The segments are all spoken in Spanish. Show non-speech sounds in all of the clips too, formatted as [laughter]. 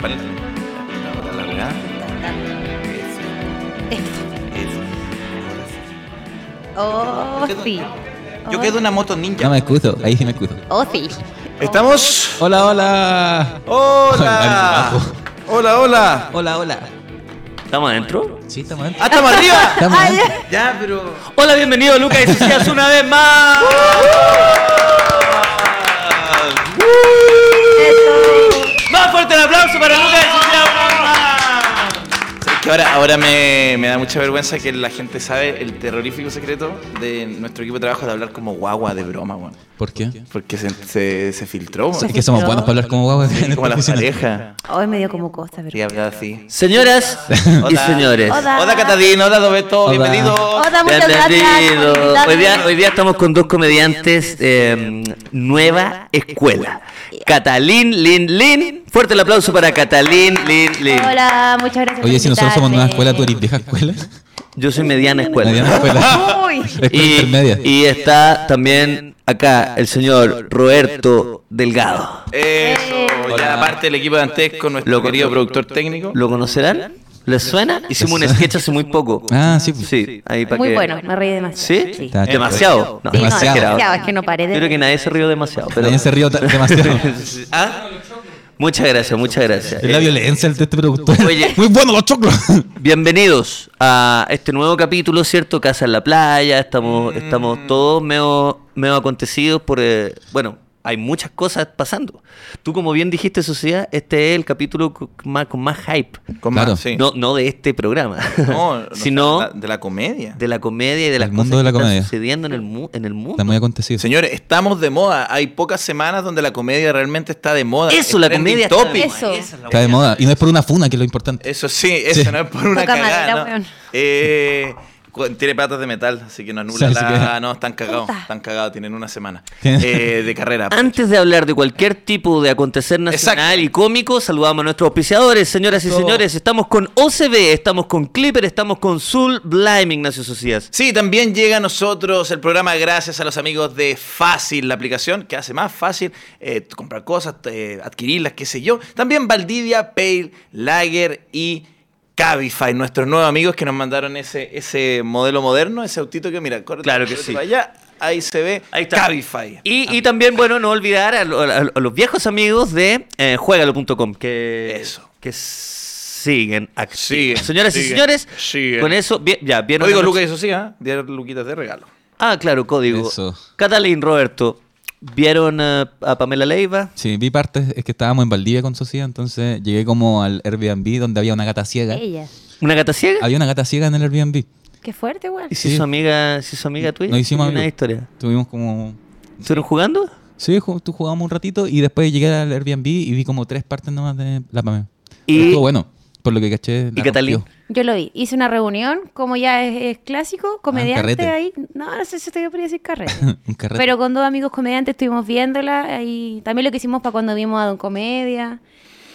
paleta. Ahora la weá. Eso. Eso. Ahora sí. Yo Oh, quedo- sí. Ah. Yo quedo una moto ninja. No me escucho, ahí sí me escucho. Oh, sí. ¿Estamos? Hola, hola. ¡Hola! ¡Hola, hola! Hola, hola. ¿Estamos adentro? Sí, estamos adentro. ¡Ah, ¡Estamos [laughs] arriba! Estamos [laughs] adentro. Ya, pero. Hola, bienvenido Lucas y Cecias una vez más. Ah, Más fuerte el aplauso para Lucas y Cecias una vez más. ¿Sabes qué? ahora, ahora me, me da mucha vergüenza que la gente sabe el terrorífico secreto de nuestro equipo de trabajo de hablar como guagua de broma, weón. ¿Por qué? Porque se, se, se filtró, weón. Es que somos buenos para hablar como guagua. en esta Como las oficina. parejas. Hoy me dio como cosa, Y pero. hablaba así. Señoras y Hola. señores. Hola. Hola Catadín, hola Dobeto, Hola. bienvenido. Hola, muchas gracias. por Bienvenido. invitarme. Hoy día, hoy día estamos con dos comediantes eh, nueva escuela. Catalín Lin Lin. Fuerte el aplauso para Catalín Lin Lin. Hola, muchas gracias. Oye, por si nosotros somos nueva escuela, tú eres invitarme. vieja escuela. Yo soy mediana escuela. Mediana [laughs] escuela. Uy. Escuela intermedia. Y, y está también acá el señor Roberto Delgado. Eso, Hola. ya aparte del equipo de Antes con nuestro Lo- querido lo- productor técnico. ¿Lo conocerán? ¿Les suena? Hicimos un suena. sketch hace muy poco. Ah, sí, pues. Sí, ahí para Muy que- bueno, me reí demasiado. ¿Sí? Sí. Está- Demasiado. No, Sí, no, Demasiado. demasiado, es que no paré de- Yo creo que nadie se rió demasiado. Pero... Nadie se rió ta- [laughs] demasiado. ¿Ah? Muchas gracias, muchas gracias. Es la Eh, violencia de este productor. Oye. Muy bueno los choclos. Bienvenidos a este nuevo capítulo, ¿cierto? Casa en la playa, estamos, Mm. estamos todos medio, medio acontecidos por... eh, bueno, hay muchas cosas pasando. Tú, como bien dijiste, Sociedad, este es el capítulo con más, con más hype. Con Claro. más, sí. No, no de este programa, [laughs] No, no, sino de la, de la comedia. de la comedia y de las El mundo de cosas la que están comedia. sucediendo en el, mu- en el mundo. Está muy acontecido. Señores, estamos de moda. Hay pocas semanas donde la comedia realmente está de moda. Eso, Es la trending comedia está topic. de Eso. Eso. moda, esa es la Está de weá. moda. Y no es por una funa, que es lo importante. sí, eso Sí. no es por una Poca cagada. madera, ¿no? weón. Eh, cu- tiene patas de metal, así que no anula Sí, la. así que- No, están cagados. Puta. Están cagados, tienen una [laughs] semana Tienen- eh, de carrera. Antes de hablar de cualquier tipo de acontecer nacional Exacto. y cómico, saludamos a nuestros auspiciadores, señoras y Todo. señores. Estamos con OCB, estamos con Clipper, estamos con Soul Blime, Ignacio Socias. Sí, también llega a nosotros el programa gracias a los amigos de Fácil, la aplicación que hace más fácil eh, t- comprar cosas, t- eh, adquirirlas, qué sé yo. También Valdivia, Pale, Lager y Cabify, nuestros nuevos amigos que nos mandaron ese, ese modelo moderno, ese autito que mira, corre Claro que corre sí. para allá, ahí se ve Ahí está. Cabify. Ah. Y, y también, bueno, no olvidar a, lo- a- a los viejos amigos de eh, juegalo.com que, Eso. que siguen activos. Siguen, señoras y siguen, señores, siguen. con eso, bien- ya, vieron. Código la noche- Lucas, eso sí, ¿ah? De Luquitas de regalo. Ah, claro, código. Eso. Catalín, Roberto, ¿vieron eh, a Pamela Leiva? Sí, vi partes, es que estábamos en Valdivia con Socia, entonces llegué como al Airbnb donde había una gata ciega. Ella. ¿Una gata ciega? Había una gata ciega en el Airbnb. Qué fuerte, weón. ¿Y si Sí. su amiga, si su amiga tuya? Nos hicimos una amigos. historia. Tuvimos como... ¿Estuvieron jugando? Sí, ju- tú jugábamos un ratito y después llegué al Airbnb y vi como tres partes nomás de la Pamela. Y- Y... Estuvo bueno, por lo que caché. ¿Y Catalín? Yo lo vi. Hice una reunión, como ya es, es clásico, comediante Ah, carrete. ahí. No, no sé si te podría decir carrete. [laughs] rompió. [laughs] un carrete. Pero con dos amigos comediantes estuvimos viéndola y también lo que hicimos para cuando vimos a Don Comedia.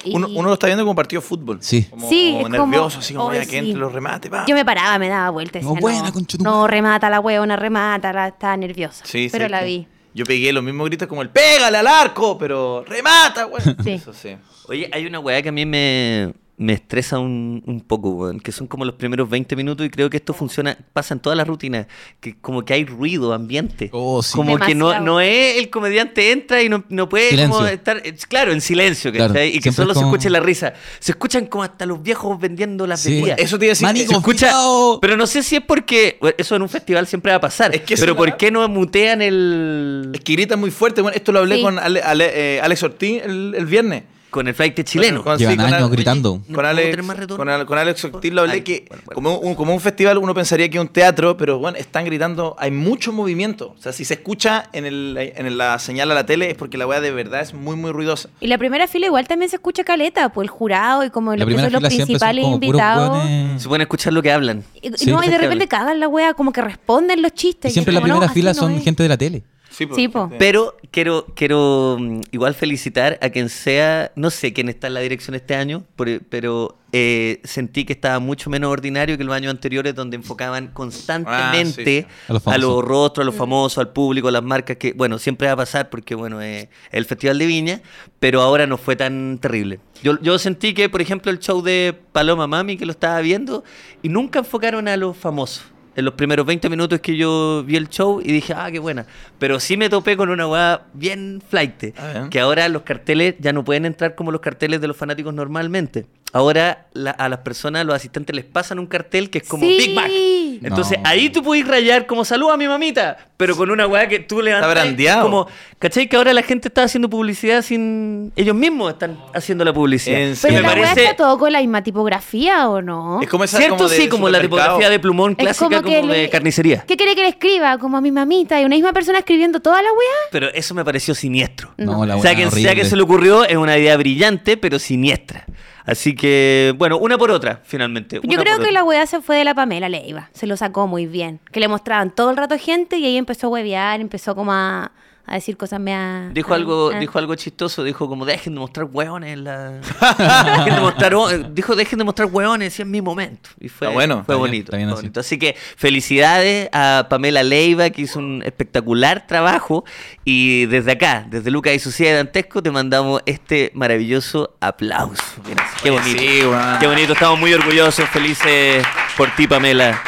Y Uno, uno lo está viendo como partido de fútbol. Sí. Como Sí, es como- nervioso, así como Ay, mira que sí. entre los remates, va. Yo me paraba, me daba vueltas. No, decía, buena, no, conchetumare. no, remata la huevona, remata, la, estaba nerviosa. Sí, pero sí, la sí. vi. Yo pegué los mismos gritos como el pégale al arco, pero remata, güey. Sí. Eso sí. Oye, hay una weá que a mí me, me estresa un, un poco, weón, que son como los primeros 20 minutos y creo que esto funciona, pasa en todas las rutinas, que como que hay ruido, ambiente. Oh, sí. Como que no, Demasiado. no es el comediante entra y no, no puede como Silencio. estar, eh, claro, en silencio, Claro, ¿cachai? Y que siempre solo es se como- escuche la risa. Se escuchan como hasta los viejos vendiendo las Sí. bebidas. Eso te iba a decir. Mani, eh, Escucha, Confiado. pero no sé si es porque bueno, eso en un festival siempre va a pasar. Es que pero sí, ¿por ¿verdad? qué no mutean el es que grita muy fuerte. Bueno, esto lo hablé Sí. con Ale- Ale- eh, Alex Ortiz el, el viernes. con el flight chileno? Con- Llevan con años Ale- gritando. Oye, No Con, puedo Alex, tener más retorno. con, Ale- con Alex Ortiz lo hablé Ay, que bueno, bueno. Como, un, como un festival uno pensaría que es un teatro, pero bueno, están gritando, hay mucho movimiento. O sea, si se escucha en, el, en la señal a la tele es porque la weá de verdad es muy, muy ruidosa. Y la primera fila igual también se escucha caleta, pues el jurado y como la lo que primera son los fila siempre son principales como puros invitados. hueones- Se pueden escuchar lo que hablan. Y, Sí. no, y de Gente que repente cagan la wea, como que responden los chistes. Y siempre y es la como, no, primera así fila no son es. gente de la tele. Sí, po. Sí, po. Sí. Pero quiero, quiero mm, igual felicitar a quien sea, no sé quién está en la dirección este año, por- pero eh, sentí que estaba mucho menos ordinario que los años anteriores donde enfocaban constantemente Ah, sí. Ah, A los a, los famosos. rostros, a Mm. los famosos, al público, a las marcas, que bueno, siempre va a pasar porque bueno, es el Festival de Viña, pero ahora no fue tan terrible. Yo, yo sentí que, por ejemplo, el show de Paloma Mami, que lo estaba viendo, y nunca enfocaron a los famosos. En los primeros 20 minutos que yo vi el show y dije, ah, qué buena. Pero sí me topé con una weá bien flight. Ah, bien. Que ahora los carteles ya no pueden entrar como los carteles de los fanáticos normalmente. Ahora la- a las personas, a los asistentes les pasan un cartel que es como Sí. Big Mac. Entonces No. ahí tú puedes rayar como saluda a mi mamita, pero con una weá que tú levantas. Está brandeado. Como, ¿cachai? Que ahora la gente está haciendo publicidad sin. Ellos mismos están haciendo la publicidad. En Y serio. Pero me la weá parece. está todo con la misma tipografía, ¿o no? Es como esa ¿Cierto? como de sí, como la supermercado. tipografía de [laughs] plumón Es clásica, como, de le- carnicería. ¿Qué quiere que le escriba? Como a mi mamita. ¿Y una misma persona escribiendo toda la weá? Pero eso me pareció siniestro. No, No. la o sea, weá quien sea horrible. que se le ocurrió es una idea brillante, pero siniestra. Así que, bueno, una por otra, finalmente. Yo una creo por que otra. la weá se fue de la Pamela Leiva. Se lo sacó muy bien. Que le mostraban todo el rato gente y ahí empezó a huevear, empezó como a, a decir cosas mea... Dijo algo, ah. dijo algo chistoso, dijo como dejen de mostrar hueones en la. dejen de mostrar hue- [laughs] dijo dejen de mostrar hueones, si es mi momento. Y fue, Está bueno, está fue bien, bonito. está bien fue así. bonito. Así que felicidades a Pamela Leiva, que hizo un espectacular trabajo. Y desde acá, desde Lucas y Sucia Dantesco, te mandamos este maravilloso aplauso. Mira, qué bonito. Sí, weón. Qué bonito, estamos muy orgullosos, felices por ti, Pamela.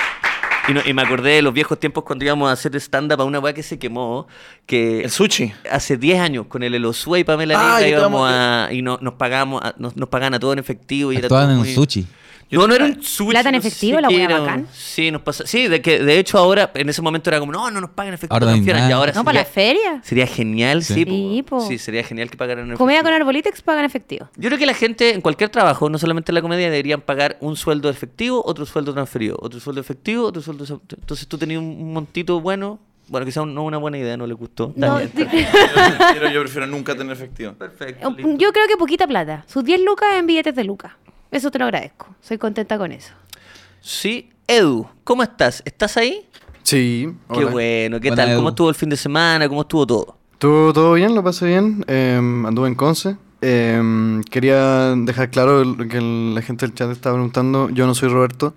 Y, no- y me acordé de los viejos tiempos cuando íbamos a hacer stand-up a una weá que se quemó, que El sushi. hace 10 años con el Elosue y Pamela Ah, Negra yo íbamos estaba- a, y no- nos pagamos a- nos, nos pagan a todos en efectivo. Y era Actuaban todo en un muy- sushi. No, no era un sushi. ¿Plata en no sé efectivo, la qué weá era, bacán? Sí, nos pasa. Sí, de, que, de hecho ahora, en ese momento era como, no, no nos pagan en efectivo. Ahora no hay confían". y nada. ahora No, para la sería, feria. sería genial, sí. Sí. Sí, po. Sí, sería genial que pagaran en efectivo. Comida con arbolitex pagan efectivo. Yo creo que la gente en cualquier trabajo, no solamente en la comedia, deberían pagar un sueldo efectivo, otro sueldo transferido, otro sueldo efectivo, otro sueldo. Entonces tú tenías un montito bueno, bueno, quizás no una buena idea, no le gustó. Está No, bien, di- [laughs] Pero yo prefiero nunca tener efectivo. Perfecto. listo. Oh, yo creo que poquita plata. Sus 10 lucas en billetes de lucas. Eso te lo agradezco. Soy contenta con eso. Sí, Edu, ¿cómo estás? ¿Estás ahí? Sí. Qué hola. bueno, ¿qué Buena, tal? ¿Cómo Edu. estuvo el fin de semana? ¿Cómo estuvo todo? ¿Todo, todo bien? ¿Lo pasé bien? eh, anduve en Conce. eh, quería dejar claro lo que el- la gente del chat estaba preguntando. Yo no soy Roberto.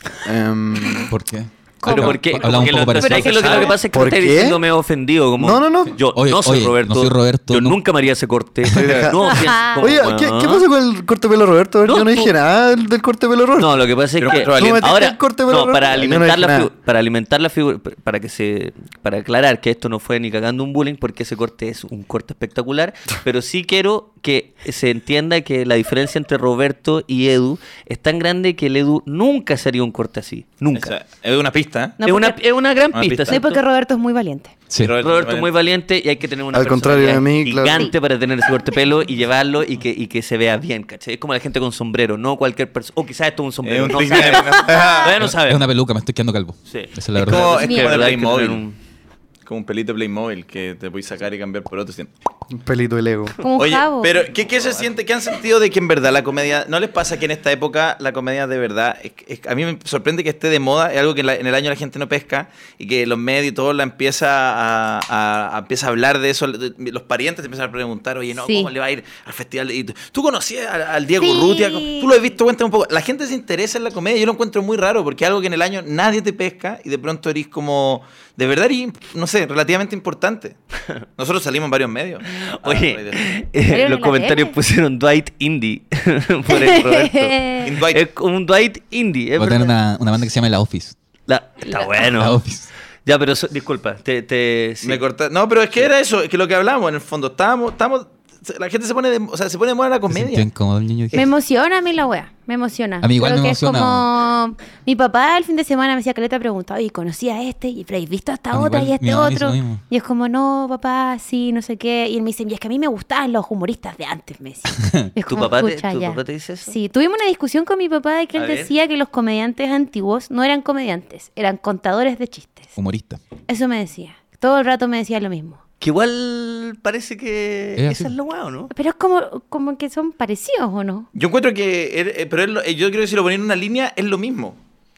[laughs] em, ¿Por qué? Pero Acá- ¿por qué? Hablamos un Porque poco lo, parecido. pero es que lo, que- lo que pasa es que ¿Por estás qué? diciendo me ofendido. Como, No, no, no. Yo Oye, no soy oye, Roberto. no soy Roberto, Yo no. nunca me haría ese [laughs] corte. deja- no, sí, como, oye, ¿qué, ah. ¿qué pasó con el corte de pelo Roberto? A ver, No, yo no tú- dije nada del, del corte de pelo Roberto. No, lo que pasa es Pero que Petro Valiente. ¿Tú metiste ahora el corte, no, pero- para Yo no dije alimentar la nada. figu- para alimentar la figura pa- para que se para aclarar que esto no fue ni cagando un bullying porque ese corte es un corte [laughs] espectacular, pero sí quiero que se entienda que la diferencia entre Roberto y Edu es tan grande que el Edu nunca sería un corte así, nunca. Esa- Es una pista. ¿eh? No, es, una, porque- es una gran Una pista. pista. No y ¿cierto? porque Roberto es muy valiente. Sí. Roberto Roberto es Valen- muy valiente y hay que tener una Al contrario de personalidad mí, claro. gigante para tener ese corte pelo [laughs] y llevarlo y que, y que se vea bien, ¿cachai? Es como la gente con sombrero, no cualquier persona. O quizás esto es un Es sombrero. un [laughs] no ring sabemos. Todavía de- no sabemos. Es una peluca, me estoy quedando calvo. Sí. Esa es la Es verdad. como, Es es que como verdad el hay que Playmobil. tener un- Como un pelito de Playmobil que te puedes sacar y cambiar por otro. sí. Un pelito del ego. Como un Oye, jabo. [laughs] pero ¿qué, qué se siente? ¿Qué han sentido de que en verdad la comedia... ¿No les pasa que en esta época la comedia de verdad... es- es- a mí me sorprende que esté de moda. Es algo que en, la- en el año la gente no pesca y que los medios y todo la empieza a, a- a- empieza a hablar de eso. Los parientes te empiezan a preguntar, oye, no, Sí. ¿cómo le va a ir al festival? Y tú- ¿Tú conocías al, al Diego Sí. Urrutia? ¿Tú lo has visto? Cuéntame un poco. La gente se interesa en la comedia. Yo lo encuentro muy raro porque es algo que en el año nadie te pesca y de pronto eres como... De verdad eres, no sé, relativamente importante. Nosotros salimos en varios medios. [laughs] Ah, Oye, de- eh, Pero en los la comentarios tele. pusieron Dwight Indy [laughs] [laughs] por el Roberto. [laughs] In Dwight. Es como un Dwight Indy, es Voy a tener verdad. una, una banda que se llama La Office. La- está La bueno. Office. Ya, pero so- disculpa, te, te- sí. Me corta- No, pero es que era eso, es que lo que hablamos, en el fondo, estábamos, estábamos, la gente se pone de, o sea, se pone de moda la Me sentí comedia. incómodo el niño. Me emociona a mí la wea, me emociona. A mí igual Creo me que es emociona. como... Mi papá el fin de semana me decía, Caleta preguntaba, y conocí a este, y pero ¿has visto a esta A mí otra igual, y a este mi mamá hizo otro? lo mismo. Y es como, no, papá, sí, no sé qué. Y él me dice, y es que a mí me gustaban los humoristas de antes, [laughs] me decía. Y es ¿Tu como, papá te- "Pucha, tu ya". papá te dice eso? Sí, tuvimos una discusión con mi papá de que A él ver. decía que los comediantes antiguos no eran comediantes, eran contadores de chistes. Humorista. Eso me decía. Todo el rato me decía lo mismo. Que igual parece que Es así. esa es la guau, ¿no? Pero es como, como que son parecidos, ¿o no? [laughs] Yo encuentro que, er- eh, pero es lo- eh, yo creo que si lo ponen en una línea es lo mismo.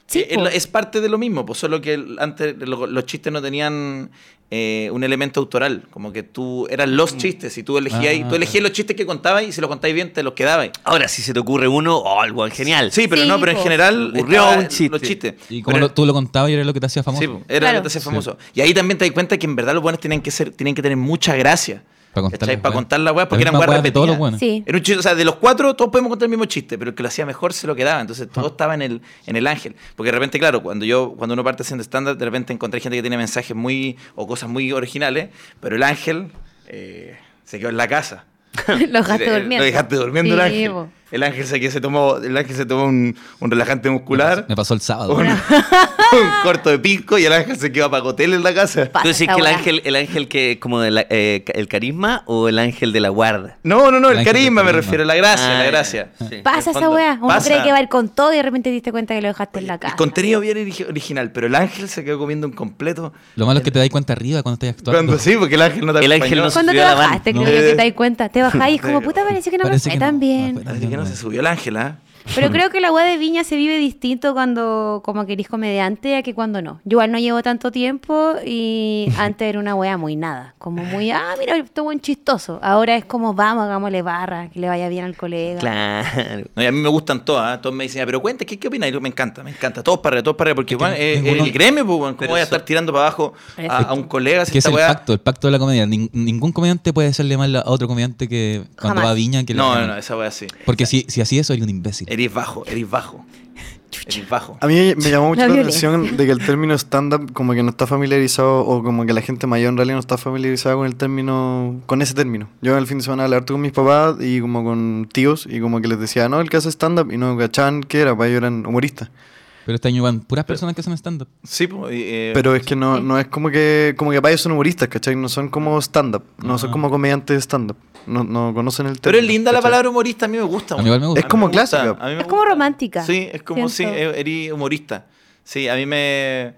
Sí, Eh, eh, po. lo- es parte de lo mismo, pues solo que el- antes lo- los chistes no tenían eh, un elemento autoral, como que tú eran los chistes y tú elegías, Ah, tú elegías los chistes que contabas y si los contabais bien te los quedabais. Ahora, si se te ocurre uno, oh, algo genial. Sí, pero Sí, no, pero en po. general Ocurrió estaba un el- chiste. los chistes. Y como Pero- lo- tú lo contabas y era lo que te hacía famoso. Sí, po, era Claro. lo que te hace famoso. Y ahí también te das cuenta que en verdad los buenos tienen que ser, tienen que tener mucha gracia. Para contar ¿cachai? las Para weas. contar la weá, porque La eran misma weas wea de todos los repetidas. buenos. Sí. Era un chiste, o sea, de los cuatro todos podemos contar el mismo chiste, pero el que lo hacía mejor se lo quedaba. Entonces todo estaba en el, en el ángel. Porque de repente, claro, cuando yo, cuando uno parte haciendo estándar, de repente encontré gente que tiene mensajes muy, o cosas muy originales, pero el ángel eh, se quedó en la casa. Los dejaste Eh, durmiendo. Lo dejaste durmiendo Sí, el ángel. po. El ángel se, que se tomó, el ángel se tomó un, un relajante muscular, Me pasó el sábado. un, [laughs] un corto de pisco y el ángel se quedó a pacotel en la casa. Pasa ¿Tú decís esta que el weá. ángel, el ángel que es como de la- eh, ca- el carisma o el ángel de la guarda? No, no, no, El el ángel de carisma me carisma. refiero, la gracia, Ah, la ya, gracia. sí. En Pasa el esa fondo, weá. Uno pasa. cree que va a ir con todo y de repente te diste cuenta que lo dejaste en la casa. El contenido bien origi- original, pero el ángel se quedó comiendo un completo. Lo malo es que te das cuenta arriba cuando estás actuando. Cuando sí, porque el ángel no te El acompañó. ángel no se- Cuando te subió a la van, bajaste, ¿no? creo yo que te das cuenta. Te bajás y es como, puta, parece que no me Eh. Parece fue que no, tan no bien. fue tan Así que no se subió el ángel, ¿ah? [laughs] Pero creo que la weá de Viña se vive distinto cuando como que eres comediante a que cuando no. Yo igual no llevo tanto tiempo [laughs] y antes era una weá muy nada. Como muy, ah, mira, esto buen chistoso. Ahora es como, vamos, hagámosle barra, que le vaya bien al colega. Claro. No, y a mí me gustan todas, ¿ah? todos me dicen, "Ah, pero cuenta, ¿qué, qué opinas? Y yo, me encanta, me encanta, todos para arriba, todos para arriba, porque bueno, es, ninguno- es el gremio, pues, bueno, ¿cómo Pero voy a eso- estar tirando para abajo a, a un colega? si Que es esta el weá- pacto, el pacto de la comedia. Nin- ningún comediante puede hacerle mal a otro comediante que cuando Jamás. va a Viña que le No, haga no, mal. no, Eh, esa weá sí. Porque si, si así es, soy un imbécil. Eres bajo, eres bajo. Eres bajo. A mí me llamó mucho La la, violencia. atención de que el término stand-up como que no está familiarizado o como que la gente mayor en realidad no está familiarizada con el término, con ese término. Yo el fin de semana hablé harto con mis papás y como con tíos y como que les decía, no, el que hace stand-up y no cachaban que era, para ellos eran humoristas. Pero este año van puras personas que hacen stand-up. Sí, pues, y, eh, Pero es que no, no es como que, como que para ellos son humoristas, ¿cachai? No son como stand-up, no son como comediantes de stand-up, no, no conocen el Ah. término. pero es linda la ¿cachai? palabra humorista, a mí me gusta. A mí igual me gusta. Es como gusta, clásica. a mí me Es como gusta. romántica, Sí, es como, sí, siento. e- eres humorista. Sí, a mí me,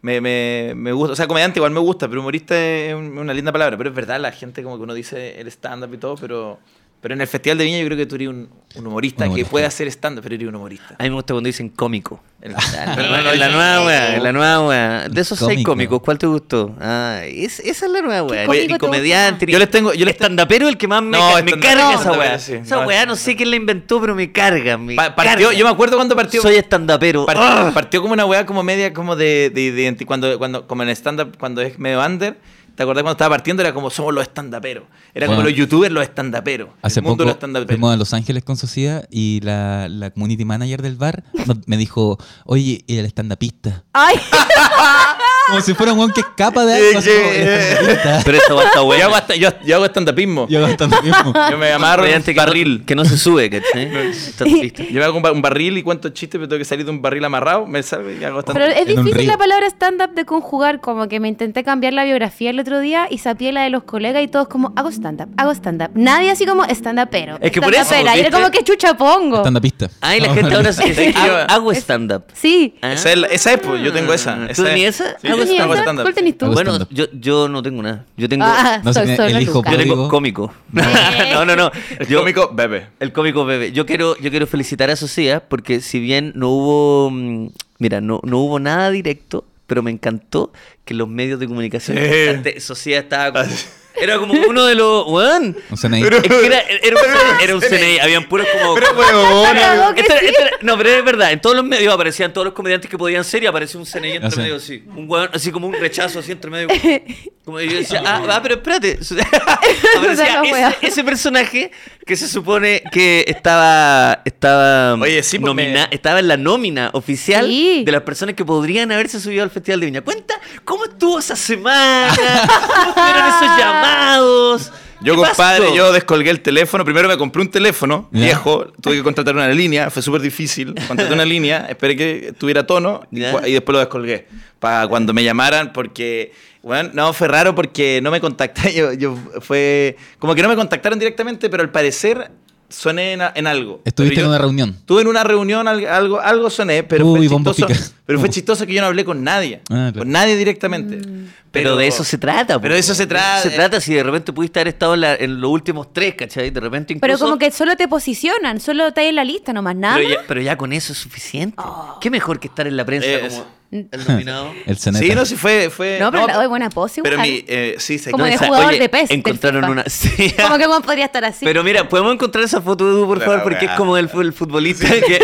me, me, me gusta. O sea, comediante igual me gusta, pero humorista es un- una linda palabra. Pero es verdad, la gente como que uno dice el stand-up y todo, pero, pero en el Festival de Viña yo creo que tú eres un, un humorista que Un humorista. puede hacer stand-up, pero eres un [laughs] humorista. A mí me gusta cuando dicen cómico. El- Pero bueno, [laughs] en la nueva wea, en la nueva wea. De esos seis Cómico. cómicos, ¿cuál te gustó? Ah, es- esa es la nueva wea. cómico Oye, te y comediante. yo les tengo... Yo les tengo- Estandapero el que más me, No, ca- me estandapero, carga esa estandapero, wea. sí. esa No, wea no sé quién la inventó, pero me carga. Me pa- partió- carga. yo me acuerdo cuando partió... Soy estandapero. Part- ¡Ah! Partió, como una weá como media como de, de, identi- cuando, cuando como en el stand-up cuando es medio under ¿Te acordás cuando estaba partiendo? Era como somos los estandaperos. Era como Bueno. los youtubers los estandaperos. Hace el mundo poco los estandaperos. fuimos a Los Ángeles con Sociedad y la, la community manager del bar nos- me dijo, oye, el stand-upista. [laughs] Ay, Como si fuera un weón que escapa de algo. así como, "Eh, "El [laughs] stand-upista". [laughs] Pero esa wea está Yo buena. hago, hasta- yo, yo hago estandapismo. Y Yo, hago stand-upismo. me amarro en Comediante un que no- barril. Que no se [laughs] sube, ¿cachai? Estandapista. Yo me hago un, ba- un barril y cuento chistes, pero tengo que salir de un barril amarrado. Me sale y hago pero estandapismo. es En un difícil río. la palabra stand-up de conjugar, como que me intenté cambiar la biografía el otro día y sapié la de los colegas y todos como, hago stand-up, hago stand-up. Nadie así como stand-up, pero. Es que por eso, Y era ¿viste? como que chucha pongo. Stand-upista. Ay, la No, gente ahora [laughs] stand-upista. se dice, Es que yo- hago- hago stand-up. Sí. Ah. Esa es, la- esa es, pues, yo tengo esa. ¿Tú tenías esa? Sí, ¿Tú yo tenías hago esa? stand-up. ¿Cuál tenés tú? Hago Bueno, stand-up. yo, yo no tengo nada. Yo tengo, Ah, No sé, soy el solo hijo educada. yo tengo Rodrigo. cómico. Eh. [laughs] no, no, no. El Yo- cómico bebe. El cómico bebé. Yo quiero, yo quiero felicitar a Socias porque si bien no hubo, mm, mira, no, no hubo nada directo, pero me encantó que los medios de comunicación Sí. antes Socias estaba como, era como uno de los, weón. Un CNI. Es que era, [laughs] era un, era un CNI, habían puros como... Cagó que Esto era- sí. esto era- no, pero es verdad, en todos los medios aparecían todos los comediantes que podían ser y aparecía un CNI Ah, entre O sea. medio así, un weón, así como un rechazo así [laughs] entre medio. como- Como yo decía, ah, ah, pero espérate. [laughs] la aparecía wea. ese, ese personaje que se supone que estaba estaba Oye, sí, pues, nomina- me- estaba en la nómina oficial Sí. de las personas que podrían haberse subido al Festival de Viña. Cuenta cómo estuvo esa semana, cómo [laughs] estuvieron esos llamados. Yo, ¿Qué compadre, pasó? yo descolgué el teléfono. Primero me compré un teléfono Ya. viejo. Tuve que contratar una línea. Fue súper difícil. Contraté una [laughs] línea, esperé que tuviera tono y, Ya. cua- y después lo descolgué. Para cuando me llamaran, porque. Bueno, no, fue raro porque no me contactaron. [laughs] Yo, yo fue. Como que no me contactaron directamente, pero al parecer soné en, a- en algo. Estuviste Pero en yo- una reunión. Estuve en una reunión, al- algo, algo soné, pero Uy, fue bomba chistoso. pica. Pero Pero [laughs] fue chistoso que yo no hablé con nadie. Ah, claro. Con nadie directamente. Mm. Pero, de eso se trata. po. Pero de eso se trata. Se trata si de repente pudiste haber estado en, la- en los últimos tres, ¿cachai? De repente incluso... Pero como que solo te posicionan, solo estás en la lista, nomás nada. Oh. Pero más. ya, pero ya con eso es suficiente. Qué mejor que estar en la prensa Eh, como el nominado. El Ceneta. Sí, no, sí fue. fue No, pero la doy buena pose Pero igual. mi. eh, sí, se [laughs] Como no, de esa- jugador de PES, del encontraron FIFA. una... [laughs] Sí. [laughs] Como que uno podría estar así. Pero mira, podemos encontrar esa foto de Edu, por La favor, porque es weá. como el, fu- el [laughs] futbolista que...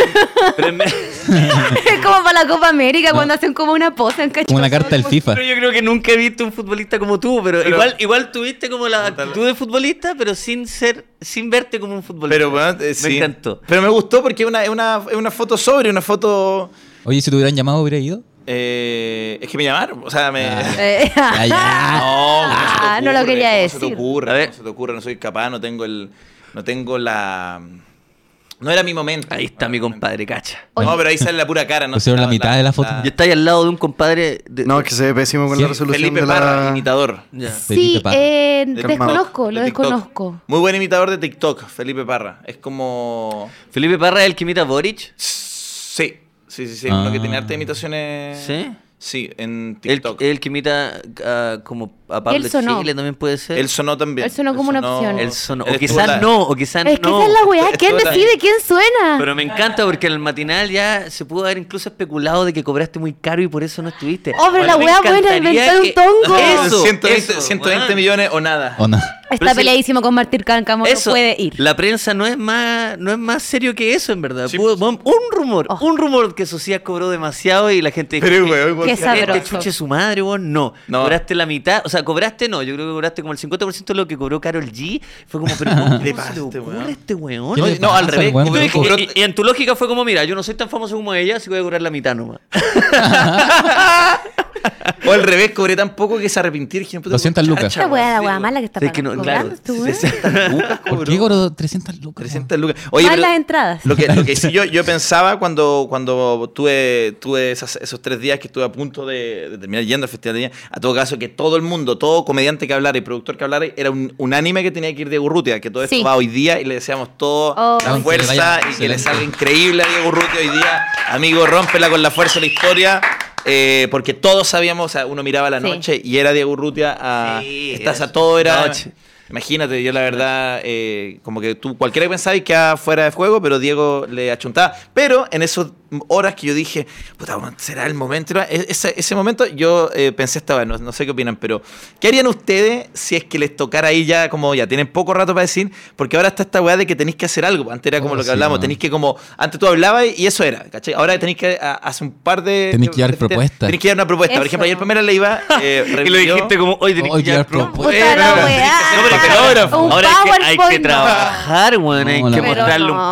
pero en vez- [laughs] Es como para la Copa América cuando hacen como una pose. ¿cachai? Como una carta del FIFA. Pero yo creo que nunca he visto un futbolista como tú, pero, Pero- igual igual tuviste como la actitud de futbolista, pero sin ser sin verte como un futbolista. Pero bueno, eh, me sí. encantó. Pero me gustó porque es una, es una, es una foto sobre, una foto. Oye, si te hubieran llamado, hubiera ido. eh, es que me llamaron. O sea, me. [laughs] Eh, Ya, [laughs] [laughs] ya. No, ¿cómo se te Ah, no lo ocurre? quería ¿Cómo Se decir. te ocurre? A ver. ¿Cómo se te ocurre? No soy capaz, no tengo el. No tengo la. No era mi momento. Ahí está mi compadre, cacha. No, pero ahí sale la pura cara. No Pusieron la mitad de la foto. Yo está ahí al lado de un compadre de- No, que se ve pésimo con Sí, la resolución Felipe de la... Parra, imitador. Ya. sí, Felipe Parra. eh, De desconozco, lo de TikTok. desconozco. Muy buen imitador de TikTok, Felipe Parra. Es como. Felipe Parra es el que imita a Boric. Sí, sí, sí, sí. Ah. Lo que tiene arte de imitaciones. ¿Sí? Sí, este en El, TikTok. Él, el que imita a, como a Pablo Él sonó. Chile también puede ser. sonó también. Él sonó como una opción. Él sonó. él O estuvo la- quizás no, o quizás Es que Ah, no. esa es la weá. Estuvo ¿Quién la- decide quién suena? Pero me encanta porque en el matinal ya se pudo haber incluso especulado de que cobraste muy caro y por eso no estuviste. Oh, pero la Me weá buena, encantaría inventar un que- tongo. Eso, 120, eso, 120 weón. millones o nada. O no. Está si- peleadísimo con Martín Cárcamo, Eso, no puede ir. La prensa no es más no es más serio que eso, en verdad. Sí, Pudo- pues. un un rumor, Oh. un rumor que Socias cobró demasiado y la gente dijo, Pero, weón, Qué porque- "Este sabroso. chuche su madre, vos no. No. Cobraste la mitad, o sea, cobraste no, yo creo que cobraste como el 50% de lo que cobró Carol G. Fue como, [laughs] pero le ¿cómo se pasa le a este ocurre weón? a este weón? ¿Qué No, le no, al pasa, revés. weón? Tú Y- ves que- Pero- y, y en tu lógica fue como, mira, yo no soy tan famoso como ella, así que voy a cobrar la mitad nomás. O al revés, cobré tan poco que se arrepentir. que no puedo 200 escuchar, lucas. Esta chaval. weá, la Sí, weá weón. mala que está Es que pagando. no, claro, ¿Cobrando tú, [laughs] weón? 60 lucas cobró. ¿Por qué cobró 300 lucas? 300 lucas. Oye, Más pero las entradas. Lo que, lo que [laughs] sí yo, yo pensaba cuando, cuando tuve, tuve esas- esos tres días que estuve a punto de, de terminar yendo al Festival de Viña, a todo caso, que todo el mundo, todo comediante que hablara y productor que hablara, era un, unánime que tenía que ir Diego Urrutia, que todo esto Sí. va hoy día y le deseamos todo Oh. la Ay, que le vaya fuerza y que le excelente. salga increíble a Diego Urrutia hoy día. Amigo, rómpela con la fuerza de la historia. eh, porque todos sabíamos, o sea, uno miraba la Sí. noche y era Diego Urrutia a, Sí, estás era a todo, era noche. Imagínate, yo la verdad, eh, como que tú, cualquiera que pensabas quedaba fuera de juego, pero Diego le achuntaba. Pero en esas horas que yo dije, puta, bueno, será el momento. ¿no? E- Ese, ese momento yo eh, pensé estaba, no, no sé qué opinan, pero ¿qué harían ustedes si es que les tocara ahí ya, como ya tienen poco rato para decir? Porque ahora está esta weá de que tenéis que hacer algo. Antes era como Oh, lo que sí, hablamos, no. tenéis que como, antes tú hablabas y eso era, ¿cachai? Ahora tenéis que a- hace un par de. Tenéis que dar de- de- propuestas. Tenéis que dar una propuesta. Por Eso. ejemplo, ayer Pamela le iba. [laughs] Eh, y lo revivió- dijiste como, hoy tenés Hoy que quiero llevar Oh, propuestas. Puta propuestas". la pero- weá. No, pero es que Camarógrafo. Un Ahora es que hay que PowerPoint. trabajar, weón. hay No, que no, no. mostrarle Pero un no.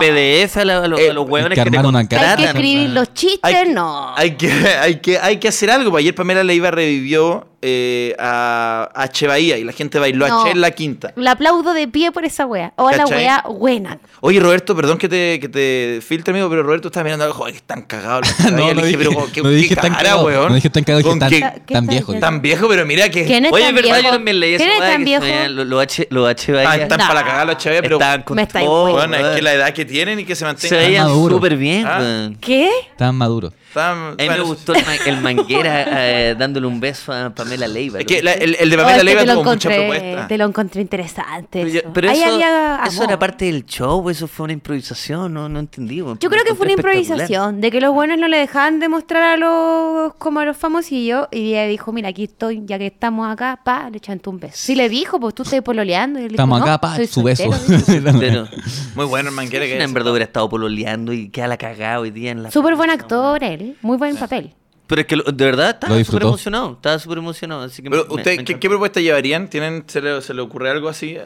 PDF a, la- a los- Eh, a los hay hueones que que, te armar una Hay contratan. que Tratan. escribir los chistes, no. Hay que, [laughs] hay, que, hay que hacer algo. pues, Ayer Pamela Leiva revivió eh, a, a Che Bahía y la gente bailó No. a Che en la quinta. La aplaudo de pie por esa weá. O la ¿Cachai? weá buena. Oye, Roberto, perdón que te, que te filtre, amigo, pero Roberto estaba mirando algo. Joder, que están [laughs] cagados. los Che No, Bahía". no Le dije, pero como, no dije tan cara, cagado, weón. no dije tan cagado, dije Con tan, qué- ¿Qué tan tal, viejo. qué tan viejo, pero mira que. ¿Quién es Oye, tan es verdad, viejo? yo también leí eso. ¿Quién es tan viejo? Los lo H, lo H Ah, Bahía están No. para la cagada los Che Bahía, pero. estaban con Me estáis todo, weando. Bueno, es weón. que la edad que tienen y que se Se mantengan. veían maduro. súper bien, Ah. weón. ¿Qué? Tan maduro. Están- A mí me bueno, gustó el, ma- el manguera eh, dándole un beso a Pamela Leiva. Es ¿lo que la- viste? el, el de Oh, es Pamela que Leiva te lo tuvo mucha encontré, propuesta. te lo encontré interesante. Pero, yo- eso. pero Ahí eso, había eso era amor. parte del show, eso fue una improvisación, no, no entendí. weón, Yo pero creo que lo fue una encontré espectacular. improvisación, de que los buenos no le dejaban demostrar a los como a los famosillos y ella dijo, mira, aquí estoy, ya que estamos acá, pa, le echante un beso. Si le dijo, pues tú estás pololeando. Y él dijo, Estamos "No, acá, pa, soy su soltero", beso. [laughs] dijo. Pero, Muy bueno, el manguera que imagina, en verdad hubiera estado pololeando y queda la cagada hoy día en la. Súper buen actor él, muy buen papel. Pero es que lo- de verdad Lo estaba disfrutó. súper emocionado. Estaba súper emocionado. Así que Pero me- usted, me ¿qué, encantó. qué propuesta llevarían? ¿Tienen, se, le, se le ocurre algo así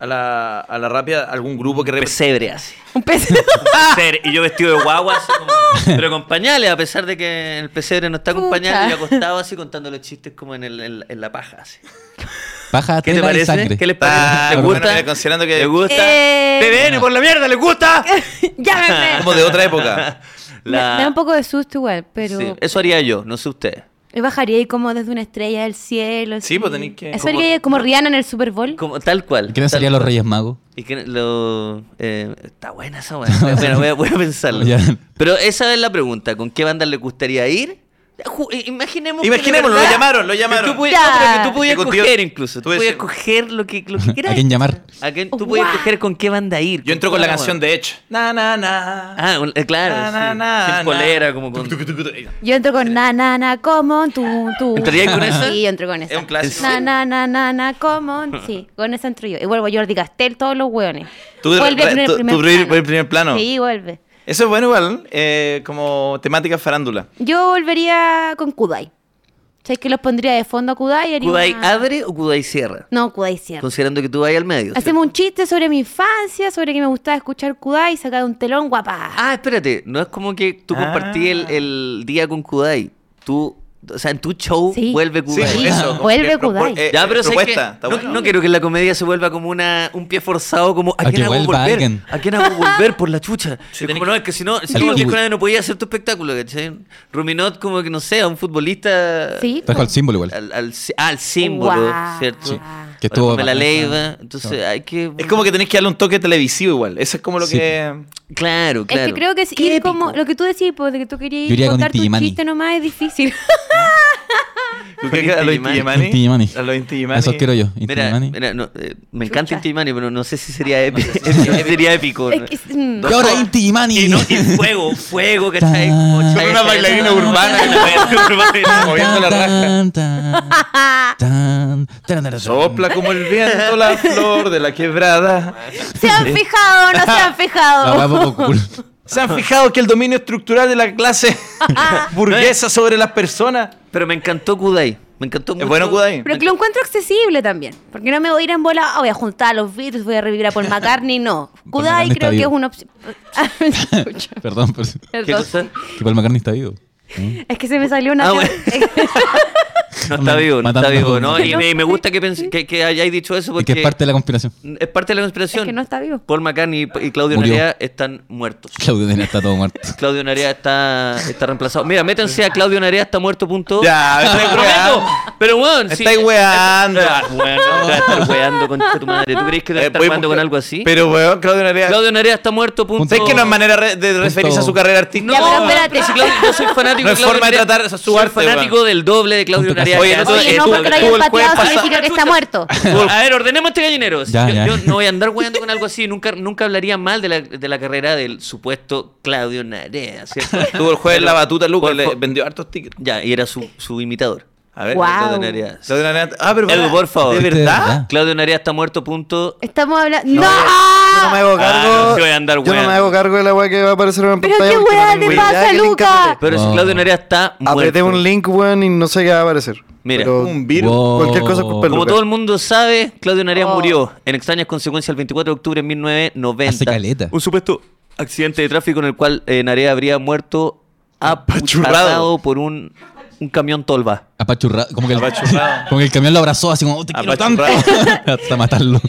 a la, a la rápida? ¿Algún grupo que represente? Pesebre [laughs] así. Un [laughs] peso. Pesebre, Y yo vestido de guagua, así como- [laughs] pero con pañales, a pesar de que el pesebre no está con Pucha. pañales, yo acostado así contando los chistes como en, el, en, en la paja. [laughs] Así. Paja, ¿Qué te tela y parece? sangre. ¿Qué les parece? Ah, ¿Les bueno, gusta? mira, considerando que- ¿Les gusta? Eh, TVN, por la mierda, [laughs] ¿les gusta? Llámeme. Como de otra época. Me [laughs] La- da un poco de susto igual, pero Sí, eso haría yo, no sé usted. yo bajaría ahí como desde una estrella del cielo. Sí, así. pues tenés que- Eso haría como Rihanna en el Super Bowl. Como, tal cual. ¿Quiénes tal serían los cual. Reyes Magos? Y que lo. eh, está buena esa buena. Bueno, voy a, voy a [laughs] pensarlo. Ya. Pero esa es la pregunta: ¿con qué banda le gustaría ir? Ju- eh, Imaginemos que de Imaginémoslo, verdad lo llamaron, lo llamaron. que tú pudi- Ya. no, pero que tú podías Que contigo- escoger incluso. Tú tú podías decías- escoger lo que, lo que quieras. ¿A quién llamar? ¿A quién- tú Guau. podías escoger con qué banda ir. Yo entro con toda la canción banda. de Edge. Na, na, na. Ah, un- eh, claro. Na, sí. na, na, Sin na. polera, como con. Yo entro con na na na como tú tú. [laughs] ¿Entrarías con esa? Sí, yo entro con esa. Es un clásico. Na na na na na como sí, con esa entro yo. Y vuelvo Jordi Castel todos los hueones. Tú- vuelve tú- con el tú- primer tú plano. por el primer plano. Sí, vuelve. Eso es bueno igual, eh, como temática farándula. Yo volvería con Kudai. ¿Sabes que los pondría de fondo a Kudai? y haría ¿Kudai una- abre o Kudai cierra? No, Kudai cierra. Considerando que tú vas al medio. ¿cierto? Hacemos un chiste sobre mi infancia, sobre que me gustaba escuchar Kudai, sacar un telón guapa. Ah, espérate, no es como que tú Ah. compartí el, el día con Kudai. Tú, o sea, en tu show Sí. vuelve Kudai. Sí. eso. como Vuelve que propo- Kudai. eh, Ya, pero sé que propuesta, está no, bueno. no quiero que la comedia se vuelva como una, un pie forzado, como ¿a, A que quién hago vuelva volver? alguien. ¿A quién hago volver por la chucha? Es como, no, es que si no, si Al no volvías kiwi. con nadie no podías hacer tu espectáculo, ¿cachai? Ruminot como que, no sé, a un futbolista... Sí. pues. Trajo el símbolo igual. Al, al sí- ah, al símbolo, Guau. ¿cierto? Sí, que Para estuvo- Pamela Leiva, entonces hay que... Es como que tenés que darle un toque televisivo igual. Eso es como lo Sí. que... [laughs] Claro, claro. Es que creo que es ir Qué como épico. lo que tú decís, pues, de que tú Yo querías iría ir con contar tu Inti Illimani. chiste nomás es difícil. ¿Tú qué- a los Inti Intigimani? Inti Illimani. A los Intigimani. Eso quiero yo. Inti Mira, Illimani. mira, no, eh, me Chucha. encanta Inti Illimani, pero no sé si Ah, sería épico. [laughs] sería épico. [laughs] Es ¿no? que es- mm. Y ahora Inti Illimani. Y, no, y [laughs] fuego, fuego, ¿cachai? Tan. Como Con chaya, una chaya, bailarina chaya. urbana que la baila urbana, [laughs] moviendo la raja. Tan, tan, Ah. tan, tan, tan. Sopla como el viento [laughs] la flor de la quebrada. Se han fijado, no se han [laughs] La fijado. guapa [laughs] poco cool. ¿Se han fijado que el dominio estructural de la [laughs] clase burguesa sobre las personas? Pero me encantó Kudai. Me encantó mucho. bueno Kudai. Pero que lo encuentro accesible también. Porque no me voy a ir en bola, "Ah, voy a juntar a los Beatles, voy a revivir a Paul McCartney. No. Paul Kudai McCartney está creo que es vivo. una opción. [laughs] Ah, escucha, Perdón, pero que ¿Qué perdón. cosa? Paul McCartney está vivo. Es que se me salió una. Ah, bueno. [laughs] No está vivo, no está Matando vivo, a ¿no? todos. Y me, me gusta que, pens- que, que hayáis dicho eso Y porque que es parte de la conspiración. es parte de la conspiración. Es que no está vivo. Paul McCartney y, y Claudio Murió. Narea están muertos. Claudio Nena está todo muerto. Claudio Narea está, está reemplazado. Mira, métanse a Claudio Narea está muerto. punto. Ya, me Pero, estáis weón, weando. Pero weón, sí. Estáis weando. Ah, [laughs] weón, no [laughs] te vas a estar weando con tu madre. ¿Tú crees que te vas a Eh, estar voy- weando con algo así? Pero, weón, Claudio Narea... Claudio Narea está muerto. Punto. ¿Sabes que no es manera re- de referirse a su carrera artística? Ya, pero weón, espérate. si Claudio- yo soy fanático No es Claudio forma de Narea. tratar su Soy arte, fanático weón. del doble de Claudio Punto Narea. Oye, no, Oye, no, Estuvo- porque lo estuvo hayan el pateado jueves significa que está muerto. A ver, ordenemos este gallinero. Ya, yo, ya. yo no voy a andar weando con algo así. Nunca, nunca hablaría mal de la, de la carrera del supuesto Claudio [laughs] Narea, ¿cierto? Tuvo el jueves Pero- la batuta, Lucas, por- le por- vendió hartos tickets. Ya, y era su, su imitador. A ver, Guau. Claudio Narea. Claudio Narea... Ah, pero... Edu, por favor. ¿De verdad? Claudio Narea está muerto, punto. Estamos hablando. ¡No! Yo no me hago cargo. Ah, no, sí voy a andar yo no weando. me hago cargo de la weá que va a aparecer en la Pero pantalla. qué porque weá te tengo idea pasa, de qué link Luca. apreté. Pero si Ah. Oh. Claudio Narea está Apreté muerto. un link, weón, y no sé qué va a aparecer. Mira. Pero Un virus. Wow. cualquier cosa es culpa de Como Luca. todo el mundo sabe, Claudio Narea Oh. murió en extrañas consecuencias el 24 de octubre de 1990. Hace caleta. Un supuesto accidente de tráfico en el cual eh, Narea habría muerto apachurrado por un, un camión tolva. Apachurrado. Como que, el, Apachurrado. [laughs] como que el camión lo abrazó así como, "Oh, te quiero tanto. [laughs] Hasta matarlo.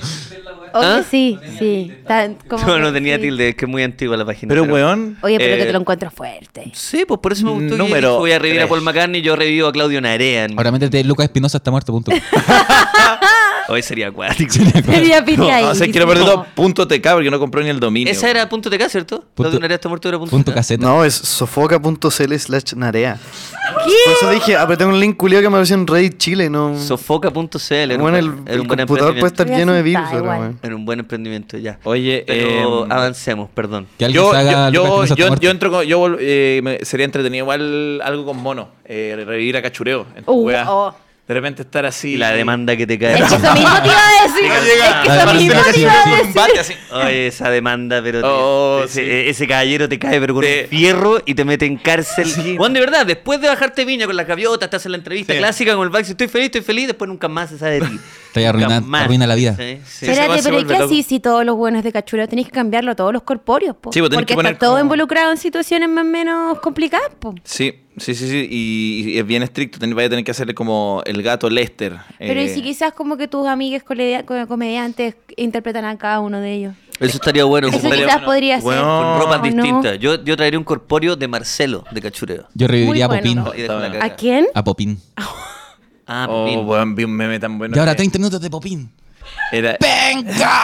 Oye, ¿Ah? sí, sí. Tan- como [laughs] No, que no tenía sí. tilde, es que es muy antigua la página. Pero, weón... Oye, pero que Eh, te lo encuentro [laughs] fuerte. Sí, pues por eso me gustó. que Número dijo, voy a revivir a tres. Paul McCartney, yo revivo a Claudio Narea. Ahora métete, Lucas Espinosa está muerto, punto. Hoy sería acuático. Sería No, piti ahí. no, sé, quiero perder No. todo punto TK porque no compró ni el dominio. Esa era punto TK, ¿cierto? Claudio Narea está muerto era [laughs] punto, punto TK. caseta. No, es sofoca.cl slash narea. Por ¿Qué? eso dije, apreté un link culiado que me apareció en Reddit Chile, no... Sofoca.cl. era un bueno, el, buen- era el un buen computador emprendimiento. puede estar lleno de virus, Asustada ahora, igual. weón. Era un buen emprendimiento, ya. Oye, Pero eh, avancemos, perdón. Que alguien Yo, se haga Lucas yo, Espinosa yo, está yo, muerto. yo entro con- yo vol- eh, me- sería entretenido igual algo con mono, eh, revivir a cachureo. en tu Uh, wea. oh. De repente estar así. Y la demanda que te cae. Es que [laughs] eso mismo te iba a decir. Es que eso Marcelo mismo te iba a Un bate decir. así. [laughs] Oye, Oh, esa demanda, pero te- Oh, ese, sí. e- ese caballero te cae pero con Te- un fierro y te mete en cárcel. Juan, de verdad, después de bajarte viña con las gaviotas, te hacen la entrevista Sí. clásica con el Baxi, estoy feliz, estoy feliz, después nunca más se sabe de [laughs] ti. Te arruina- Nunca más. te arruina la vida. Sí, sí. Ese Espérate, weón se pero ¿y vuelve qué loco. así si todos los buenos de cachureo tenéis que cambiarlo a todos los corpóreos? po? Sí, vos tenés Porque que poner está todo como- involucrado en situaciones más o menos complicadas. po. Sí, sí, sí, sí. Y, y es bien estricto. ten- vaya a tener que hacerle como el gato Lester. Pero ¿y eh, si quizás como que tus amigas comedia- co- comediantes interpretan a cada uno de ellos? Eso estaría bueno. Eso como- quizás podría ser. Bueno, con ropas ¿o no? distintas. Yo, yo traería un corpóreo de Marcelo, de cachureo. Yo reviviría Muy bueno. a Y Popín. dejo la bien. caca. ¿A quién? A Popín. Ah, Oh, Popín. weón, vi un meme tan bueno. eh. y ahora que [laughs] 30 minutos de Popín. Era, ¡Venga!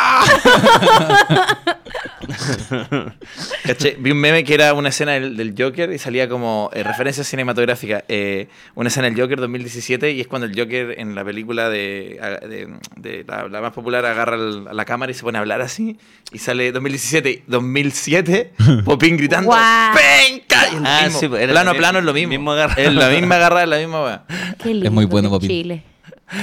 Caché, vi un meme que era una escena del, del Joker y salía como eh, referencia cinematográfica. eh, una escena del Joker 2017 y es cuando el Joker en la película de, a- de- de la, la más popular agarra el- a la cámara y se pone a hablar así y sale 2017, [laughs] 2007, Popín gritando Guau. ¡Penca! Y el Ah, mismo, sí, pues, era plano a también plano es lo mismo. mismo agarra. Es [laughs] la misma agarra, es la misma weá. Qué lindo muy bueno, que es Popín. Chile.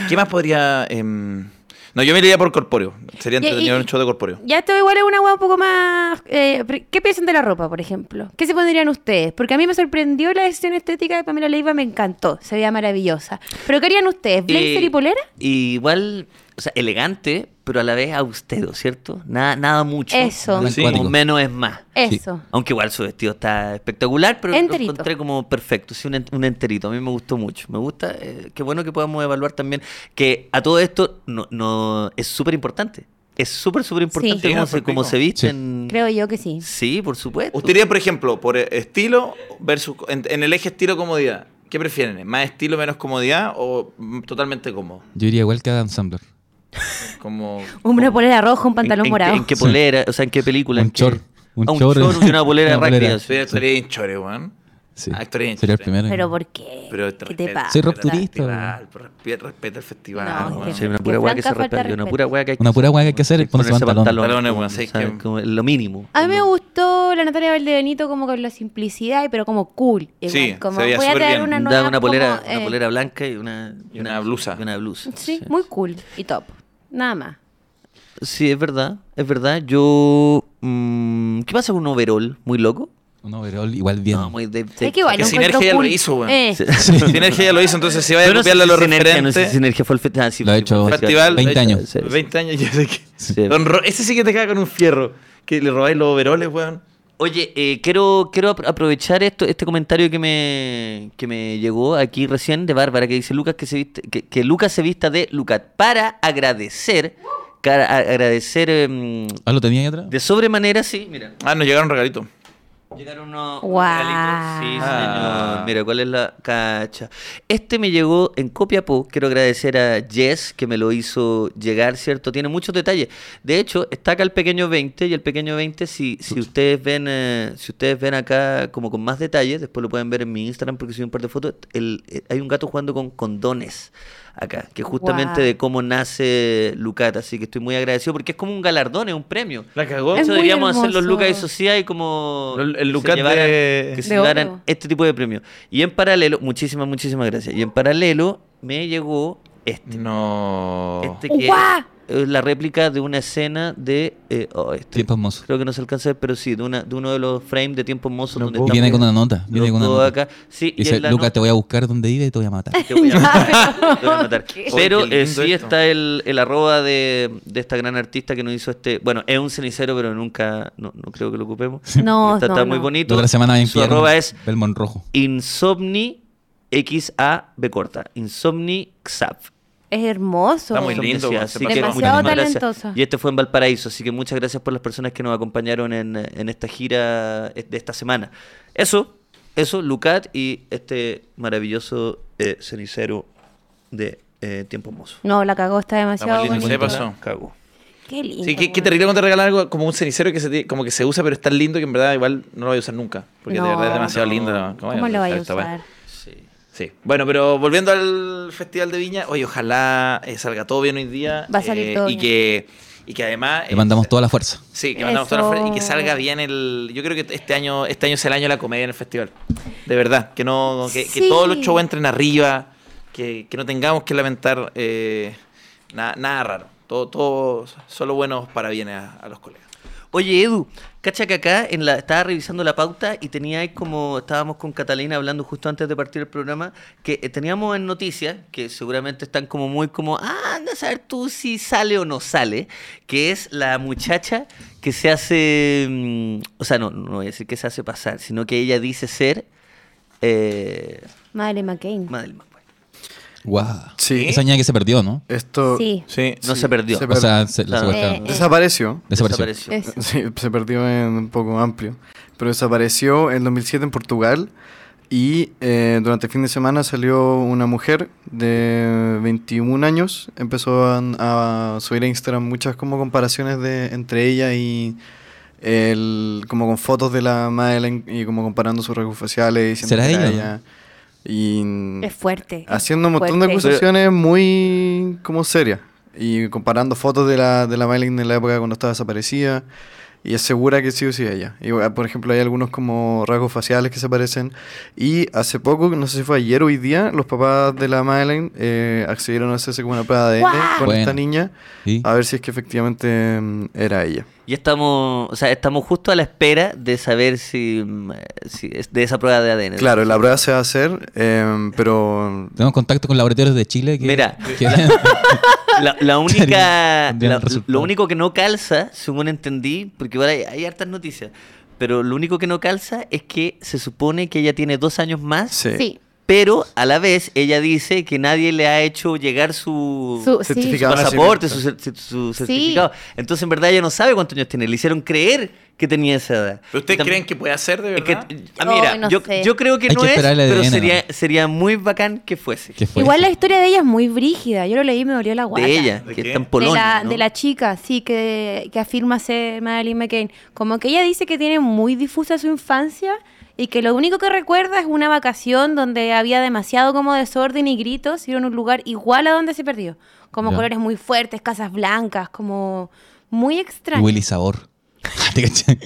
¿Qué más podría...? em? no, yo me iría por corpóreo. Sería Y- y- entretenido un show de corpóreo. Ya esto igual es una hueá un poco más... eh, pre- ¿Qué piensan de la ropa, por ejemplo? ¿Qué se pondrían ustedes? Porque a mí me sorprendió la decisión estética de Pamela Leiva, me encantó, se veía maravillosa. ¿Pero qué harían ustedes? ¿Blazer Eh, y polera? y Igual, o sea, elegante, pero a la vez austero, ¿cierto? Nada, nada mucho. Eso. Como Sí. Acuático. menos es más. Eso. Aunque igual su vestido está espectacular, pero Enterito. lo encontré como perfecto, sí, un, en- un enterito. A mí me gustó mucho. Me gusta, eh, qué bueno que podamos evaluar también que a todo esto no, no es súper importante. Es súper, súper importante Sí, cómo, no, se, por cómo pico. se visten. Creo yo que sí. Sí, por supuesto. ¿Usted iría, por ejemplo, por eh, estilo versus en, en el eje estilo-comodidad? ¿Qué prefieren? ¿Más estilo, menos comodidad o mm, totalmente cómodo? Yo iría igual que Adam Sandler. Como, Una polera roja, un ¿En- pantalón en, morado. qué- ¿En qué polera? O sea, ¿en qué película? Un ¿En qué- chor. Un Ah, un chor. chor [laughs] y una polera rápida. Soy actoría de hinchore, weón. Sí. Ah, Actor y Sería el actriz. primero. ¿Pero por qué? Pero ¿Qué te pasa? Soy rock respeta el turista, festival, pues, respe- Respeta el festival, No, weón. es Sí, que- una pura hueá que franca falta se de respeta. Una respeto. pura hueá que hay que Una pura hueá que hay que hacer es ponerse pantalón. Pantalones, weón, ¿sabes? sí, que- Como lo mínimo. A mí me gustó la Natalia Valdebenito como con la simplicidad, y- pero como cool. Igual, Sí, como se veía voy a súper traer bien. una Da nueva una polera, como, eh, una polera blanca y una, y una blusa. y una blusa. Sí, muy cool y top. Nada más. Sí, es verdad, es verdad. Yo. mm, ¿Qué pasa con un overall? ¿Muy loco? Un overall igual bien. No, muy de. de- Es que igual, que lo Sinergia encuentro ya lo cool. hizo, weón. Eh, Sí. Sinergia ya lo hizo, entonces si vaya Yo a no sé copiarle a si los Sinergia, no sé si referentes. Sinergia fue el festival. Ah, sí, Lo ha fue hecho el Festival, 20 años. Sí, sí. 20 años, [laughs] ya sé que. Sí. Don Ro- ese sí que te caga con un fierro. Que le robáis los overoles, weón. Oye, eh, quiero, quiero apro- aprovechar esto, este comentario que me, que me llegó aquí recién de Bárbara, que dice Lucas que, se viste, que, que Lucas se vista de Lucat para agradecer, cara- a- agradecer em, Ah, lo tenía ahí atrás. de sobremanera, sí, mira. Ah, nos llegaron regalitos. Llegaron unos Guau. regalitos. Sí, Ah. señor. Mira, ¿cuál es la cacha? Este me llegó en Copiapó. Quiero agradecer a Jess que me lo hizo llegar, ¿cierto? Tiene muchos detalles. De hecho, está acá el pequeño 20 y el pequeño 20, si, si ustedes ven eh, si ustedes ven acá como con más detalles, después lo pueden ver en mi Instagram porque subí un par de fotos, el- eh, hay un gato jugando con condones acá, que es justamente Guau. de cómo nace Lucat. Así que estoy muy agradecido porque es como un galardón, es un premio. La cagó. Es Eso muy deberíamos hacer los hermoso. Lucas y Sociedad y como El- el que se Lucas de- llevaran- que se De llevaran oro. este tipo de premios. Y en paralelo, muchísimas, muchísimas gracias. Y en paralelo me llegó este. No. Este que ¡Guau! es la réplica de una escena de eh, oh, este, Tiempo hermoso. creo que no se alcanza, a ver, pero sí, de una, de uno de los frames de tiempo hermoso donde Y estamos viene con una nota. los Viene con una dos nota. acá. Sí, y Dice, en la Lucas, nota- te voy a buscar donde vive y te voy a [laughs] matar. [laughs] te voy a matar, Ya, te voy a [laughs] matar. ¿qué? Pero Oye, qué eh, lindo sí esto. está el, el arroba de, de esta gran artista que nos hizo este. Bueno, es un cenicero, pero nunca. No, no creo que lo ocupemos. No, está, no, está muy no. La bonito. otra semana bien Su arroba es Belmont Rojo. insomni x a b corta. Insomni xap. es hermoso. Está muy Insomni, lindo, sí, weón, se así que pasó. muchísimas Demasiado gracias. talentoso. Y este fue en Valparaíso, así que muchas gracias por las personas que nos acompañaron en, en esta gira eh, de esta semana. Eso, eso, Lucat y este maravilloso eh, cenicero de eh, Tiempo Hermoso. No, la cagó, está demasiado lindo, bonito. se pasó. Cago. Qué lindo. Sí, qué, qué weón. terrible cuando te regalan algo como un cenicero que se, ti- como que se usa, pero es tan lindo que en verdad igual no lo voy a usar nunca. Porque de No. verdad es demasiado No. lindo. ¿no? ¿Cómo lo vaya a esta weá? usar? Sí. Bueno, pero volviendo al Festival de Viña, oye, ojalá eh, salga todo bien hoy día. Va a salir eh, todo y bien. que Y que además. Le mandamos toda la fuerza. Sí, que mandamos toda la Eso. fuerza y que salga bien el. Yo creo que este año, este año es el año de la comedia en el festival. De verdad. Que no. Que, que Sí. todos los shows entren arriba. Que, que no tengamos que lamentar eh, na- nada raro. Todo, todo solo buenos parabienes a, a los colegas. Oye, Edu, cacha que acá en la, estaba revisando la pauta y tenía ahí como estábamos con Catalina hablando justo antes de partir el programa, que eh, teníamos en noticias, que seguramente están como muy como, ah, anda a saber tú si sale o no sale, que es la muchacha que se hace, mm, o sea, no, no voy a decir que se hace pasar, sino que ella dice ser eh, pues. Madre McCain. Madeleine McCoy. Guau. Sí. Esa niña que se perdió, ¿no? Esto Sí. Sí. No Sí, se perdió. se O sea, se, la Claro. secuestraron. Eh, desapareció. Desapareció. Eso. [laughs] Sí, se perdió en un poco amplio. Pero desapareció en 2007 en Portugal y eh, durante el fin de semana salió una mujer de 21 años. Empezó a, a subir a Instagram muchas como comparaciones de, entre ella y el- como con fotos de la Madeleine y como comparando sus rasgos faciales. diciendo ¿Será que era ella? Y Es fuerte. haciendo un montón de Fuerte. acusaciones muy como serias y comparando fotos de la, de la Madeline en la época cuando estaba desaparecida y es segura que sí o sí ella. Y, bueno, por ejemplo, hay algunos como rasgos faciales que se parecen y hace poco, no sé si fue ayer o hoy día, los papás de la Madeline eh, accedieron a hacerse como una prueba de ADN ¡Guau! con Bueno. esta niña Sí. a ver si es que efectivamente mm, era ella. Y estamos, o sea, estamos justo a la espera de saber si, mm, eh, si es de esa prueba de ADN. Claro, la prueba se va a hacer, em, pero Tenemos contacto con laboratorios de Chile que... Mira. que- [laughs] La, la única, Tendrían la- resultado. lo único que no calza, según entendí, porque igual hay, hay hartas noticias, pero lo único que no calza es que se supone que ella tiene dos años más, sí. Sí. pero a la vez ella dice que nadie le ha hecho llegar su, Su- sí. certificado. su de pasaporte, su, nacimiento. cer- su certificado. Entonces, en verdad, ella no sabe cuántos años tiene. Le hicieron creer que tenía esa edad. ¿Pero ustedes Y tam- creen que puede hacer de es que- verdad? ah, mira, Ay, no yo, sé. yo creo que Hay no que es, esperar el pero ADN, sería, ¿no? sería muy bacán que fuese. que fue- Igual la historia de ella es muy brígida. Yo lo leí y me dolió la guata. de ella, ¿De que qué? está en De Polonia. de, la, ¿no? de la chica, sí, que, que afirma ser Madeline McCain. Como que ella dice que tiene muy difusa su infancia y que lo único que recuerda es una vacación donde había demasiado como desorden y gritos y era en un lugar igual a donde se perdió. Como Ya. colores muy fuertes, casas blancas, como muy extraño. Willy Sabor. [laughs] ¿Te cachai?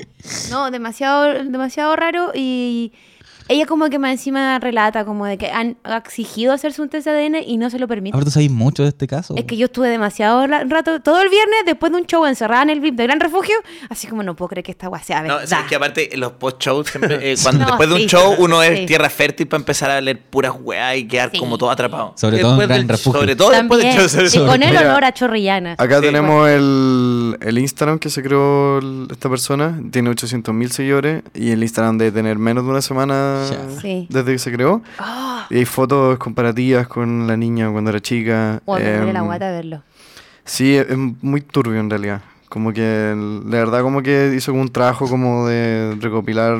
No, demasiado, demasiado raro y ella como que más encima relata como de que han exigido hacerse un test de ADN y no se lo permiten. Ahora tú sabes mucho de este caso. Es que yo estuve demasiado ra- rato, todo el viernes, después de un show encerrada en el VIP de Gran Refugio, así como no puedo creer que esta guay sea No, verdad. o sea, es que aparte en los post-shows, siempre, eh, cuando No, después de un sí. show uno es Sí. tierra fértil para empezar a leer puras weas y quedar Sí. como todo atrapado. Sobre todo en Después del- Gran Refugio. Sobre todo después del También, show. sobre sí, todo. con el Mira, olor a chorrillana. Acá Sí. tenemos el, el Instagram que se creó el- esta persona, tiene 800 mil seguidores y el Instagram debe tener menos de una semana Ya. Sí. Ah. desde que se creó. Y hay fotos comparativas con la niña cuando era chica. Guau, me duele la em, guata verlo. Sí, es es muy turbio en realidad. Como que, el- la verdad, como que hizo como un trabajo como de recopilar.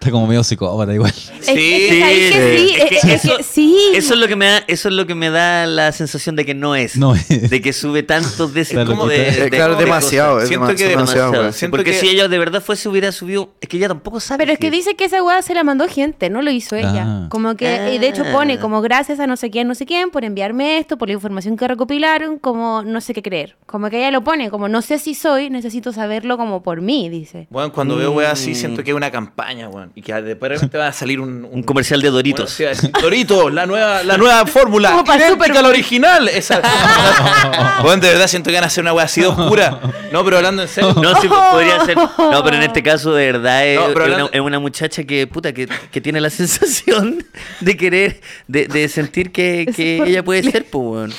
Está como medio psicópata igual. Es- es que sabéis que sí. sí, Es que es- es que eso- sí. Eso es lo que me da, eso es lo que me da la sensación de que no es. No es. De que sube tantos Claro, décimos como que- de, Eh, de- claro, es de demasiado. cosas. Es Siento dema- que demasiado, Demasiado, güey. sí, Siento porque que- si ella de verdad fuese hubiera subido, es que ella tampoco sabe. Pero es que si- dice que esa guada se la mandó gente, no lo hizo ella. Ah. Como que, y de hecho Ah. pone como gracias a no sé quién, no sé quién, por enviarme esto, por la información que recopilaron, como no sé qué creer. Como que ella lo pone, como no sé si soy, necesito saberlo como por mí, dice. Bueno, cuando veo weas así, Mm. siento que es una campaña, weón. Y que después te va a salir un, un comercial de Doritos. Bueno, sí, Doritos, la nueva, [laughs] la nueva fórmula. Como para idéntica Super- a la original. Esa. [laughs] Bueno, de verdad siento que van a hacer una wea así de oscura. No, pero hablando en serio. No, sí, pues, podría ser. No, pero [laughs] en este caso, de verdad, es, No, pero es hablando- una, es una muchacha que, puta, que, que tiene la [laughs] sensación de querer, de, de sentir [laughs] que, Es que por- ella puede ser, pues, [laughs] weón.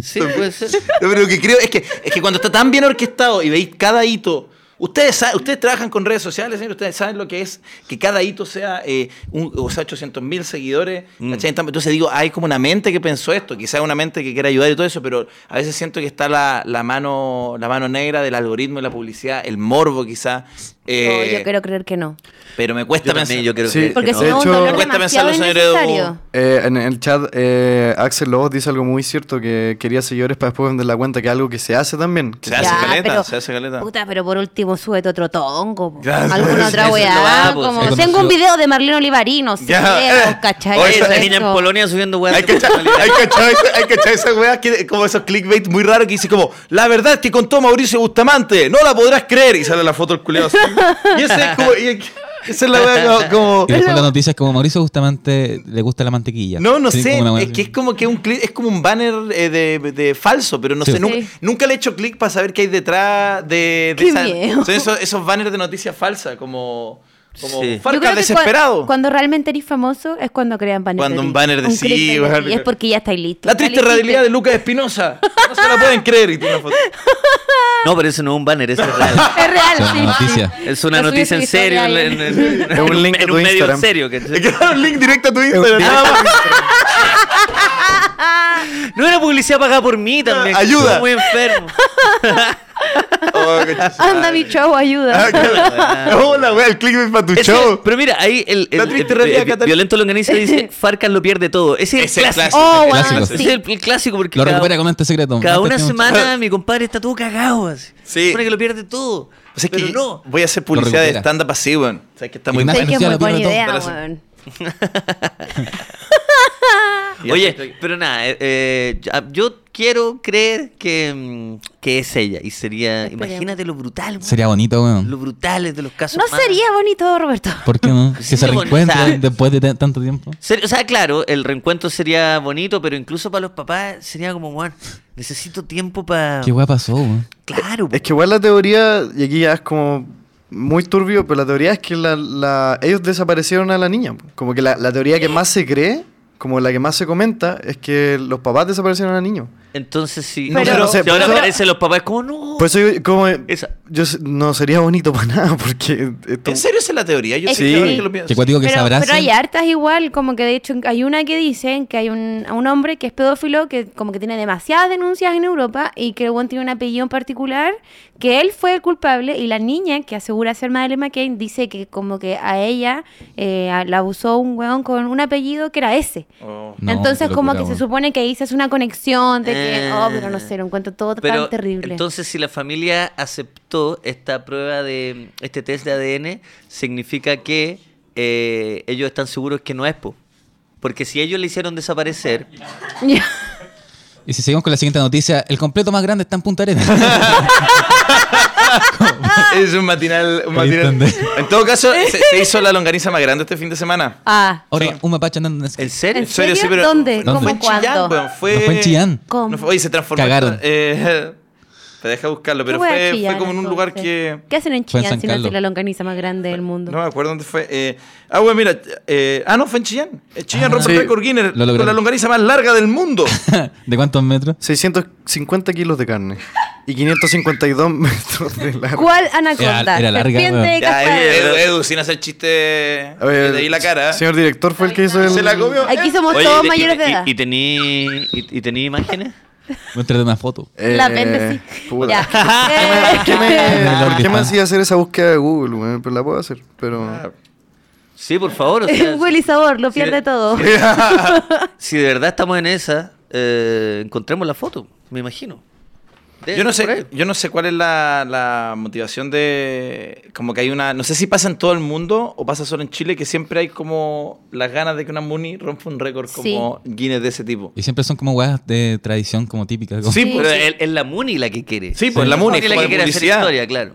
Sí, puede ser. No, pero lo que creo es que, es que cuando está tan bien orquestado y veis cada hito. Ustedes, sa- ustedes trabajan con redes sociales, señores, ustedes saben lo que es que cada hito sea, eh, un, o sea 800 mil seguidores. Mm. ¿cachai? Entonces digo, hay como una mente que pensó esto, quizás una mente que quiere ayudar y todo eso, pero a veces siento que está la, la mano, la mano negra del algoritmo y la publicidad, el morbo quizás. No, eh, yo quiero creer que no. Pero me cuesta Yo pensar. también, yo creo Sí, que- Porque Eh, que no. si de no, es un hecho- dolor Cuesta demasiado pensarlo, señor Edu. innecesario. Eh, en el chat, eh, Axel Lobos dice algo muy cierto: que quería seguidores para después vender la cuenta, que es algo que se hace también. que Se hace Ya, caleta, pero- se hace caleta. Puta, pero por último súbete otro tongo. po. Ya, [laughs] Alguna pues, otra eso es lo weá. va, pues, como, he conocido- tengo un video de Marlene Olivarino. Sí, [laughs] Ya, vos, ¿cachai? Oye, esa Eso. niña en Polonia subiendo weas. Hay de que echar, sexualidad. hay que echar, esa- hay que echar esa weá que- como esos clickbait muy raros que dice como la verdad que contó Mauricio Bustamante, no la podrás creer. Y sale la foto del culiao así. Y ese es como. y- esa es la weá [laughs] como. como- Y después la noticia es como Mauricio justamente le gusta la mantequilla. no, no Sí, sé, como una buena- es que es como que un click, es como un banner eh, de, de falso, pero no Sí. sé, nu- Sí. nunca le he hecho clic para saber qué hay detrás de, de Qué esa- miedo. son esos, esos banners de noticias falsas, como, como Sí. Yo Yo Farca creo que cua- desesperado. Cuando, realmente eres famoso es cuando crean banner Cuando de un ti. banner de sí, clickbait weón. ti, Y es porque ya estáis listos. la triste realidad de Lucas Espinosa. No se la pueden creer. Y [laughs] tiene una foto. No, pero eso no es un banner, eso es real. [laughs] Es Es real, una sí. noticia. Es una Lo subí noticia a su en serio. En, historia en- ahí. en- Es un en link a en tu un medio en Instagram. serio. ¿cachai? Claro, un link directo a tu Instagram. Ah, directo nada más. [laughs] No era publicidad pagada por mí también. que Ayuda. estoy Muy enfermo. Oh, [laughs] concha su [laughs] Anda madre. mi chavo, Ah, ayuda. [laughs] [laughs] Oh, Hola, wea, el clickbait para tu Ese- show. Pero mira, ahí el, el, La triste el- realidad, el- Catalina. Violento Longaniza dice Farcas lo pierde todo. Ese es Ese el es clásico. oh, clásico, weón, Ese es sí. el, el clásico porque Lo cada, recupera con este secreto. cada Antes una tenemos- semana mi compadre está todo cagado. Así. Sí. Supone que lo pierde todo. O sea, es pero que no. voy a hacer publicidad de recupera. stand-up así, weón. O sea, que está muy Ignacio- Sé que es Lucía muy lo pierde buena todo. idea, Dale, sí. weón. Y así- Oye, pero nada, eh, eh, ya- yo quiero creer que, mm, que es ella. Y sería, Esperemos. imagínate lo brutal. güey. Sería bonito, Lo weón. brutal es de los casos. No más- sería bonito, Roberto. ¿Por qué no? Sí, Que se bueno, o sea- reencuentren después de t- tanto tiempo. Ser- O sea, claro, el reencuentro sería bonito, pero incluso para los papás sería como, bueno, necesito tiempo Ah. para... ¿Qué weá pasó, weón? Claro. Es que igual la teoría, y aquí ya es como muy turbio, pero la teoría es que la, la- ellos desaparecieron a la niña. po. Como que la, la teoría que más se cree, como la que más se comenta, es que los papás desaparecieron a la niña. Entonces, si, No, si pero- ahora pero- aparecen los papás, como, no. Por eso yo, como, Esa. yo se- no sería bonito para nada, porque... esto- ¿En serio esa es la teoría? Yo Es sé que- que ahora que lo pienso. Qué cuático que se Pero, abracen. pero hay hartas igual, como que de hecho hay una que dicen que hay un, a un hombre que es pedófilo, que como que tiene demasiadas denuncias en Europa y que el weón tiene un apellido en particular, que él fue el culpable y la niña que asegura ser Madeleine McCain dice que como que a ella eh, a- la abusó un weón con un apellido que era ese. Oh. [laughs] No, entonces qué como locura, que se weón. supone que ahí se hace una conexión de que, Eh. oh, pero no sé, lo encuentro todo Pero tan terrible. [laughs] entonces si la familia aceptó esta prueba de este test de ADN, significa que eh, ellos están seguros que no es po. Porque si ellos le hicieron desaparecer, Y si seguimos con la siguiente noticia, el completo más grande está en Punta Arenas. [laughs] Es un matinal. un Ahí matinal. entendé. En todo [laughs] caso, se, se hizo la longaniza más grande este fin de semana. ah, Ahora, Sí. un mapache andando en skate. ¿en serio? ¿En serio? ¿Dónde? No fue ¿Cómo? en Chillán, ¿Cuándo? weón, fue... No fue en Chillán. ¿Cómo? No fue- oye, se transformó. Cagaron. Eh, te deja buscarlo, [laughs] pero ¿Qué hueá fue, fue Chillán, como en un lugar que... entonces? ¿Qué hacen en Fue en Chillán San si no Carlos. es la longaniza más grande del mundo? No me acuerdo dónde fue. eh, ah, bueno, mira. eh, ah, no, fue en Chillán. Eh, Chillán Ah. rompe Sí. el récord Guinness Lo lograron. con la longaniza más larga del mundo. [laughs] ¿De cuántos metros? 650 kilos de carne y 552 [laughs] metros de largo. [laughs] ¿Cuál anaconda? Era- era larga, Serpiente weón. [laughs] de Ya, cascabel. eh, Edu, Edu, sin hacer chiste... A ver, de ahí la cara. ¿eh? Señor director, fue el que hizo el... Se la comió. Aquí somos Oye, todos y- y- mayores de y- edad. ¿Y, tení, y, y tení imágenes? Muéstrate una foto. Eh, La vende, sí. puta. Ya. Eh, ¿Por [laughs] qué [laughs] me- ¿Por qué me Ah. hacía hacer esa búsqueda de Google? weón? Pero la puedo hacer, pero... Sí, por [laughs] favor. o sea, Willy Sabor, lo pierde de- todo. si de verdad estamos en esa, eh, encontremos la foto, me imagino. Debe Yo no ser por ahí. sé, yo no sé cuál es la, la motivación de como que hay una, no sé si pasa en todo el mundo o pasa solo en Chile que siempre hay como las ganas de que una Muni rompa un récord como Guinness de ese tipo. Y siempre son como weas de tradición como típicas. como- Sí, Sí. pero, Pero es- es la Muni la que quiere. Sí, pues, la Muni, es la como que de quiere hacer publicidad. historia, claro.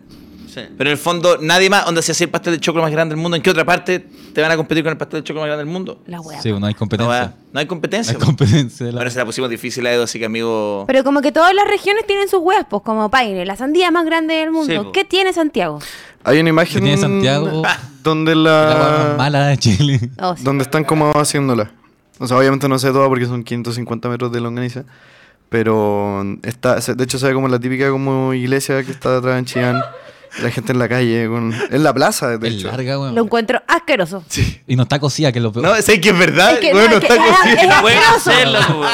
Sí. pero en el fondo nadie más, onda si hacía el pastel de chocolate más grande del mundo, ¿en qué otra parte te van a competir con el pastel de chocolate más grande del mundo? La wea. Sí, no hay No, competencia. va- no hay competencia. hay competencia. de la- Ahora se la pusimos difícil a Edo, así que amigo... Pero como que todas las regiones tienen sus weas, pues como Paine, la sandía más grande del mundo. po. ¿Qué tiene Santiago? Hay una imagen Tiene Santiago. donde La wea más la mala [laughs] de Chile. Oh, sí. donde están como haciéndola. O sea, obviamente no sé todo porque son 550 metros de longaniza, pero está se- de hecho se ve como la típica como iglesia que está atrás en Chillán, la gente en la calle con en la plaza de Es hecho. larga, weón. Lo encuentro asqueroso. Y no está cosida, que es lo peor. No, sé que es verdad. Es que- bueno, no, es que- está es- cosido. es- Puede asqueroso. coserla, po, weón.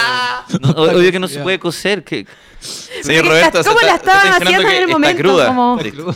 No, o- obvio que no se puede coser. Que, Señor ¿Qué Roberto, está- se ¿Cómo está- la está estaban mencionando haciendo en que el está momento? cruda. Como- Listo.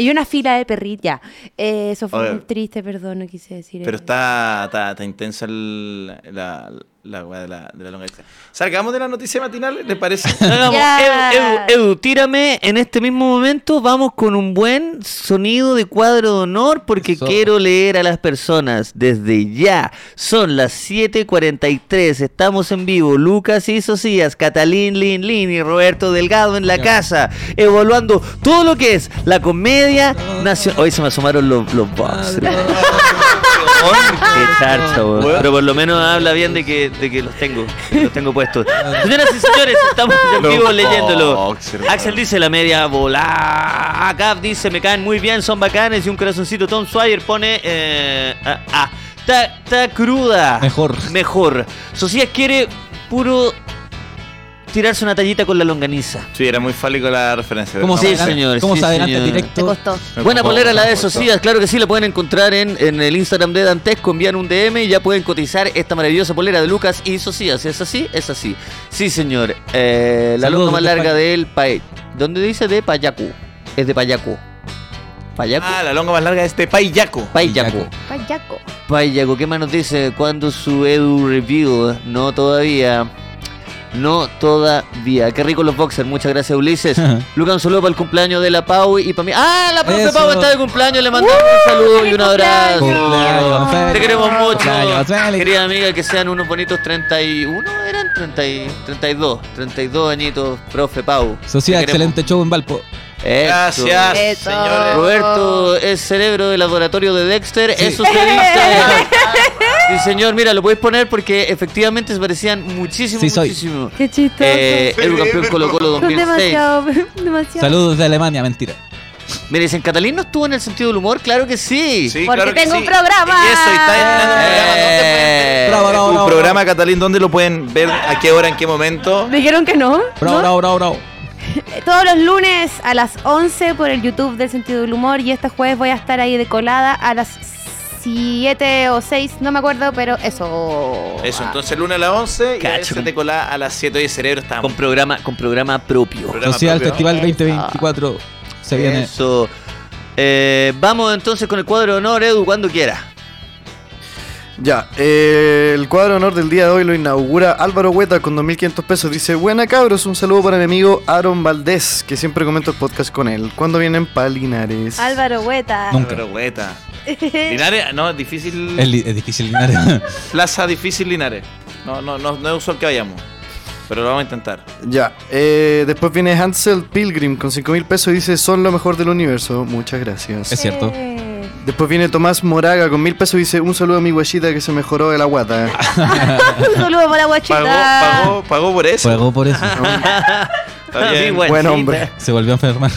Y una fila de perritas. Eh, eso fue Oye. muy triste, perdón, no quise decir Pero eso. está, está, está intensa el- la, la weá de la, de la longaniza. Salgamos de la noticia matinal, ¿les [laughs] parece? Hagamos, Ya. Edu, Edu, Edu, tírame en este mismo momento. Vamos con un buen sonido de cuadro de honor porque Eso. quiero leer a las personas desde ya. Son las 7:43. Estamos en vivo. Lucas y Socias, Catalín Lin Lin y Roberto Delgado en la casa, evaluando todo lo que es la comedia nacional. Hoy se me asomaron los, los box. Qué charcha, weón. Pero por lo menos habla bien de que, de que los tengo, de que los tengo puestos. Señoras y señores, estamos en Los vivo leyéndolo. boxers, Axel weón. dice la media volá. Cap dice me caen muy bien, son bacanes. Y un corazoncito Tom Sawyer pone. Eh, ah, ah, ta, ta cruda. Mejor. Mejor. Socias quiere puro tirarse una tallita con la longaniza. Sí, era muy fálico la referencia. ¿Cómo Sí, se adelanta? señor, ¿Cómo sí, se adelanta señor. Te directo? costó. Buena polera la de eso Socias, claro que sí, la pueden encontrar en, en el Instagram de Dantesco, envían un DM y ya pueden cotizar esta maravillosa polera de Lucas y Socias. ¿Es así? Es así. Sí, señor. Eh, la Saludos longa más desde larga España. del país. ¿Dónde dice de Payacu? Es de Payacu. Payacu. Ah, la longa más larga es de Payaco. Payacu. Payaco. Payaco, ¿qué más nos dice? ¿Cuándo su Edu Review? No todavía. No todavía. Qué rico los boxers. Muchas gracias, Ulises. [laughs] Lucas, un saludo para el cumpleaños de la Pau y para mí. ¡Ah! La profe Eso. Pau está de cumpleaños. Le mandamos ¡Uh! un saludo y un abrazo. Cumpleaños feliz. Te queremos mucho. Cumpleaños feliz. Querida amiga, que sean unos bonitos 31. Eran 30 y 32. 32 añitos, profe Pau. Sociedad, Te queremos. excelente show en Valpo. Eso. Gracias, Eso. señores. Roberto es cerebro del laboratorio de Dexter, Sí. eso [laughs] se dice. Sí, señor, mira, lo podéis poner porque efectivamente se parecían muchísimo, Sí, soy. muchísimo. Qué chistoso. Eh, el campeón Colo Colo Son 2006. demasiado, demasiado. Saludos de Alemania, mentira. Mira, dicen, ¿Catalín no estuvo en el sentido del humor? Claro que sí. Sí, Porque claro que tengo sí. un programa. Y eso, y está estrenando un programa. ¿Dónde pueden Eh, ver? Bravo, bravo, Tu bravo, programa, Catalín, ¿dónde lo pueden ver? ¿A qué hora? ¿En qué momento? Dijeron que no. Bravo, ¿no? bravo, bravo, bravo. Eh, Todos los lunes a las 11 por el YouTube del Sentido del Humor y este jueves voy a estar ahí de colada a las 7 o 6, no me acuerdo, pero eso. Eso, Ah. entonces el lunes a las 11 y a Cacho. se te colá a las 7 y cerebro está Con programa, con programa propio. Programa Sociedad propio. Festival Eso. 2024. Se viene. Eso. Eh, vamos entonces con el cuadro de honor, Edu, cuando quiera. Ya, eh, el cuadro de honor del día de hoy lo inaugura Álvaro Hueta con 2.500 pesos. Dice, buena cabros, un saludo para mi amigo Aaron Valdés, que siempre comento el podcast con él. ¿Cuándo vienen Palinares? Álvaro Hueta. [laughs] Nunca. Pero güeta. Linares, no, difícil. Es, li- es difícil [laughs] Linares. Plaza difícil Linares. No, no, no, no es usual que vayamos. Pero lo vamos a intentar. Ya, eh, después viene Hansel Pilgrim con 5.000 pesos y dice, son lo mejor del universo. Muchas gracias. Es cierto. Eh, Después viene Tomás Moraga con 1.000 pesos y dice, un saludo a mi guachita que se mejoró de la guata. Un saludo para la Pagó, guachita. pagó, pagó por eso. Fuego por eso. Está bien. Ah, Sí, Buen sí, hombre. Se volvió a enfermar.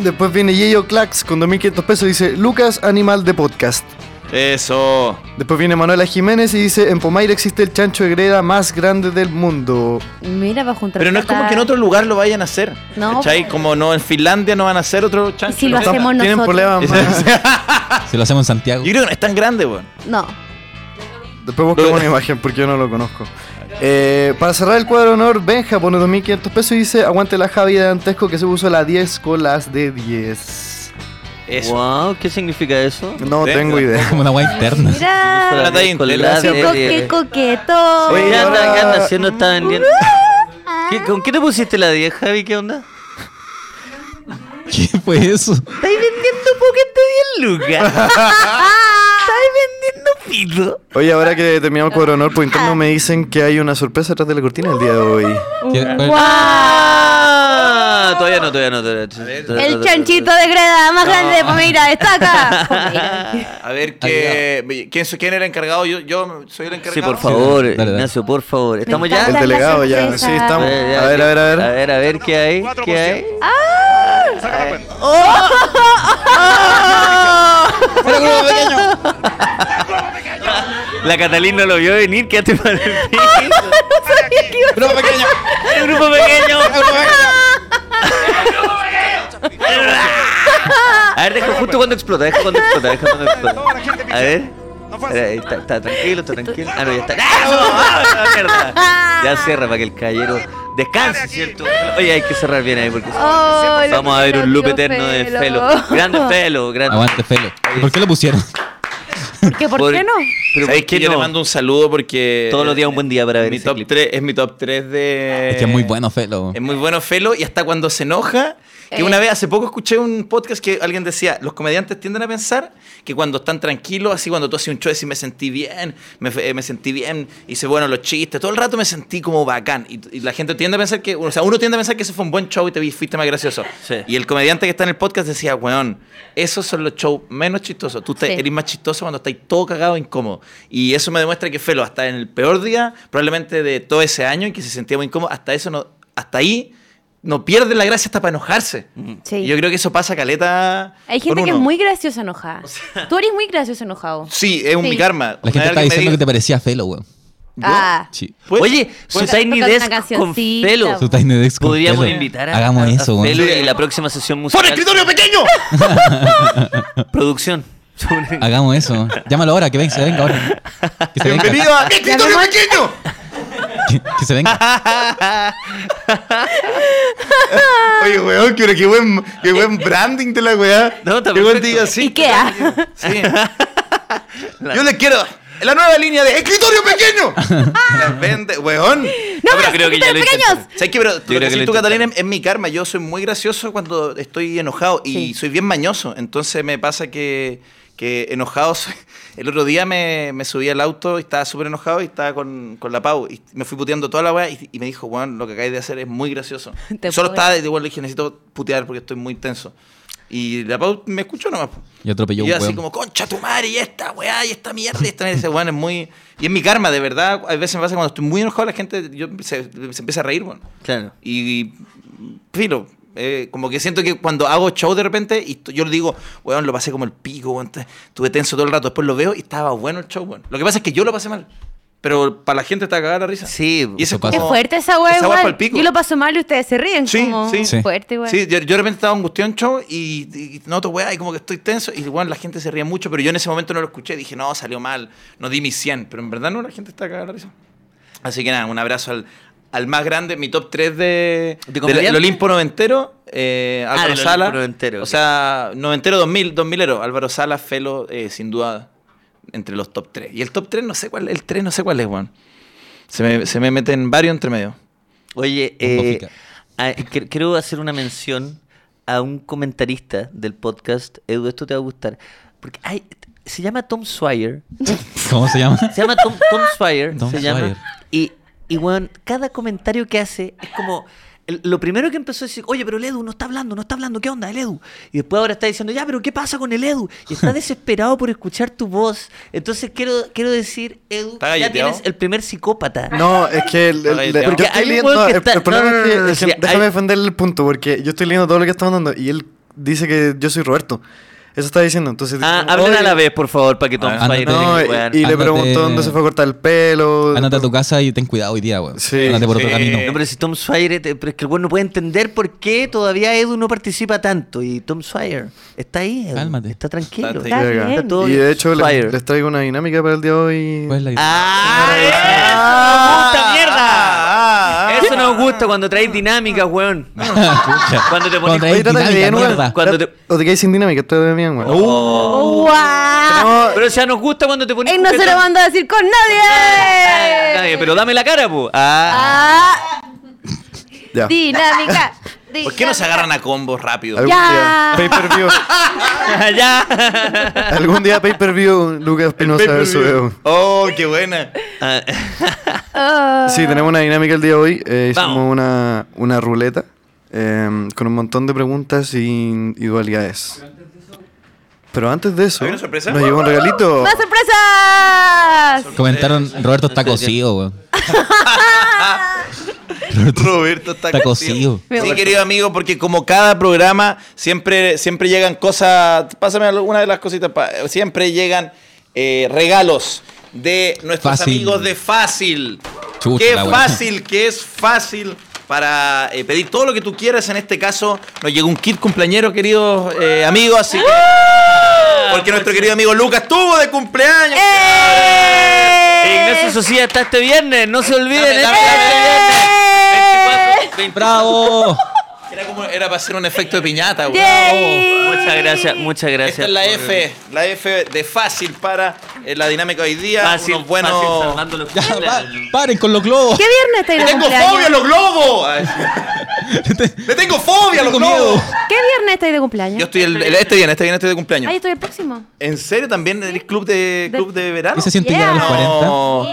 Después viene Yeyo Clax con 2.500 pesos y dice, Lucas, animal de podcast. Eso. Después viene Manuela Jiménez y dice, en Pomaire existe el chancho de greda más grande del mundo. Mira, bajo un Pero no es como que en otro lugar lo vayan a hacer. No. pues. ¿Cachai? Como no, en Finlandia no van a hacer otro Y chancho. si lo ¿no? hacemos Tienen nosotros. problemas más. [laughs] [laughs] Si lo hacemos en Santiago. Yo creo que no es tan grande, weón. No. Después buscamos una imagen porque yo no lo conozco. Eh, para cerrar el cuadro de honor, Benja pone 2.500 pesos y dice, aguante la Javi de Antesco que se puso la 10 con las de 10. Eso. Wow, ¿qué significa eso? No Benja. tengo idea. [laughs] Como una guay interna. Ah. Mira. Una talla Con la interna. de- Qué, co- qué coqueto. Oye, ¿Qué anda, ahora- qué anda haciendo? Está vendiendo. [laughs] ¿Qué- ¿Con qué te pusiste la 10, Javi? ¿Qué onda? ¿Qué fue eso? ¿Estáis vendiendo Pocket de 10 [laughs] lucas? ¿Estáis vendiendo pito? Oye, ahora que terminamos el cuadro de honor por Ah. interno me dicen que hay una sorpresa atrás de la cortina el día de hoy. ¿Qué- cuál- Ah, todavía no, todavía no. Todavía, no, [laughs] todavía no, El todavía no. chanchito de greda más grande, pues mira, está acá. [laughs] Pues mira. A ver, que, ¿quién, so- ¿quién era encargado? Yo, yo soy el encargado. Sí, por favor, Sí, dale, dale. Ignacio, por favor. ¿Estamos ya? El encanta. Está la delegado ya. sorpresa. Sí, A estamos. ver, ya, A ver, sí. a ver, a A ver. ver, a ver, ¿qué hay? ¿Qué hay? La Catalina lo vio venir, quédate para el piso. Grupo pequeño. ¡El grupo pequeño! A ver, deja justo cuando explota, deja cuando explota, deja cuando explota. A ver. Espera, ahí Está, está tranquilo, está tranquilo. Ah, no, ya está. ¡Ah, no! ¡Ah, la mierda! Ya cierra para que el caballero descanse, ¿cierto? Oye, hay que cerrar bien ahí porque si no, Oh, lo vamos a ver primero, un loop tío eterno de Felo. Felo. [laughs] Grande Felo, grande. Aguante, Felo. ¿Y ¿Por qué lo pusieron? ¿Porque por, qué no? Pero ¿Sabéis que ¿por qué yo le no? mando un saludo porque. Todos los días un buen día para ver mi ese top clip. 3, Es mi top 3 de. Es que es muy bueno, Felo. Es muy bueno Felo y hasta cuando se enoja. Que Eh. una vez, hace poco escuché un podcast que alguien decía, los comediantes tienden a pensar que cuando están tranquilos, así cuando tú haces un show, decís, me sentí bien, me, fe- eh, me sentí bien, hice bueno los chistes, todo el rato me sentí como bacán. Y, y la gente tiende a pensar que, o sea, uno tiende a pensar que eso fue un buen show y te vi- fuiste más gracioso. Sí. Y el comediante que está en el podcast decía, weón, esos son los shows menos chistosos. Tú te- Sí. eres más chistoso cuando estáis todo cagado e incómodo. Y eso me demuestra que Felo, hasta en el peor día, probablemente de todo ese año en que se sentía muy incómodo, hasta eso no, hasta ahí no pierde la gracia hasta para enojarse. Sí. Y Yo creo que eso pasa caleta. Hay con gente que es uno. muy graciosa enojada. Tú eres muy gracioso enojado. Sí, es un Sí. mi karma. La gente está diciendo que te parecía Felo, weón. Ah, Sí. Pues, Oye, su Tiny Toca una Desk con cancioncita. Felo. Su Tiny Desk con Podríamos Felo. invitar a, Hagamos a- a eso, Felo weón. y la próxima sesión musical. ¡Por escritorio pequeño! Producción. Ah, Hagamos eso. Llámalo ahora, que venga, [laughs] se venga ahora. Que se venga. Bienvenido a mi escritorio pequeño. que, que se venga. Oye, weón, pero qué buen, [laughs] qué buen branding de la weá. [laughs] No, está Qué buen perfecto. diga así. Ah. Ikea. Sí. Yo les quiero la nueva línea de escritorio [laughs] pequeño. Las vende, weón. [laughs] ¡No, pero más creo que ya lo pequeños! intentaron. ¿Sabes qué? Pero lo que creo que decís lo tú, intentaron. Catalina, es mi karma. Yo soy muy gracioso cuando estoy enojado y Sí. soy bien mañoso. Entonces me pasa que, que enojado soy- [laughs] El otro día me, me subí al auto y estaba súper enojado y estaba con, con la Pau. Y me fui puteando toda la weá y, y me dijo, weón, lo que acabáis de hacer es muy gracioso. [laughs] Te Solo puedo- estaba, igual le dije, necesito putear porque estoy muy tenso. Y la Pau me escuchó nomás. po. Y atropelló Y yo un así weón. como, concha tu madre, y esta weá, y esta mierda, y esta mierda. Ese weón es muy. Y es mi karma, de verdad. A veces me pasa cuando estoy muy enojado, la gente yo- se, se empieza a reír, weón. Claro. Y. Filo. eh, como que siento que cuando hago show de repente, y t- yo le digo, weón, lo pasé como el pico, weón. te- Estuve tenso todo el rato. Después lo veo y estaba bueno el show, weón. Lo que pasa es que yo lo pasé mal. Pero para la gente está cagada la risa. Sí, y eso eso pasa. Qué como- fuerte esa weá esa weá es pa'l igual. pico. Yo lo paso mal y ustedes se ríen. Sí, como, sí. Sí. Fuerte igual. Sí, yo, yo de repente estaba angustiado en show y, y noto, weá, y como que estoy tenso. Y bueno, la gente se ría mucho, pero yo en ese momento no lo escuché. Dije, no, salió mal, no di mi 100. Pero en verdad no, la gente está cagada de la risa. Así que nada, un abrazo al, al más grande, mi top 3 de, ¿De del comediante? Olimpo noventero. eh, Ah, Álvaro del Sala. Olimpo noventero, O ok. sea, noventero 2000, 2000 ero. Álvaro Sala, Felo, eh, sin duda, entre los top 3. Y el top 3 no sé cuál, el 3 no sé cuál es, weón. Se me, se me meten varios entre medio. Oye, Un eh, bofica. a- que- quiero hacer una mención a un comentarista del podcast. Edu, esto te va a gustar. Porque hay- se llama Tom Swire. ¿Cómo se llama? Se llama Tom, [laughs] Tom Swire. Tom se llama. Sawyer. Y, y weón, cada comentario que hace es como. el- lo primero que empezó a decir, oye, pero el Edu no está hablando, no está hablando, ¿qué onda el Edu? Y después ahora está diciendo, ya, pero ¿qué pasa con el Edu? Y está desesperado por escuchar tu voz. Entonces quiero, quiero decir, Edu, ¿Está ya galleteado? tienes el primer psicópata. No, es que el, el- Ahí el- te porque amo. estoy Hay un leyendo- weón que el- está- el no, problema no, es que- no, no, es que sí, déjame hay- defender el punto porque yo estoy leyendo todo lo que está mandando y él dice que yo soy Roberto. Eso está diciendo, entonces dice Ah, como, hablen a "Oye". la vez, por favor, para que Tom Ah, Sawyer ándate. tenga No, que y, jugar. y le Ándate- preguntó dónde se fue a cortar el pelo. Ándate a tu casa y ten cuidado hoy día, weón. Sí, Ándate por otro sí. camino. No, pero si Tom Sawyer, te- pero es que el weón no puede entender por qué todavía Edu no participa tanto. Y Tom Sawyer está ahí, Edu, Cálmate. está tranquilo. Está- Está Verga. bien. todo Y de hecho le- Fire. les, traigo una dinámica para el día de hoy. ¿Cuál es Pues la idea? ¡Ah! Ah, ¡Eso! ¡Puta mierda! ah, ah, eso ah. nos gusta cuando traes dinámicas, weón. [laughs] Pucha. Cuando Cuando te pones. traes Oye, trata dinámica, de bien, mierda. Oh. weón. Cuando te- Oh. O te quedas sin dinámica, trata de bien, weón. ¡Wow! No, Pero ya nos gusta cuando te pones. Él no se lo copeta. mandó a decir con Eh, nadie. Nadie, pero dame la cara, po. Ah. Ah, ya. dinámica. ¿Por qué no se agarran a combos rápido? Algún Ya. día, [laughs] pay-per-view. ya. Algún día, pay-per-view, Lucas Espinosa versus Edu. Oh, qué buena. Ah, Ah. Sí, tenemos una dinámica el día de hoy. Eh, hicimos Vamos. una, una ruleta eh, con un montón de preguntas y, y dualidades. Pero antes de eso, ¿Hay una sorpresa? nos llegó un Oh. regalito. Oh. ¡Más sorpresas! Comentaron, Roberto está cocido, weón. [laughs] Roberto está, Está cocido. cocido. Sí, querido amigo, porque como cada programa siempre, siempre llegan cosas. Pásame alguna de las cositas. pa- siempre llegan eh, regalos de nuestros Fácil. amigos de Fácil. Chucha, Qué la wea. fácil, que es fácil para eh, pedir todo lo que tú quieras. En este caso, nos llegó un kit cumpleañero, querido eh, amigo, así que. Porque nuestro querido amigo Lucas tuvo de cumpleaños. ¡Eh! Ignacio Socía está este viernes, no se olviden. Dame, dame, este dame, viernes. 24, 20. ¡Bravo! Era como era para hacer un efecto de piñata, güey. Yay. Muchas gracias, muchas gracias. Esta es la por- F, la F de fácil para eh, la dinámica de hoy día. Fácil, unos buenos. fácil, salvando los Ya, cumpleaños. pa- paren con los globos. ¿Qué viernes está ¡Le de tengo fobia a cumpleaños? los globos! Ay, ¡Le tengo fobia a los Tengo globos! miedo. ¿Qué viernes estáis de cumpleaños? Yo estoy el, el- este viene, este viene, este de cumpleaños. Ahí estoy el próximo. ¿En serio también el club de De- club de verano? ¿Qué se siente llegar a los Yeah. 40? No.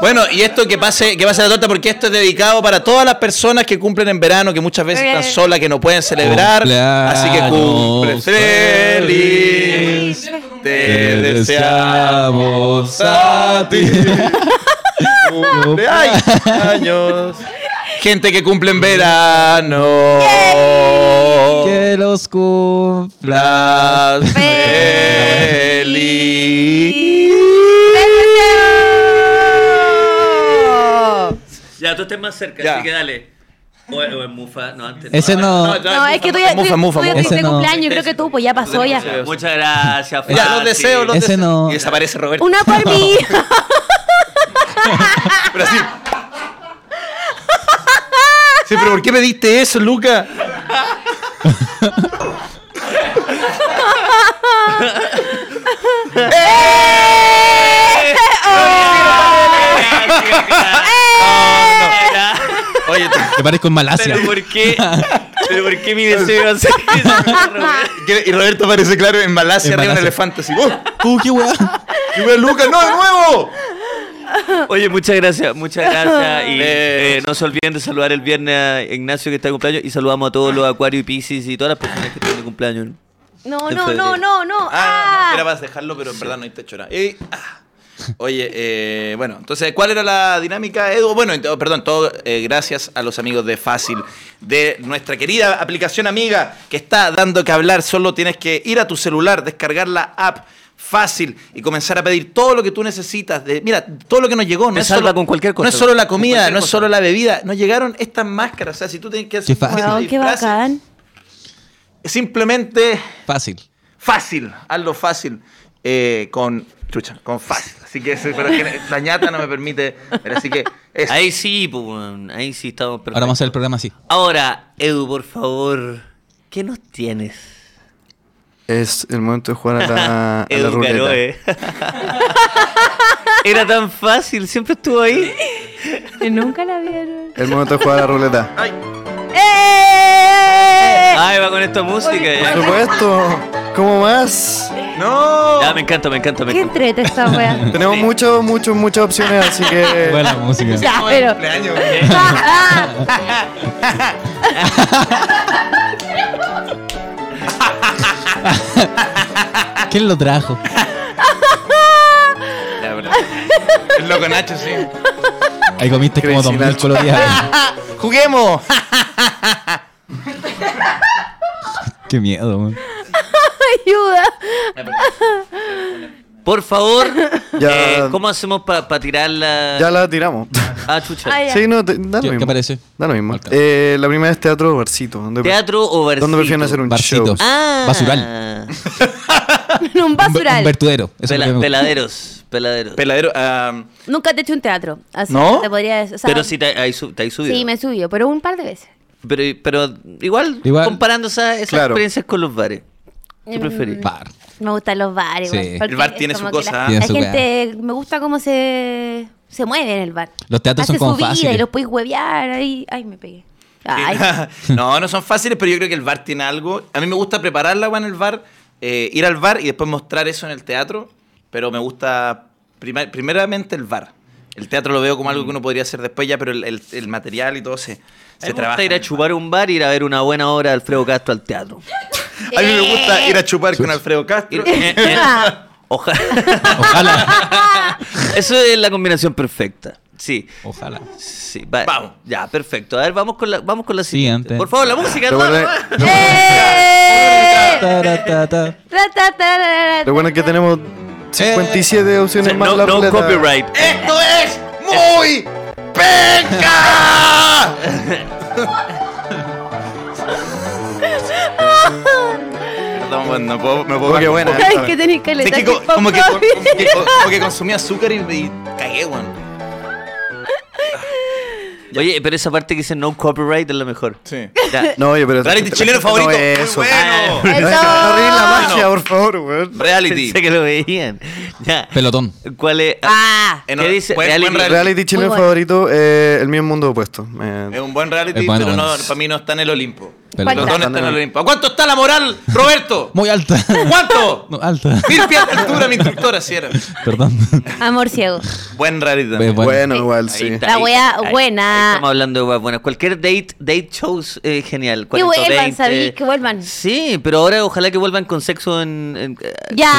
Bueno, y esto que pase, que pase la torta, porque esto es dedicado para todas las personas que cumplen en verano, que muchas veces están Eh. solas, que no pueden celebrar. Así que cumple Cumpleaños feliz. Te eh, deseamos a [laughs] ti. cumpleaños. Gente que cumple en verano. Que los cumpla. Las Feliz. feliz. Ya, tú estés más cerca, Ya. así que dale. O, o en Mufa, no antes. Ese no. No, es que tú ya tú- Mufa, mufa, tú ya mufa. tuviste Ese no. cumpleaños, yo creo que tú, pues ya pasó ya. Ese- Muchas gracias, Ya, Fácil. los deseos, los Ese deseos. [laughs] no. Y desaparece Roberto. Una por mí. Pero así. Sí, pero ¿por qué pediste eso, Luca? ¡Eh! Oye, Te parezco en Malasia. pero ¿por qué? ¿Pero por qué mi deseo [laughs] era hacer eso? Y Roberto parece claro en Malasia En arriba un Malasia. elefante así. ¡Oh! Uh, qué weá. ¡Y ve Luca! ¡No, de nuevo! Oye, muchas gracias, muchas gracias. Y Eh, eh, no se olviden de saludar el viernes a Ignacio que está de cumpleaños y saludamos a todos los Acuario y Pisces y todas las personas que están de cumpleaños. No, En no, no, febrero. no, no. Ah, Ah, era para dejarlo, pero en verdad no hay techo. nada. Y- ah. Oye, eh, bueno, entonces, ¿cuál era la dinámica, Edu? Bueno, ent- oh, perdón, todo eh, gracias a los amigos de Fácil, de nuestra querida aplicación amiga que está dando que hablar. Solo tienes que ir a tu celular, descargar la app fácil y comenzar a pedir todo lo que tú necesitas. De, mira, todo lo que nos llegó. No Te es salva solo, con cualquier cosa. No es solo la Con comida, cualquier no es cosa. solo la bebida. Nos llegaron estas máscaras. O sea, si tú tienes que hacer Qué fácil. Weón, qué disfraces, [laughs] bacán. Simplemente Fácil. fácil, hazlo fácil eh, con chucha, con fácil. Así que, sí, pero es que la ñata no me permite. pero así que eso. Ahí sí, pues, weón, ahí sí estamos perfectos. Ahora vamos a hacer el programa así. Ahora, Edu, por favor, ¿qué nos tienes? Es el momento de jugar a la, a la Edu ruleta. Garoe. [laughs] Era tan fácil, siempre estuvo ahí. Nunca la vieron. El momento de jugar a la ruleta. Ay, ¡Eh! Ay, va con esta música. Por Ya, supuesto. ¿Cómo más? no. Ya, me encanta, me encanta, me ¡Qué encanta. entrete esta [laughs] wea! Tenemos muchos, muchos, muchas opciones, así que. Buena música. ya, pero. Cumpleaños. ¿Quién lo trajo? La verdad. El loco Nacho, sí. Ahí comiste como Crazy 2000 [laughs] Nacho. colorías. Juguemos. Qué miedo, weón. [laughs] ¡Ayuda! Por favor, Ya. eh, ¿cómo hacemos para tirar la. Ya la tiramos. Ah, chucha. Ay, sí, no, te- da lo ¿Qué mismo. qué parece? Da lo mismo. Alcanza. Eh, la primera es teatro o barcito. ¿Dónde, ¿Teatro o barcito? ¿Dónde prefieren hacer un Barcito. show? Ah. Basural. En un Un, ver- un basural. vertudero. Eso es Pela- lo que me gusta. peladeros, peladeros. Peladero. ah, am, Nunca te he hecho un teatro. Así ¿No? que Te podría, o sea, pero sí, te, ahí su- te ahí subido. Sí, me subió, pero un par de veces. pero, pero igual, Igual. comparando esa- esas Claro. experiencias con los bares. ¿Qué Mm. preferís? Par. Me gustan los bares. Sí. igual, porque El bar es tiene su como que cosa, La, ¿ah? Tiene la su gente, me gusta cómo se, se mueve en el bar. Los teatros Hace son como su vida fáciles. y los puedes huevear. Ahí, ay, me pegué. [laughs] Ay, [laughs] eh, no, no son fáciles, pero yo creo que el bar tiene algo. A mí me gusta preparar la agua en el bar, eh, ir al bar y después mostrar eso en el teatro, pero me gusta prima- primeramente el bar. El teatro lo veo como algo que uno podría hacer después ya, pero el, el- el material y todo se, A se mí me trabaja. gusta ir a chupar un bar y ir a ver una buena obra de Alfredo Castro al teatro. A mí me gusta ir a chupar con Alfredo Castro. Ir- eh, eh, Ojalá. [laughs] Ojalá. [laughs] Eso es la combinación perfecta. Sí. Ojalá. sí va- Vamos. Ya, perfecto. A ver, vamos con la, vamos con la Sí, siguiente. antes. Por favor, la música. Recuerden, hermano. [laughs] ¡Eh! Taratata. Ra, ta, ta, ra, ra, ta. recuerden que tenemos 57 opciones más No, en la no ruleta. copyright. ¡Esto es muy penca! Perdón, bueno, no puedo, me puedo Oh, qué buena. Sí, Ay, que tenéis caleta. que que co- como, que, papá, co- como que co- como que consumí azúcar y me cagué, weón. Oye, pero esa parte que dice no copyright es la mejor. Sí. [laughs] Ya. No, oye, pero. Reality chileno favorito. No, Muy eso. bueno. No, Eso. no arruinen la magia, por favor, weón. Reality. Pensé que lo veían. Ya. Pelotón. ¿Cuál es? [laughs] Ah, En- ¿Qué dice? buen- buen Reality. Reality chileno bueno. favorito, eh, el mismo mundo opuesto. Es Eh, un buen reality, Es bueno, pero bueno. no, para mí no está en el Olimpo. Pelotón. Los dos no están en el Olimpo. ¿A cuánto está la moral, Roberto? Muy alta. [laughs] ¿Cuánto? No, alta. [laughs] Mil pies de altura, mi instructora, si era. Perdón. amor [laughs] ciego. Buen reality Bueno, también. bueno, Sí. igual, Ahí sí. está, La ahí- wea ahí- buena. ahí estamos hablando de weas buenas. Cualquier date, date shows eh, genial. Que 40, vuelvan, 20. sabí, que vuelvan. Sí, pero ahora ojalá que vuelvan con sexo en. en- Ya.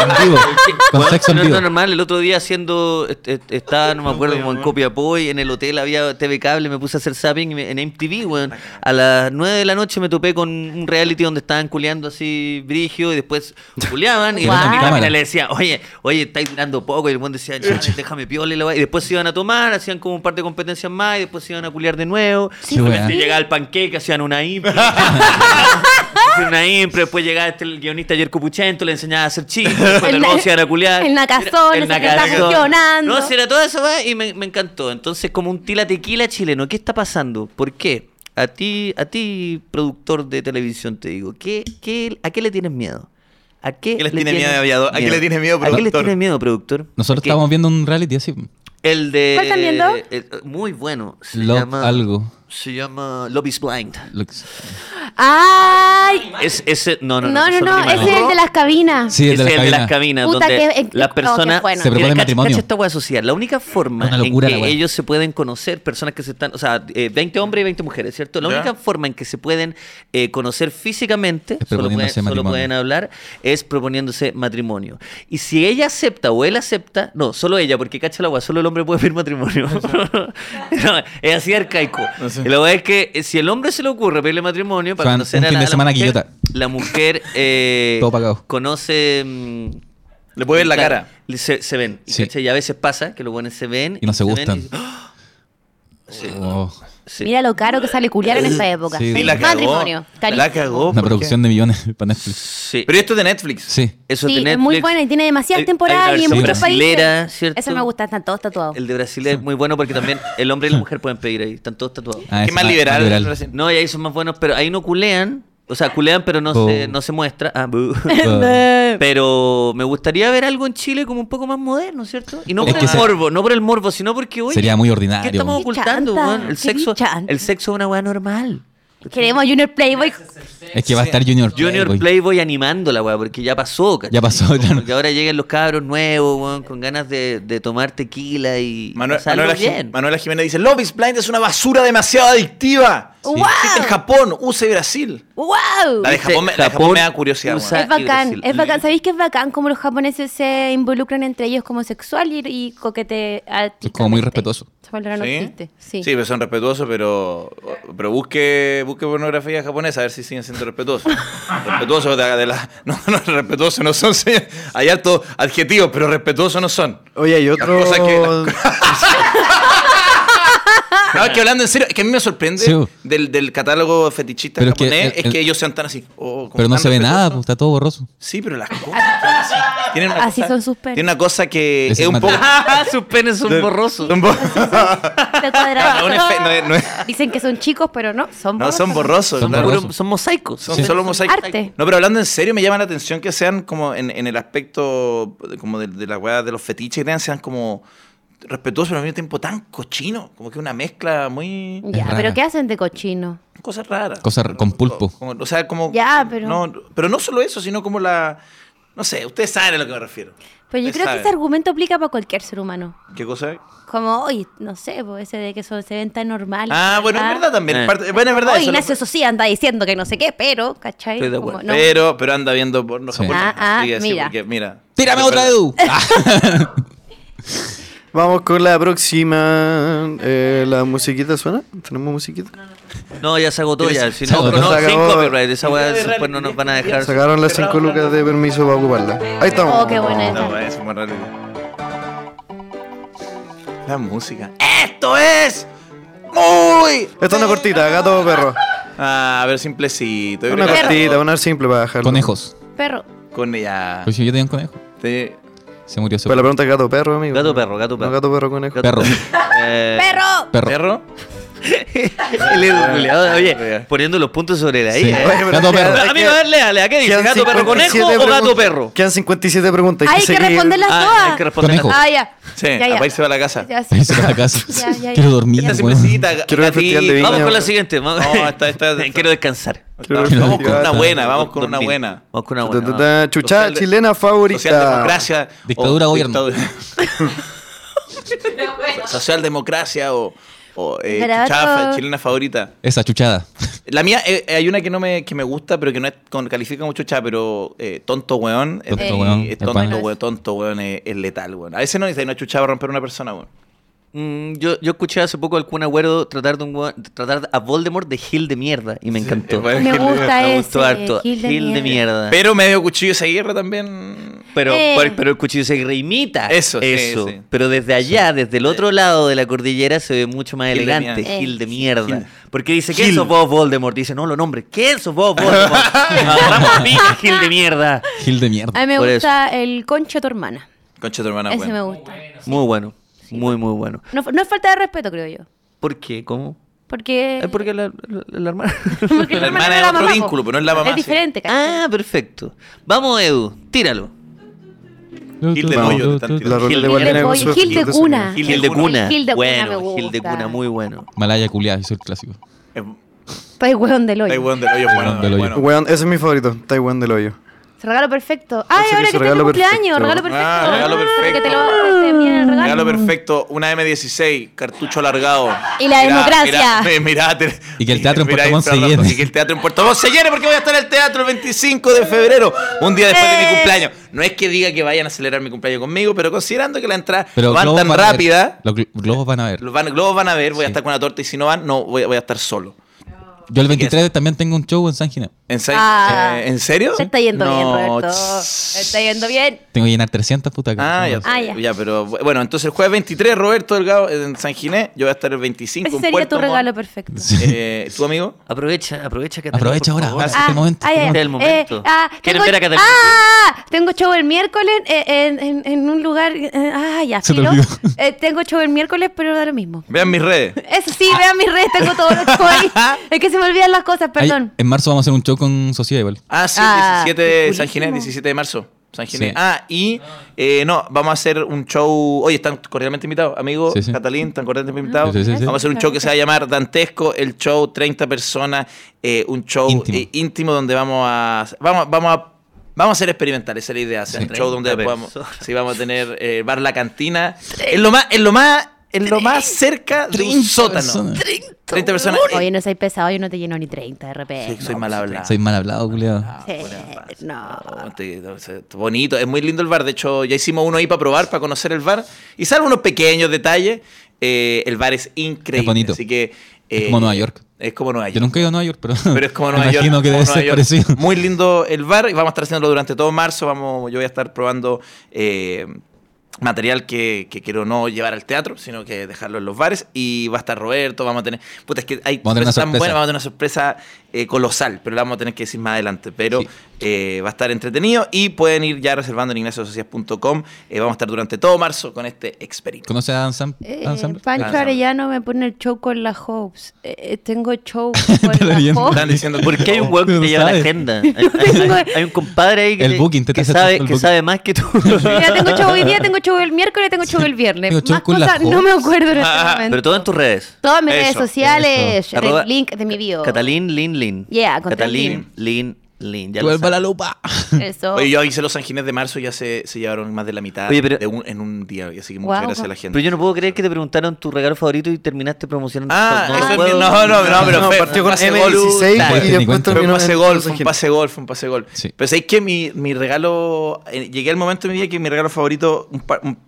En vivo. Con Bueno, sexo en no es vivo. lo normal, el otro día haciendo, est- est- estaba, no me acuerdo, como en Copiapó y en el hotel había TV cable, me puse a hacer zapping y me- en MTV, weón. A las 9 de la noche me topé con un reality donde estaban culeando así brigio y después culeaban [laughs] y Wow. la mina- la mina Cámara. le decía, oye, oye, estáis tirando poco y el buen decía, "Ya, déjame piola y la wea". y después se iban a tomar, hacían como un par de competencias más y pues, después se iban a culear de nuevo. Sí, De repente weón. [laughs] llegaba el panqueque, hacían una imp fui a una impro, después llegaba este, el guionista Yerko Puchento, le enseñaba a [laughs] hacer chistes, después El el na- Rossi era culiar. el nacazón, ese que está funcionando. No, si era todo eso, weá, y me, me encantó. Entonces, como un tila tequila chileno, ¿qué está pasando? ¿Por qué? A ti, a ti, productor de televisión, te digo, ¿qué, qué, ¿a qué le tienes miedo? ¿A qué, ¿A qué les tiene miedo, aviador? ¿A qué le tienes miedo, ¿A qué le productor? tienes miedo, productor? Nosotros Porque estábamos viendo un reality así. El de... ¿Cuál están viendo? el- eh, muy bueno. Se Love llama, algo. Se llama Love is Blind. Lo- ¡Ay! Es, ese, no, no, No, no. no, son no, animales. ese es el de las cabinas. Sí, el Ese de es la el de cabina. las cabinas, Puta, donde que- eh, las no, personas... qué bueno. Se Se propone propone matrimonio. esta hueá social. La única forma Una locura en la que hueá. ellos se pueden conocer, personas que se están... O sea, eh, 20 hombres y 20 mujeres, ¿cierto? La Ya. única forma en que se pueden eh, conocer físicamente, Es solo pueden, proponiéndose solo matrimonio. pueden hablar, es proponiéndose matrimonio. Y si ella acepta o él acepta... No, solo ella, porque cacha la hueá, solo el hombre puede pedir matrimonio. [laughs] no, es así arcaico. Y la hueá es que eh, si el hombre se le ocurre pedirle matrimonio para Juan, conocer un a fin la, de a la semana, mujer, Quillota. la mujer eh, Todo pagado. conoce. mm, Le puede ver la claro, cara. le- Se, se ven. y Sí. ¿cachai? Y a veces pasa que los buenos se ven. Y no se ven gustan. y- ¡Ah! Sí, Oh, sí. Mira lo caro que sale culiar en esa época. Sí, Y la cagó. Matrimonio. La carísimo. cagó. una ¿por producción de millones [laughs] para Netflix. Sí. Pero esto es de Netflix. Sí. Eso Sí, de es muy Netflix, buena y tiene demasiadas hay- hay temporadas una y en versión muchos brasilera, países. ¿cierto? Eso me gusta, están todos tatuados. El de Brasil es muy bueno porque también el hombre y la mujer pueden pedir ahí. Están todos tatuados. Ah, Qué es más liberal. No, y ahí son más buenos, pero ahí no culean. O sea, culean, pero no, Bu. se, no se muestra. Ah, [laughs] bu. Ah, Eh, Pero me gustaría ver algo en Chile como un poco más moderno, ¿cierto? Y no Es por que el se- morbo, no por el morbo, sino porque, oye, Sería muy ¿qué estamos ordinario. Qué ocultando, chanta, weón? qué El sexo, chanta. el sexo es una weá normal. Queremos a Junior Playboy. Es que va a estar Junior Junior Playboy. Playboy animando la weá, porque ya pasó, ¿cachai? Ya pasó, Como claro. Que ahora llegan los cabros nuevos, weón, con ganas de, de tomar tequila y Manuel- pasarlo Manuela, bien. Jim- Manuela Jiménez dice: Love is Blind es una basura demasiado adictiva. ¡Wow! Existe en Japón, USA y Brasil. ¡Wow! La de Dice, Japón, me- la de Japón Japón me da curiosidad. usa- weón. Es y bacán, Brasil. es bacán. ¿Sabéis que es bacán cómo los japoneses se involucran entre ellos como sexual y, y coquete Es como muy respetuoso. Esa palabra no existe. Sí. Sí, pero son respetuosos, pero, pero busque, busque pornografía japonesa a ver si siguen siendo [laughs] respetuosos. respetuosos de, de la... No, no, respetuosos no son. señor. Hay altos adjetivos, pero respetuosos no son. Oye, hay otro. cosa que- No, es que hablando en serio, es que a mí me sorprende Sí, bo. del, del catálogo fetichista Pero es que japonés, es que, el- el- ellos sean tan así. oh, como Pero no tan se ve nada, pues, respetuosos. está todo borroso. Sí, pero las cosas. son así. Tienen una Así cosa- son sus penes. Tienen una cosa que Ese es un es poco. Ah, [laughs] sus penes son [laughs] borrosos. Son bo- [laughs] Está cuadrado. No, no es fe- no es- no es- Dicen que son chicos, pero no, son No, son borrosos. borrosos. Son claro. Puro- borrosos. son mosaicos. Son Son- solo mosaicos. Arte. No, pero hablando en serio, me llama la atención que sean como en, en el aspecto de- como de, de la weá de los fetiches que tengan, sean como respetuosos, pero al mismo tiempo tan cochino. Como que una mezcla muy. Ya, Es rara. pero ¿qué hacen de cochino? Cosas raras. Cosas ra- con pulpo. Como- o sea, como. Ya, pero- No, pero no solo eso, sino como la. No sé, ustedes saben a lo que me refiero. Pero Pues yo Ustedes creo que saben. ese argumento aplica para cualquier ser humano. ¿Qué cosa? Como, oye, no sé, po, ese de que so- se ven tan normales. Ah, bueno, es verdad también. Eh. parte- bueno, es verdad. Oye, eso lo- Oh, Ignacio Socía anda diciendo que no sé qué, pero, ¿cachai? Estoy de Como, acuerdo. no. pero, pero anda viendo porno Sí. japonés. Ah, ah, Sí, así, mira. porque, mira. ¡Tírame otra, [laughs] Edu! Vamos con la próxima. Eh, ¿La musiquita suena? ¿Tenemos musiquita? No, ya se agotó ya. Si no, Se agotó. no, Se sin acabó. copyright. Esa weá después no nos van a dejar. Sacaron las 5 lucas de permiso para ocuparla. Ahí estamos. Oh, qué buena esa. No, es muy raro. La música. ¡Esto es! ¡Muy! Esta es una cortita, gato o perro. Ah, a ver, simplecito. Yo Una creo que- cortita, una simple para bajarlo. Conejos. Perro. Con ya. Pues yo tenía un conejo. Te- Se murió su Pero la pregunta es gato o perro, amigo. Gato perro, gato No, perro. gato perro conejo. Perro. [laughs] Eh, ¡Perro! [laughs] Perro. ¿Perro? el Edu culiao, Oye, poniendo los puntos sobre la Sí. I. eh. [laughs] Oye, pero Gato es que- perro. A mí, a ver, léale, ¿a qué dice? Quedan ¿Gato perro 57 conejo o gato preguntas- perro? Quedan 57 preguntas. Hay que seguir. responderlas Ah, todas. hay que responder. Conejo. Ah, ya. Sí, Ya, ya. para irse para la casa. Ya, sí. Ahí se va a la casa. Ya, ya, ya. Quiero dormir. Esta weón. simplecita. ga- Quiero ver el festival de gatito. viña. Vamos Niño. con la siguiente. vamos. No, esta- esta- [laughs] Quiero descansar. Vamos Quiero vamos ver con el una festival. buena, vamos con una Dormir. buena. Vamos con una Ta, buena. ta, ta, vamos. Chuchada Social- chilena favorita. Socialdemocracia. o Dictadura, gobierno. dictadura. Socialdemocracia o, o eh, Garabato. chafa, chilena favorita. Esa chuchada. La mía, eh, hay una que no me, que me gusta, pero que no es, con- califica mucho cha, pero eh, tonto weón. es Tonto mi- weón, es es tonto pana. weón, tonto weón es, es letal, weón. A veces no necesita una chucha para romper una persona, weón. Mm, yo, yo escuché hace poco al Kun Agüero tratar, de un, gua- tratar a Voldemort de Gil de mierda y me encantó. bueno. Me gusta Me ese. gustó harto. Gil de mierda. mierda. Pero medio cuchillo esa guerra también. Pero, Eh. pero- pero el cuchillo se reimita. Eso, sí, Eso. sí. Pero desde allá, desde el otro lado de la cordillera, se ve mucho más Gil de elegante. mierda. Eh. Gil de mierda. Gil. Porque dice, ¿quién sos vos, Voldemort? Dice, no, lo nombre. ¿Quién sos vos, [laughs] Voldemort? Nos agarramos a mí, Gil de mierda. Gil de mierda. A mí me Por gusta el concha de tu hermana. Concha de tu hermana, Ese bueno. me gusta. Muy bueno. Muy, muy bueno. No, no es falta de respeto, creo yo. ¿Por qué? ¿Cómo? Porque. Eh, porque la, la- la hermana. [laughs] porque La hermana no es la otro mamá, vínculo, po. pero no es la mamá, Es sí. diferente, ¿cachai? ah, perfecto. Vamos, Edu, tíralo. Gil de Vamos. Hoyo te están La tirando. de roleta de Gil Guardiana de, con Boy- sus Gil de esquitos, cuna. Gil, de Cuna. Gil de Cuna me bueno, gusta. Gil de Cuna, muy bueno. Malaya culiada, eso es el clásico. Es- Pues hueón del Hay hoyo. weón del hoyo, es bueno, Weón del es hoyo. bueno. Weón, ese es mi favorito, Taiwán del hoyo. Se regalo perfecto. Ay, Pensé ahora que que te su tu regalo cumpleaños, perfecto. regalo perfecto. Ah, regalo perfecto. Que te lo te viene el regalo. Regalo perfecto, una M16, cartucho alargado. Y la democracia. Mirá, mirá, te- Y que el teatro en mirá, Puerto Montt se infrarrojo. llene. Y que el teatro en Puerto Montt se llene porque voy a estar en el teatro el 25 de febrero, un día después de mi Eh. cumpleaños. No es que diga que vayan a celebrar mi cumpleaños conmigo, pero considerando que la entrada Pero van globos tan van a ver. rápida, Los gl- globos van a ver. los van, globos van a ver, voy a Sí. estar con una torta y si no van, no voy, voy a estar solo. Yo el Así que 23 también tengo un show en San Ginés. ¿En, serio? Ah. Eh, ¿en serio? Se está yendo bien, No, Roberto. tss. Se está yendo bien. Tengo que llenar 300 putas. Ah, ya, Ah, ya. ya, pero bueno, entonces el jueves 23, Roberto Delgado en San Ginés, yo voy a estar el 25 Ese en sería Puerto tu Montt. regalo perfecto. Eh, ¿Tu amigo? Aprovecha, aprovecha que Aprovecha ahora, ahora. Ah, es el momento. ay, es el ay, Este momento. es el momento. ah, ¿Quieren tengo, ver a Catalina? Ah, tengo show el miércoles eh, en, en, en un lugar. eh, ah, ya, Se te filo. olvidó. Eh, tengo show el miércoles, pero da lo mismo. Vean mis redes. Eso sí, Ah. vean mis redes, tengo todo lo que ahí. [laughs] Es que se me olvidan las cosas, Ay, perdón. en marzo vamos a hacer un show con Sociedad igual. Ah, sí, Ah, 17 qué de San Ginés, buenísimo. 17 de marzo. San Ginés. Sí. Ah, y eh, no, vamos a hacer un show. Oye, están cordialmente invitados, amigos. Sí, sí. Catalín, están cordialmente invitados. Sí, sí, sí, sí. Vamos a hacer un show que se va a llamar Dantesco, el show 30 personas, eh, un show eh, íntimo. Íntimo. donde vamos a vamos vamos a vamos a hacer experimental, esa es la idea, hacer Sí. un show donde 30 podamos personas. sí, vamos a tener eh, bar la cantina. Es lo más es lo más es lo más cerca de un 30 sótano. personas. 30 personas. Oye, no soy pesado, yo no te lleno ni 30 de repente. Sí, soy mal hablado. Soy mal hablado, culiado. Ah, Sí, no. No, Oh, te- no, se- bonito, es muy lindo el bar. De hecho, ya hicimos uno ahí para probar, para conocer el bar. Y salvo unos pequeños detalles, eh, el bar es increíble. Es bonito. Así que, Es eh, como Nueva York. Es como Nueva York. Yo nunca he ido a Nueva York, pero, Pero es como Nueva [laughs] me York. imagino que como debe Nueva ser York. [laughs] parecido. Muy lindo el bar y vamos a estar haciéndolo durante todo marzo. Vamos, yo voy a estar probando eh, material que, que quiero no llevar al teatro, sino que dejarlo en los bares. Y va a estar Roberto, vamos a tener... Puta, es que hay Vamos a tener una sorpresas tan sorpresa. buenas, vamos a tener una sorpresa eh, colosal, pero la vamos a tener que decir más adelante. Pero Sí. eh, va a estar entretenido y pueden ir ya reservando en ignasiosocias.com. Eh, vamos a estar durante todo marzo con este experimento. ¿Conoce a Dan Sam? Eh, Dan Sandler? Pancho Lanza. Arellano me pone el show con las Hopes. Eh, eh, tengo [laughs] show con las leyendo. Están Hopes. [laughs] diciendo Porque [laughs] hay un weón que Tú te lleva la sabes. agenda. Hay, hay- hay- hay un compadre ahí que, El te- booking, te que, está sabe, aceptando el que booking. sabe más que tú. Mira, tengo show hoy [laughs] día, tengo show el miércoles, tengo show el viernes. Tengo show Más con las cosas no Hopes. me acuerdo en este momento. Pero todo en tus redes. Todas mis Ah, Eso, redes sociales, eso. el Arroba- link de mi bio. Catalín, Lin, Lin. Yeah, con Catalín, Lin, Lin. Ya lo Vuelva la sabes. lupa. Eso. Oye, yo hice los San Ginés de marzo, ya se, se llevaron más de la mitad Oye, pero- de un- en un día, así que muchas Guau, gracias a guau. la gente. Pero yo no puedo creer que te preguntaron tu regalo favorito y terminaste promocionando. Ah, No, eso es puedo. mi- no, no, no, pero No, fue- fue partió con pase gol. Puta, M16 ni y después cuenta. Fue un terminó pase en gol, fue un Sangil. pase gol, fue un pase gol. Sí. Pero sabéis que mi, mi regalo. eh, llegué al momento de mi vida que mi regalo favorito. un par- un-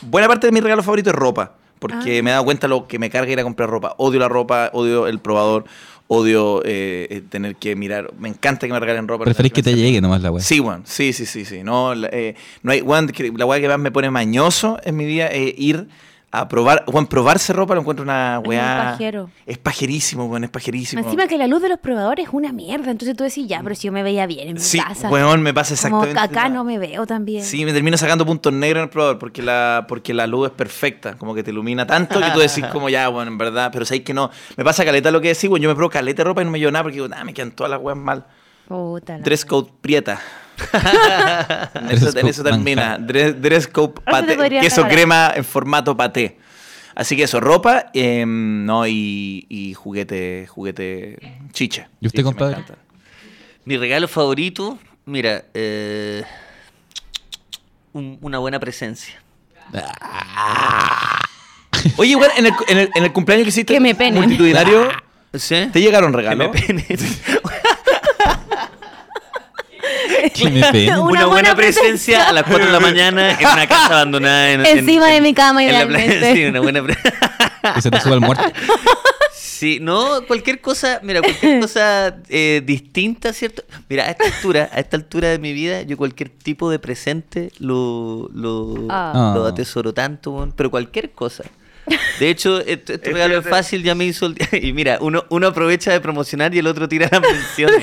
buena parte de mi regalo favorito es ropa. Ah. Porque me he dado cuenta lo que me carga ir a comprar ropa. Odio la ropa, odio el probador, odio eh, eh, tener que mirar. Me encanta que me regalen ropa. Preferís que te llegue nomás la wea. Sí, weón. Sí, sí, sí, sí. No, la- eh, no hay, weón, que- la weá que más me pone mañoso en mi día es ir a probar, weón, probarse ropa lo encuentro una muy weá. pajero. Es pajerísimo, weón, es pajerísimo. Encima que la luz de los probadores es una mierda. Entonces tú decís, ya, pero si yo me veía bien en mi Sí, casa. weón, me pasa Como exactamente. que acá esa- no me veo tan bien. Sí, me termino sacando puntos negros en el probador porque la, porque la luz es perfecta, como que te ilumina tanto que tú decís como ya, bueno, en verdad, pero sabéis que no. Me pasa caleta lo que decís, bueno, yo me pruebo caleta de ropa y no me llevo nada porque digo, ah, me quedan todas las weas mal. Puta la- Dress code [laughs] prieta. en, Dress eso, en code eso termina. manjar. Dress, dress code Ahora se te paté. podría Queso regalar. crema en formato paté. Así que eso, ropa em, no, y, y juguete, juguete chicha. ¿Y Chicha, usted, me compadre? encanta. Mi regalo favorito, mira, eh, un- una buena presencia. Oye, bueno, en el, en el- en el cumpleaños que hiciste Que me penen. [laughs] multitudinario, Ah. ¿Sí? ¿te llegaron Que me [laughs] regalos? pene. Que me peguen. [laughs] Una Una buena [laughs] buena presencia a las 4 de la mañana en una casa abandonada. En, en- Encima de mi cama, en la playa. [laughs] idealmente. Sí, una buena pre- Que se te suba el muerto. Sí, no, cualquier cosa, mira, [laughs] cualquier cosa eh, distinta, ¿cierto? Mira, a esta altura, a esta altura de mi vida, yo cualquier tipo de presente lo, lo, Ah. lo Ah. atesoro tanto, weón, pero cualquier cosa. De [laughs] hecho, este, este regalo es fácil, ya me hizo el día. [laughs] Y mira, uno, uno aprovecha de promocionar y el otro tira las menciones.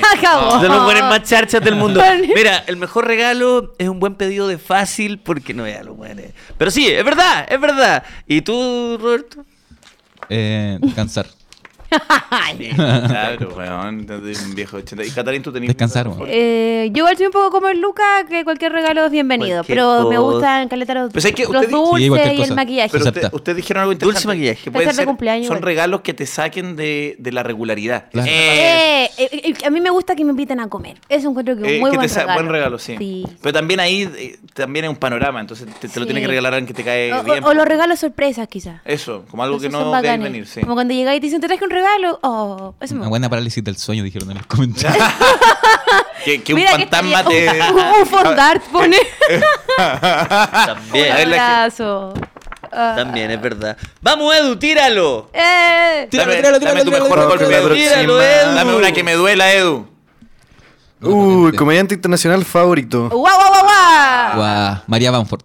[laughs] La acabó. De los buenos más charchas del mundo. Bueno. Mira, el mejor regalo es un buen pedido de fácil porque no ya lo muere. Pero sí, es verdad, es verdad. ¿Y tú, Roberto? Eh, descansar. [laughs] Claro, weón. de Un viejo de 80. Y Catarín, tú tenías. Descansar, weón. Eh, yo igual soy un poco como el Luca, que cualquier regalo es bienvenido. Cualquier pero me cosa. gustan caleta los, Pues es que los usted- Sí, dulces cualquier y el cosa. maquillaje. Pero usted- Acepta. ustedes dijeron algo Dulce interesante. maquillaje. Que Pensar pueden de ser- cumpleaños son igual. regalos que te saquen de, de la regularidad. Claro. Eh, Eh, eh, eh, a mí me gusta que me inviten a comer. Eso encuentro que es eh, un muy que buen te sa- regalo. buen regalo, sí. Pero también ahí eh, también es un panorama, entonces te, te lo Sí. tiene que regalar alguien que te cae O, o- Eh, bien. o los regalos sorpresas, quizás. Eso, como algo que Esos son no debe bacanes. venir, sí. Como cuando llegáis y te dicen, te traje un regalo. Oh, eso me Una buena parálisis del sueño, dijeron en los comentarios. Que, que un Mira que fantasma te. [laughs] Eh, tenía- Un, un fondart [laughs] pone. Ah, También, A ver, un la que- abrazo. Ah. también es verdad. ¡Vamos, Edu, tíralo! Eh, Dame, Tíralo, tíralo, dame tu tíralo, mejor tíralo, golpe, tíralo. Edu. Tíralo, Edu. Dame una que me duela, Edu. Uy, comediante internacional favorito. guau, guau, guau, guau. Guau, María Bamford.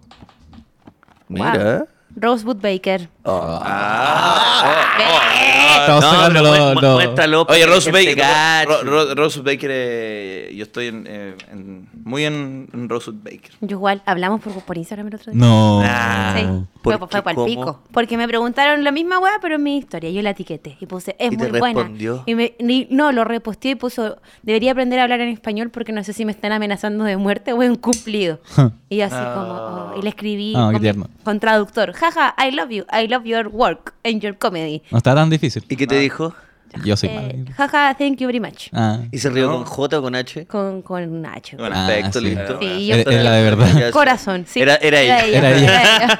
Mira. Rosewood Baker. Ah, oh, Ah, Estamos sacando pero lo- mu- lo- muéstralo para Oye, que Rose la gente Baker. cache. Ro- Ro- Ro- Rose Baker, eh, yo estoy en, eh, en- muy en, en Rose Baker. Yo igual, hablamos por, por Instagram el otro día. No. Sí, Ah, ¿por fue, fue qué? pa'l ¿Cómo? pico. Porque me preguntaron la misma weá, pero en mi historia. Yo la etiqueté y puse, es ¿Y muy te buena. respondió? Y me- ni- no, lo reposteé y puso, debería aprender a hablar en español porque no sé si me están amenazando de muerte o es un [laughs] cumplido. y yo así como, oh, y le escribí Ah, qué con, tierno. con traductor, jaja, I love you, I love your work and your comedy. No está tan difícil. ¿Y qué te dijo? Yo soy Eh, malo. jaja, thank you very much. Ah. ¿Y se rió No. con J o con H? Con, con Nacho. Bueno, Ah, Perfecto, sí. listo. Sí, yo- Era, era la de verdad. Ya [laughs] sé. Corazón, sí. Era, era ella. Era [laughs] ella.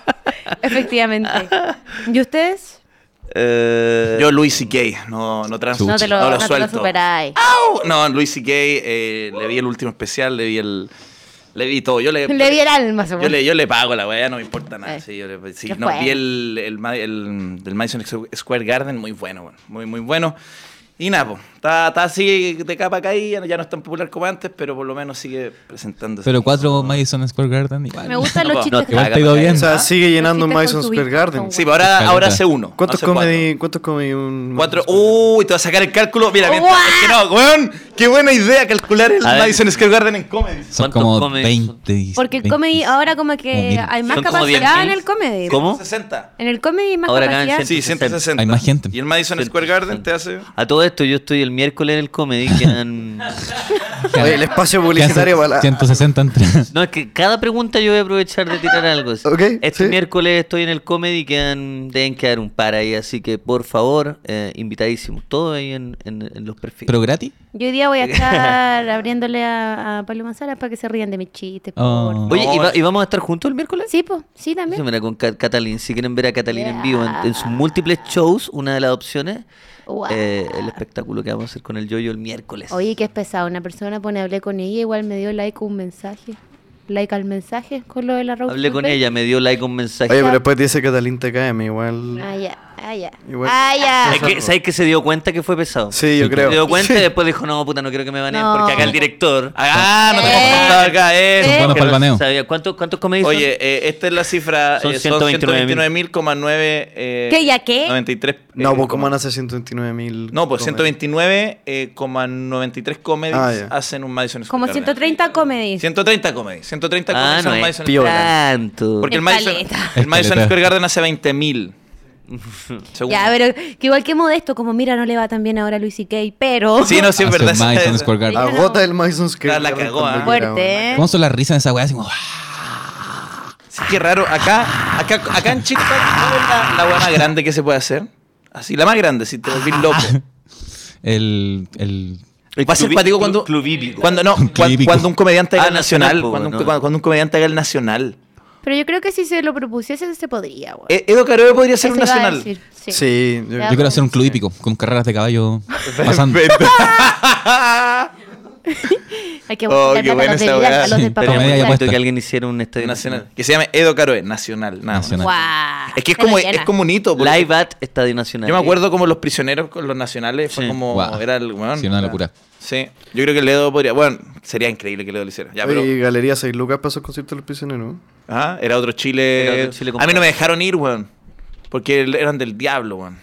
[laughs] Efectivamente. ¿Y ustedes? Eh, Yo, Luis C.K., no, no, trans, No te lo, no te lo suelto. superáis. Ah, ¡Au! No, Luis C.K., eh, le vi el último especial, le vi el. Le vi todo. Yo le, Le vi el alma, seguro. Yo le, yo le pago la weá, no me importa nada. Eh. Sí, yo le- pues, sí, Qué no, vi fuerte. el, el, ma- el del Madison Square Garden, muy bueno, bueno, muy, muy bueno. Y nada, po, está, está así de capa caída, ya no es tan popular como antes, pero por lo menos sigue presentándose. Pero cuatro Madison Square Garden igual. Me gustan No, los no, chistes que va Igual gratis. te ha ido bien. O sea, ¿Ah? sigue llenando Los chistes Madison con su Square hijo Garden. son Sí, pero ahora, Caleta. ahora hace uno. ¿Cuántos hace cuatro. comedy, ¿Cuántos comedy un Cuatro. Uy, te va a sacar el cálculo. Mira, mientras, ¡Guau! es que no, weón, qué buena idea calcular el A ver. Madison Square Garden en comedy. [laughs] Son ¿Cuántos como comedies 20. y- Porque el 20. comedy ahora como Como que mil. hay más Son como capacidad en 10.000. el comedy. ¿Cómo? 60. En el comedy hay más Ahora ganan capacidad. cien. Sí, 160. Hay más gente. Y el Madison Square Garden te hace. A todo esto, yo estoy el miércoles en el comedy. [laughs] quedan- Oye, [laughs] el espacio ¿Qué hace? publicitario para la- 160 entradas. No, es que cada pregunta yo voy a aprovechar de [laughs] tirar algo. Ok, este sí. miércoles estoy en el comedy. Quedan, deben quedar un par ahí. Así que, por favor, eh, invitadísimos. Todo ahí en, en- en los perfiles. ¿Pero gratis? Yo hoy [laughs] día voy a estar abriéndole a, a Pablo Manzara para que se rían de mis chistes. por Oh. favor. Oye, No, ¿y, va- es- y vamos a estar juntos el miércoles? Sí, pues, sí Sí, también. mira, con Ca- Catalín. Si quieren ver a Catalín en vivo en, en sus múltiples shows, una de las opciones, Guau. eh, el espectáculo que vamos a hacer con el Yoyo el miércoles. Oye, que es pesado. Una persona pone hablé con ella, igual me dio like a un mensaje. Like al mensaje con lo de la ropa. Hablé con ella, me dio like un mensaje. Oye, pero después dice Catalín TKM, igual. Ah, ya, ah, ya. Igual- Ah, ya. ¿Sabes que, sabes que se dio cuenta que fue pesado? Sí, yo creo. Se dio [laughs] cuenta y Sí. después dijo, no, puta, no quiero que me baneen No. porque acá el director... Ah, no te Eh. hemos contado acá, eh. Son buenos que para el no baneo. sabía. ¿Cuántos, cuántos comedies son? Oye, eh, esta es la cifra. Son eh, Son 129.000. 129.9. eh, ¿Qué, ya qué? 93. eh, No, pues ¿cómo coma- van a hacer 129 mil? No, pues eh, 129,93 comedies Ah, ya. hacen un Madison Square Como Garden. 130 comedies. 130 comedies. 130 Ah, comedies no son es Madison piola. tanto. Porque el Es Madison, caleta. el Madison Es caleta. Square Garden hace 20.000. Según- Ya, pero que igual que modesto, como mira, no le va tan bien ahora a Luis Kay, pero. Sí, [laughs] no, sí, es Hace verdad. Ah, Madison esa- Square Garden. Agota el Madison Ah, Square la Garden cagó, cuando ah. quiera, bueno. Fuerte, ¿eh? ¿Cómo son las risas de esa weá? Así como, "Ah". Sí, qué raro. Acá, acá, acá en Chicago, ¿cuál es la, la hueá más grande que se puede hacer? Así, la más grande, si te Ah. volvís loco. el, el Va a ser clubi- cuático clu- cuando, clubípico. cuando no, cuan- cuando, Clubípico. un comediante haga Ah, el nacional, nacional, po, cuando, un, no. cuando- cuando un comediante haga el nacional. Pero yo creo que si se lo propusiese, se podría, güey. Eh, Edo Caroe podría ser Eso un iba a nacional. decir, Sí. Sí, yo Ya. [laughs] Yo quiero hacer un club hípico con carreras de caballo pasando. Hay que Oh, buscar plata qué a buena los de esa Vidal, weá. a los de Sí, Papá Comedia y Mundial. apuesta. que alguien hiciera un estadio Nacional. Que se llame Edo Caroe, nacional. Nada más. Nacional. Guau, Es que es se lo como, es llena. como un hito. porque- Live at Estadio Nacional. Yo me acuerdo como los prisioneros con los nacionales fue Sí. como Guau. era el weón. Sí, una era- locura. Sí. Yo creo que Ledo podría. Bueno, sería increíble que Ledo lo hiciera. Ya, pero. Y Galería 6 Lucas pasó el concierto de los prisioneros. Ajá, era otro Chile. Era otro Chile a mí no completo. me dejaron ir, weón. Porque el- eran del diablo, weón.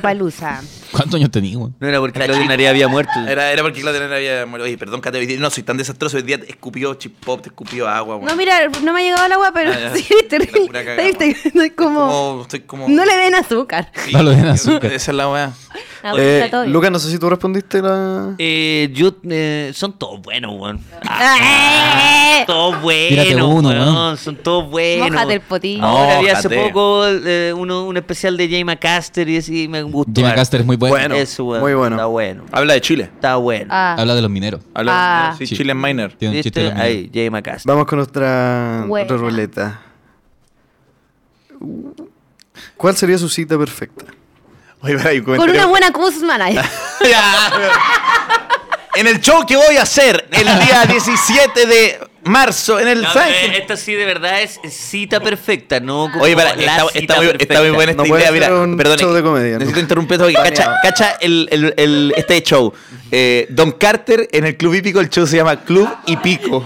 [laughs] Palusa. ¿Cuántos años tenía, weón? No era porque Claudio Narea había muerto. Era, era porque Claudio Nera había muerto. Oye, perdón, Cate, hoy día- no soy tan desastroso. Hoy día te escupió chip pop, te escupió agua, weón. No, mira, no me ha llegado el agua, pero Ah, ya. [laughs] sí, terrible. La pura cagada, Estoy- estoy como... Como- estoy como. No le den azúcar. No lo den azúcar. Esa es la weá. No, Eh, Ah, está todo bien. Lucas, no sé si tú respondiste la. Eh, yo, eh, son todos buenos, weón. ¡Ah! [laughs] Todos Tírate buenos, uno, weón. weón. Son todos buenos. Mójate el potillo. Ahora vi hace Mójate. poco eh, uno, un especial de Jay Macaster y así me gustó. Jimmy Caster es muy bueno. Bueno. Eso, weón. Muy bueno. Está bueno. Habla de Chile. Está bueno. Ah, Habla de los mineros. Habla Ah. sí, Sí. Chile en Miner. Tiene un chiste de ¿Viste? los mineros. Ahí, Jay Macaster. Vamos con nuestra Buena. otra ruleta. ¿Cuál sería su cita perfecta? Oye, pero hay un [laughs] Con comentario- una buena Cus manager. en el show que voy a hacer el [laughs] día 17 de marzo en el No, San eh, Ángel. Esta sí de verdad es cita perfecta, Ah. no como Oye, para, la está, cita está muy, perfecta. está muy buena esta No puede idea, ser mira, un perdón, show de comedia, necesito ¿no? interrumpir esto porque cacha, cacha el, el- el- este show. Eh, Don Carter en el Club Hípico, el show se llama Club y [laughs] Pico.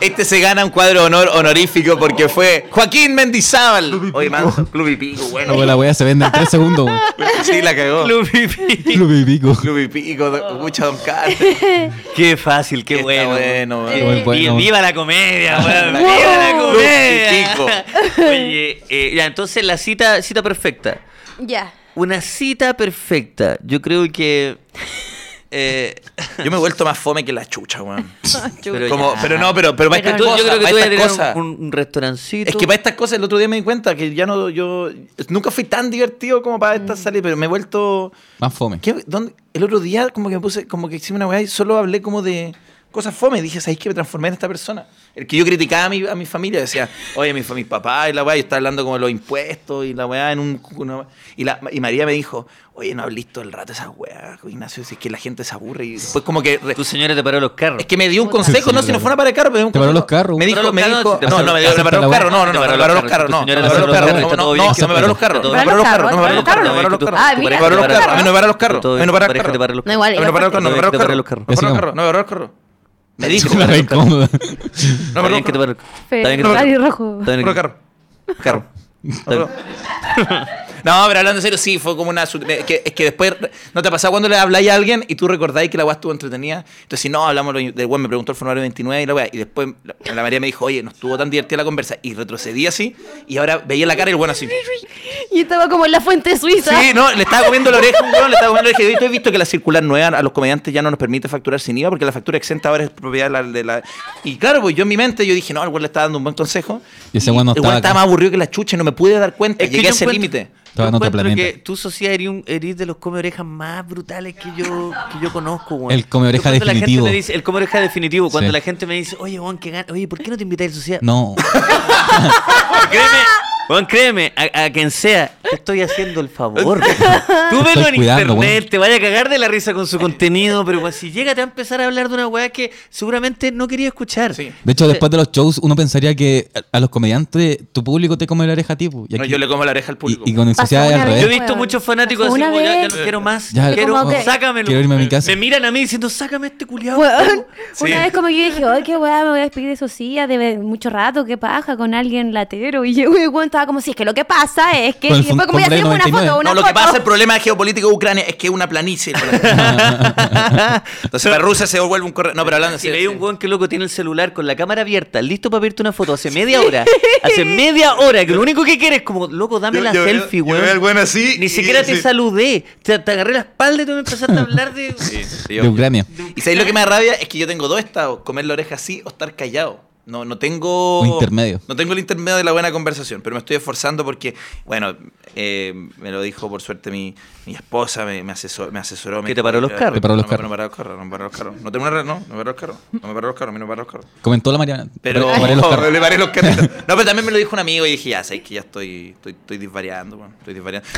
Este se gana un cuadro de honor honorífico porque fue Joaquín Mendizábal. Oye, manso, Club y Pico, No, bueno. weón, la weá se vende en tres segundos, weón. Sí, la cagó. Club Pipí. Lo que pico. Club y Pico, don- mucha Don Carter. [laughs] Qué fácil, qué Está bueno. bueno, Qué bueno. Muy bueno. Viva [laughs] la comedia, weón. Viva la Wow. comedia. Pico. Oye, eh, ya, entonces la cita, cita perfecta. [laughs] Ya. Una cita perfecta. Yo creo que. eh, [laughs] Yo me he vuelto más fome que la chucha, weón. Pero Pero, como, ya. pero no, pero, pero para tú- estas yo cosas, creo que para tú vas a estas tener cosas. un, un restaurancito. Es que para estas cosas el otro día me di cuenta que ya no, yo nunca fui tan divertido como para estas salidas, pero me he vuelto... Más fome. ¿Qué? ¿Dónde? El otro día como que me puse, como que hicimos una weá y solo hablé como de cosas fome. Dije, ¿sabéis que me transformé en esta persona? El que yo criticaba a mi, a mi familia, decía, oye, mi, fa- mis papás y la weá, yo estaba hablando como de los impuestos y la weá en un... una- y, la, y María me dijo, oye, no hablís todo el rato esas weá, Ignacio, si es que la gente se aburre y después como que... re- Tu señora te paró los carros. es que me dio un consejo, no, si no fue una para de carro, me dio un Te paró consejo. los carros. Me dijo, Paró me los carros, dijo. te No, paró- no, me dio- acepta me paró la los carros, weá. no, no, no, me Te paró paró los los carros, no, carros, me tu paró los señora carros, te no, paró no, no, no, me paró los carros, no, me paró los carros, no, bien, que todo bien, que me paró los todo carros, no, me paró los carros, a mí no me paró los carros, a mí no me paró los carros, a mí no me paró los carros. No, no, para los carros, no, bien. Ah, mira, te paró No, igual, igual. Todo bien, tu pareja te paró los Te para los paró carros, no, para los carros. los Sigamos. carros, no, para los carros. Me [laughs] dijo, La re no, incómoda. para los Está bien que te carros, paró- Fe- está bien que te paró- Ferrari rojo. está bien para los carros. que- Carro. está bien. No, pero hablando en serio, sí, fue como una... su- me- que- es que después, ¿no te ha pasado cuando le habláis a alguien y tú recordáis que la weá estuvo entretenida? Entonces, si no, hablamos lo- del weón, me preguntó el formulario 29 y la weá, y después la, la María me dijo, oye, no estuvo tan divertida la conversa, y retrocedí así, y ahora veía la cara y el weón así... Y estaba como en la fuente suiza. Sí, no, le estaba comiendo la oreja, un weón, le estaba comiendo la oreja. Y tú has visto que la circular nueva a los comediantes ya no nos permite facturar sin IVA porque la factura exenta ahora es propiedad de la. de la- Y claro, pues yo en mi mente yo dije, no, el weón le está dando un buen consejo. Y ese weón Ah, no el estaba estaba acá. más aburrido que la chucha y no me pude dar cuenta. Es que Llegué a yo ese encuentro- límite. Yo Estaba en otro encuentro planeta. que tu sociedad eres, un- eres de los come orejas más brutales que yo, que yo conozco, weón. El come Yo oreja cuando la gente definitivo. me dice- el come oreja definitivo. Cuando Sí. la gente me dice, oye, Juan, que gana, oye, ¿por qué no te invitáis a la sociedad? No. Créeme, Juan, créeme, a, a quien sea, te estoy haciendo [laughs] el favor. Tú Te velo estoy en cuidando, internet, weón. te vaya a cagar de la risa con su contenido, pero weón, si llega te va a empezar a hablar de una weá que seguramente no quería escuchar. Sí. De hecho, después de los shows, uno pensaría que a- a los comediantes, tu público te come la oreja a ti. po. Y No, aquí- yo le como la oreja al público. Y, y con el Pasó sociedad es una al vez. revés. Yo he visto Weón, muchos fanáticos pasó así, una como, ya, ya vez. no quiero más, Ya, quiero, Como que- sácamelo. Quiero irme a mi casa. Me miran a mí diciendo, sácame este culiado. Weón, [laughs] Sí. Una vez como que yo dije, ay, qué weá, me voy a despedir de Socia de mucho rato, qué paja, con alguien latero. Y yo, [laughs] weón, estaba como, si es que lo que pasa es que... Con el Y después fun- como ya con Play hacemos una 99. foto, una no, lo que foto. pasa, el problema geopolítico de Ucrania es que es una [laughs] planicie. Entonces, para Rusia se vuelve un correo. No, pero hablando Si en leí serio, un weón que loco tiene el celular con la cámara abierta, listo para pedirte una foto hace media hora. Hace [laughs] media hora, que lo único que quieres es como, loco, dame la selfie, weón. así. Ni siquiera te saludé. Te, te agarré la espalda y tú me empezaste a hablar de. [laughs] Sí, sí, De Ucrania. Y sabéis lo que me da rabia es que yo tengo dos estados, comer la oreja así o estar callado. No, no tengo. Un intermedio. No tengo el intermedio de la buena conversación, pero me estoy esforzando porque, bueno, eh, me lo dijo por suerte mi, mi esposa, me, me asesor- me asesoró. me ¿Que te dijo, paró los eh, carros? Te paró los no, carros. me paró los carros. No me paró los carros. No tengo una red, no, no me paró los carros. No me paró los carros, a mí no me paró los carros. Comentó la Mariana. Pero [laughs] Paré los carros. le paré los carritos. No, pero también me lo dijo un amigo y dije, ya, sabes que ya estoy, estoy, estoy disvariando, weón, estoy disvariando.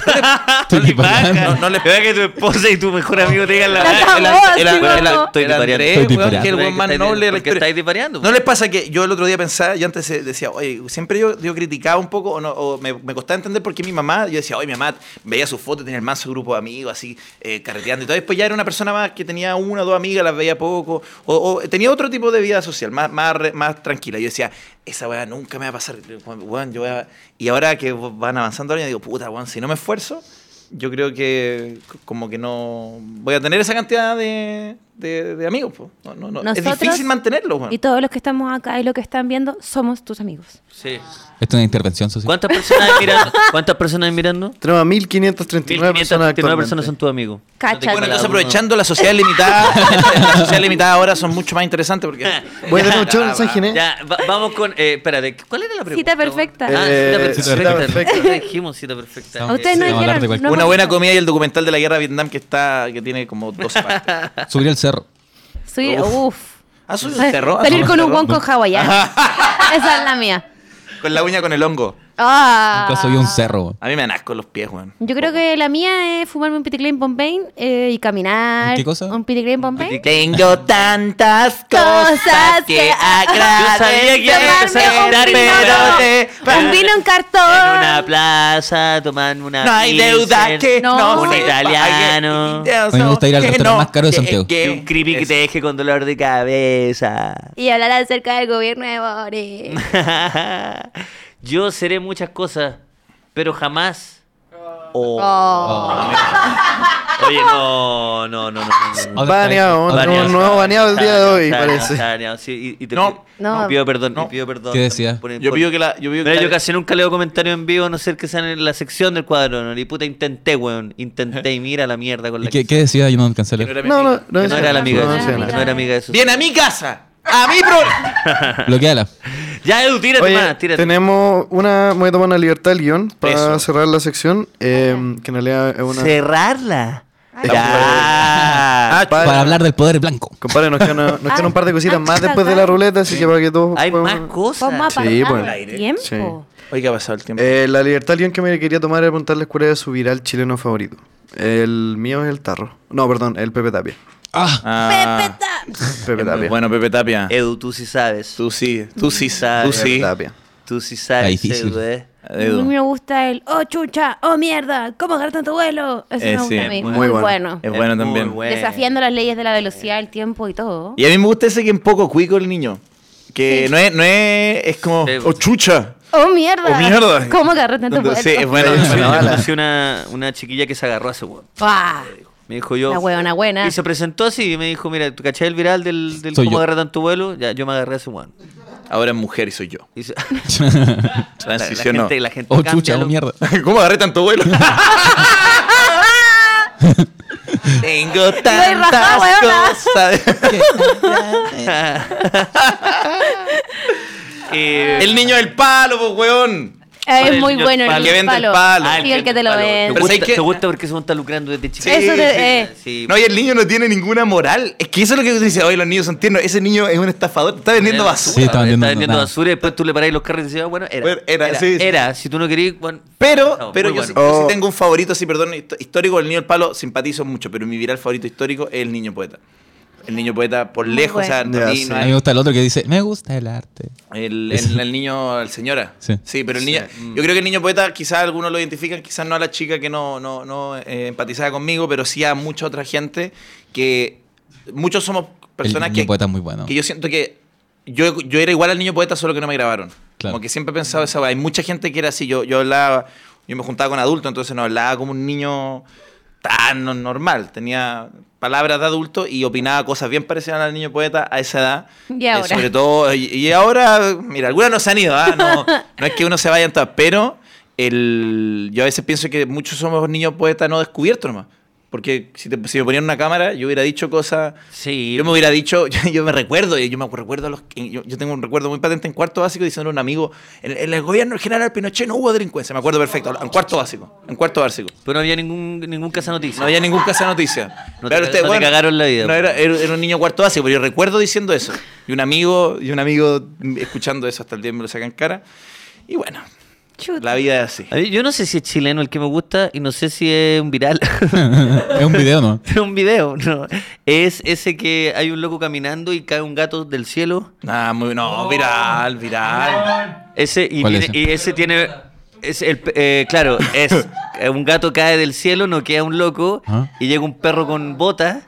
Estoy disvariando. No, no les Vea que tu esposa y tu mejor amigo te digan la La verdad. acabó, así era- como- era- Estoy era disvariando. Andrés, Estoy weón, disvariando. que el weón más noble de la Porque historia. estáis disvariando. ¿No les pasa que yo el otro día pensaba, yo antes eh, decía, oye, siempre yo, yo criticaba un poco, o, no, o me, me costaba entender por qué mi mamá, yo decía, oye, mi mamá veía sus fotos, tenía el manso grupo de amigos, así, eh, carreteando y todo. Después ya era una persona más que tenía una o dos amigas, las veía poco, o, o tenía otro tipo de vida social, más, más, re- más tranquila. Yo decía, esa weá nunca me va a pasar, weón, yo voy a-". Y ahora que van avanzando años, digo, puta, weón, si no me esfuerzo, yo creo que c- como que no voy a tener esa cantidad de, de- de amigos. po. No, no, no. es Nosotros- difícil mantenerlos. weón. Y todos los que estamos acá y los que están viendo somos tus amigos. Sí. Esto es una intervención social. ¿Cuántas personas hay mirando? ¿Cuántas personas hay mirando? Tenemos a 1539 personas 1539 actualmente. personas son tus amigos. Cáchate. No te Bueno, queda entonces uno. aprovechando la sociedad limitada, la sociedad limitada ahora son mucho más interesantes porque... Voy a tener un show en San Ginés. Ya, va- vamos con. Eh, espérate, ¿cuál era la pregunta? Cita perfecta. Ah, Eh, cita perfecta. cita perfecta. Ya dijimos cita perfecta. A ustedes no Vamos a hablar dijeron. de cualquier- no Una buena hemos- comida y el documental de la guerra de Vietnam que está que tiene como 12 partes. Subir al cerro. Soy, Uf. uf. Ah, soy un terror. [laughs] Salir con un guanco [laughs] hawaiano. Esa es la mía. Con la uña con el hongo. Ah. Nunca subí a un cerro. A mí me dan asco los pies, weón. Yo creo que la mía es fumarme un piticlín Pompein eh, y caminar. ¿Un qué cosa? Un piticlín Pompein. Tengo tantas Cosas que Yo sabía que iba a agradecer, empezar a gritar, pero te- Un vino en cartón. En una plaza, tomando una. No hay deuda pilsen, que no no Un se italiano. pague. A mí me gusta ir al Que restaurante más caro de llegue. Y un creepy que te deje con dolor de cabeza. [laughs] Y hablar acerca del gobierno de Boris. Yo seré muchas cosas, pero jamás. Oh. Oh. Oye, no, no, no, no. no, no. Ahora está Baneado, un Baneado. nuevo baneado el día de hoy, Está baneado, parece. está baneado, sí, y- y te No, pi- no. y pido perdón, y No. pido perdón. ¿Qué decía? Por- Yo por- pido que la... Yo pido que Mira, la- yo casi nunca leo comentarios en vivo, a no ser que sean en la sección del cuadro, ¿no? Y puta, intenté, weón. Intenté y mira la mierda con ¿Y la ¿Qué, que, qué decía? Yo no que cancelé. no era mi No, amiga. no, no, no era la amiga. No, de no, su- no. No era amiga de su. Viene a mi casa. A mi programa. Bloqueala. Ya, Edu, tírate Oye, más, tírate. tenemos una... Voy a tomar una libertad del guión para Eso. cerrar la sección, eh, que en realidad es una... Cerrarla. Ah, Ay, Ya. Compadre, Para hablar del poder blanco. Compadre, nos quedan, nos quedan un par de cositas Ah, más después de la claro. ruleta, así que para que todos... Hay más podamos- cosas. Vamos a pasar Sí, bueno. el tiempo. Sí. Oye, ¿qué ha pasado el tiempo? Eh, la libertad del guión que me quería tomar era preguntarles cuál era su viral chileno favorito. El mío es el tarro. No, perdón, el Pepe Tapia. [laughs] Ah, Ah, Pepe es muy Tapia. Bueno, Pepe Tapia. Edu, tú sí sabes. Tú, Tú sí, tú sí, tú sabes. sí. Pepe Tapia. sí sabes, Está difícil. Edu, eh. A mí Edu. me gusta el, oh chucha, oh mierda, ¿cómo agarrar tanto vuelo? Eso Eh, me gusta sí, a mí. muy Muy, bueno. bueno. Es bueno muy también. Eh, bueno. Desafiando las leyes de la velocidad, el tiempo y todo. Y a mí me gusta ese que un poco cuico el niño. Que no es, no es, es como, Sí. oh chucha. Oh mierda. Oh, mierda. ¿Cómo agarrar tanto vuelo? Entonces, Sí, es bueno. Sí, es bueno. Yo conocí una, una chiquilla que se agarró a ese weón. Ah, Me dijo yo. Una huevona buena. Y se presentó así y me dijo, mira, ¿tú caché el viral del, del Soy cómo yo. agarra tanto vuelo? Ya, yo me agarré a ese weón. Ahora es mujer y soy yo. [laughs] Y se- la, la Transicionó. gente, la gente oh, cambia chucha, lo- oh, mierda. [laughs] ¿Cómo agarré tanto [laughs] vuelo? [laughs] Tengo rajada, tantas weona. cosas. [laughs] [laughs] Eh, el niño del palo, pues, weón. es el muy niño bueno del el, palo. Que vende el palo. palo. ah, Sí, el que te lo palo. vende. Te gusta, ¿sabes qué? te gusta porque se está lucrando desde chiquito. Eso Sí, te- sí, eh, Sí. pues, No, y el niño no tiene ninguna moral. Es que eso es lo que dice hoy los niños son tiernos. Ese niño es un estafador. Está vendiendo basura. Sí, está vendiendo Está eh, vendiendo nada. basura y después tú le parás los carros y dices, ah, bueno, era. Bueno, era, era, sí, sí. era. Si tú no querías, bueno. Pero, No, pero yo, muy sí, bueno. yo sí Oh. tengo un favorito, sí, perdón, histo- histórico, el niño del palo, simpatizo mucho, pero mi viral favorito histórico es el niño poeta. El niño poeta, por Muy lejos, o sea, bueno. a mí Ya, no A hay- mí me gusta el otro que dice, me gusta el arte. el, el- el niño, el señora. Sí, Sí. pero el niño, Mm. yo creo que el niño poeta, quizás algunos lo identifican, quizás no a la chica que no, no, no eh, empatizaba conmigo, pero sí a mucha otra gente que muchos somos personas el que, niño poeta es muy bueno. que yo siento que yo, yo era igual al niño poeta, solo que no me grabaron. Claro. Como que siempre he pensado esa weá. Hay mucha gente que era así. Yo, yo hablaba, yo me juntaba con adultos, entonces no hablaba como un niño tan no- normal. Tenía palabras de adulto y opinaba cosas bien parecidas al niño poeta a esa edad. Eh, Y ahora. sobre todo, y, y ahora, mira, algunas no se han ido, ¿ah? no, no es que uno se vaya en todas, pero el, yo a veces pienso que muchos somos niños poetas no descubiertos nomás. Porque si, te- si me ponían una cámara, yo hubiera dicho cosas. Sí. Yo me hubiera dicho, [laughs] yo, yo me recuerdo, y yo me recuerdo a los. que- Yo, yo tengo un recuerdo muy patente en cuarto básico diciendo a un amigo: en, en el gobierno del general Pinochet no hubo delincuencia. Me acuerdo perfecto, en cuarto básico. En cuarto básico. Pero no había ningún, ningún casa noticia. No había ningún casa de noticias. No te ca- no te cagaron la vida. No, era, era- era un niño cuarto básico, pero yo recuerdo diciendo eso. Y un amigo, y un amigo escuchando eso hasta el día me lo sacan cara. Y bueno, Chuta. la vida es así. A mí- yo no sé si es chileno el que me gusta y no sé si es un [laughs] viral. [laughs] es un video, ¿no? Es [laughs] un video, no. Es ese que hay un loco caminando y cae un gato del cielo. Nah, muy, no, viral, viral. Ese y, ¿Cuál tiene- es? y ese tiene es el pe- eh, claro, es [laughs] eh, un gato cae del cielo, no queda un loco Ah. y llega un perro con botas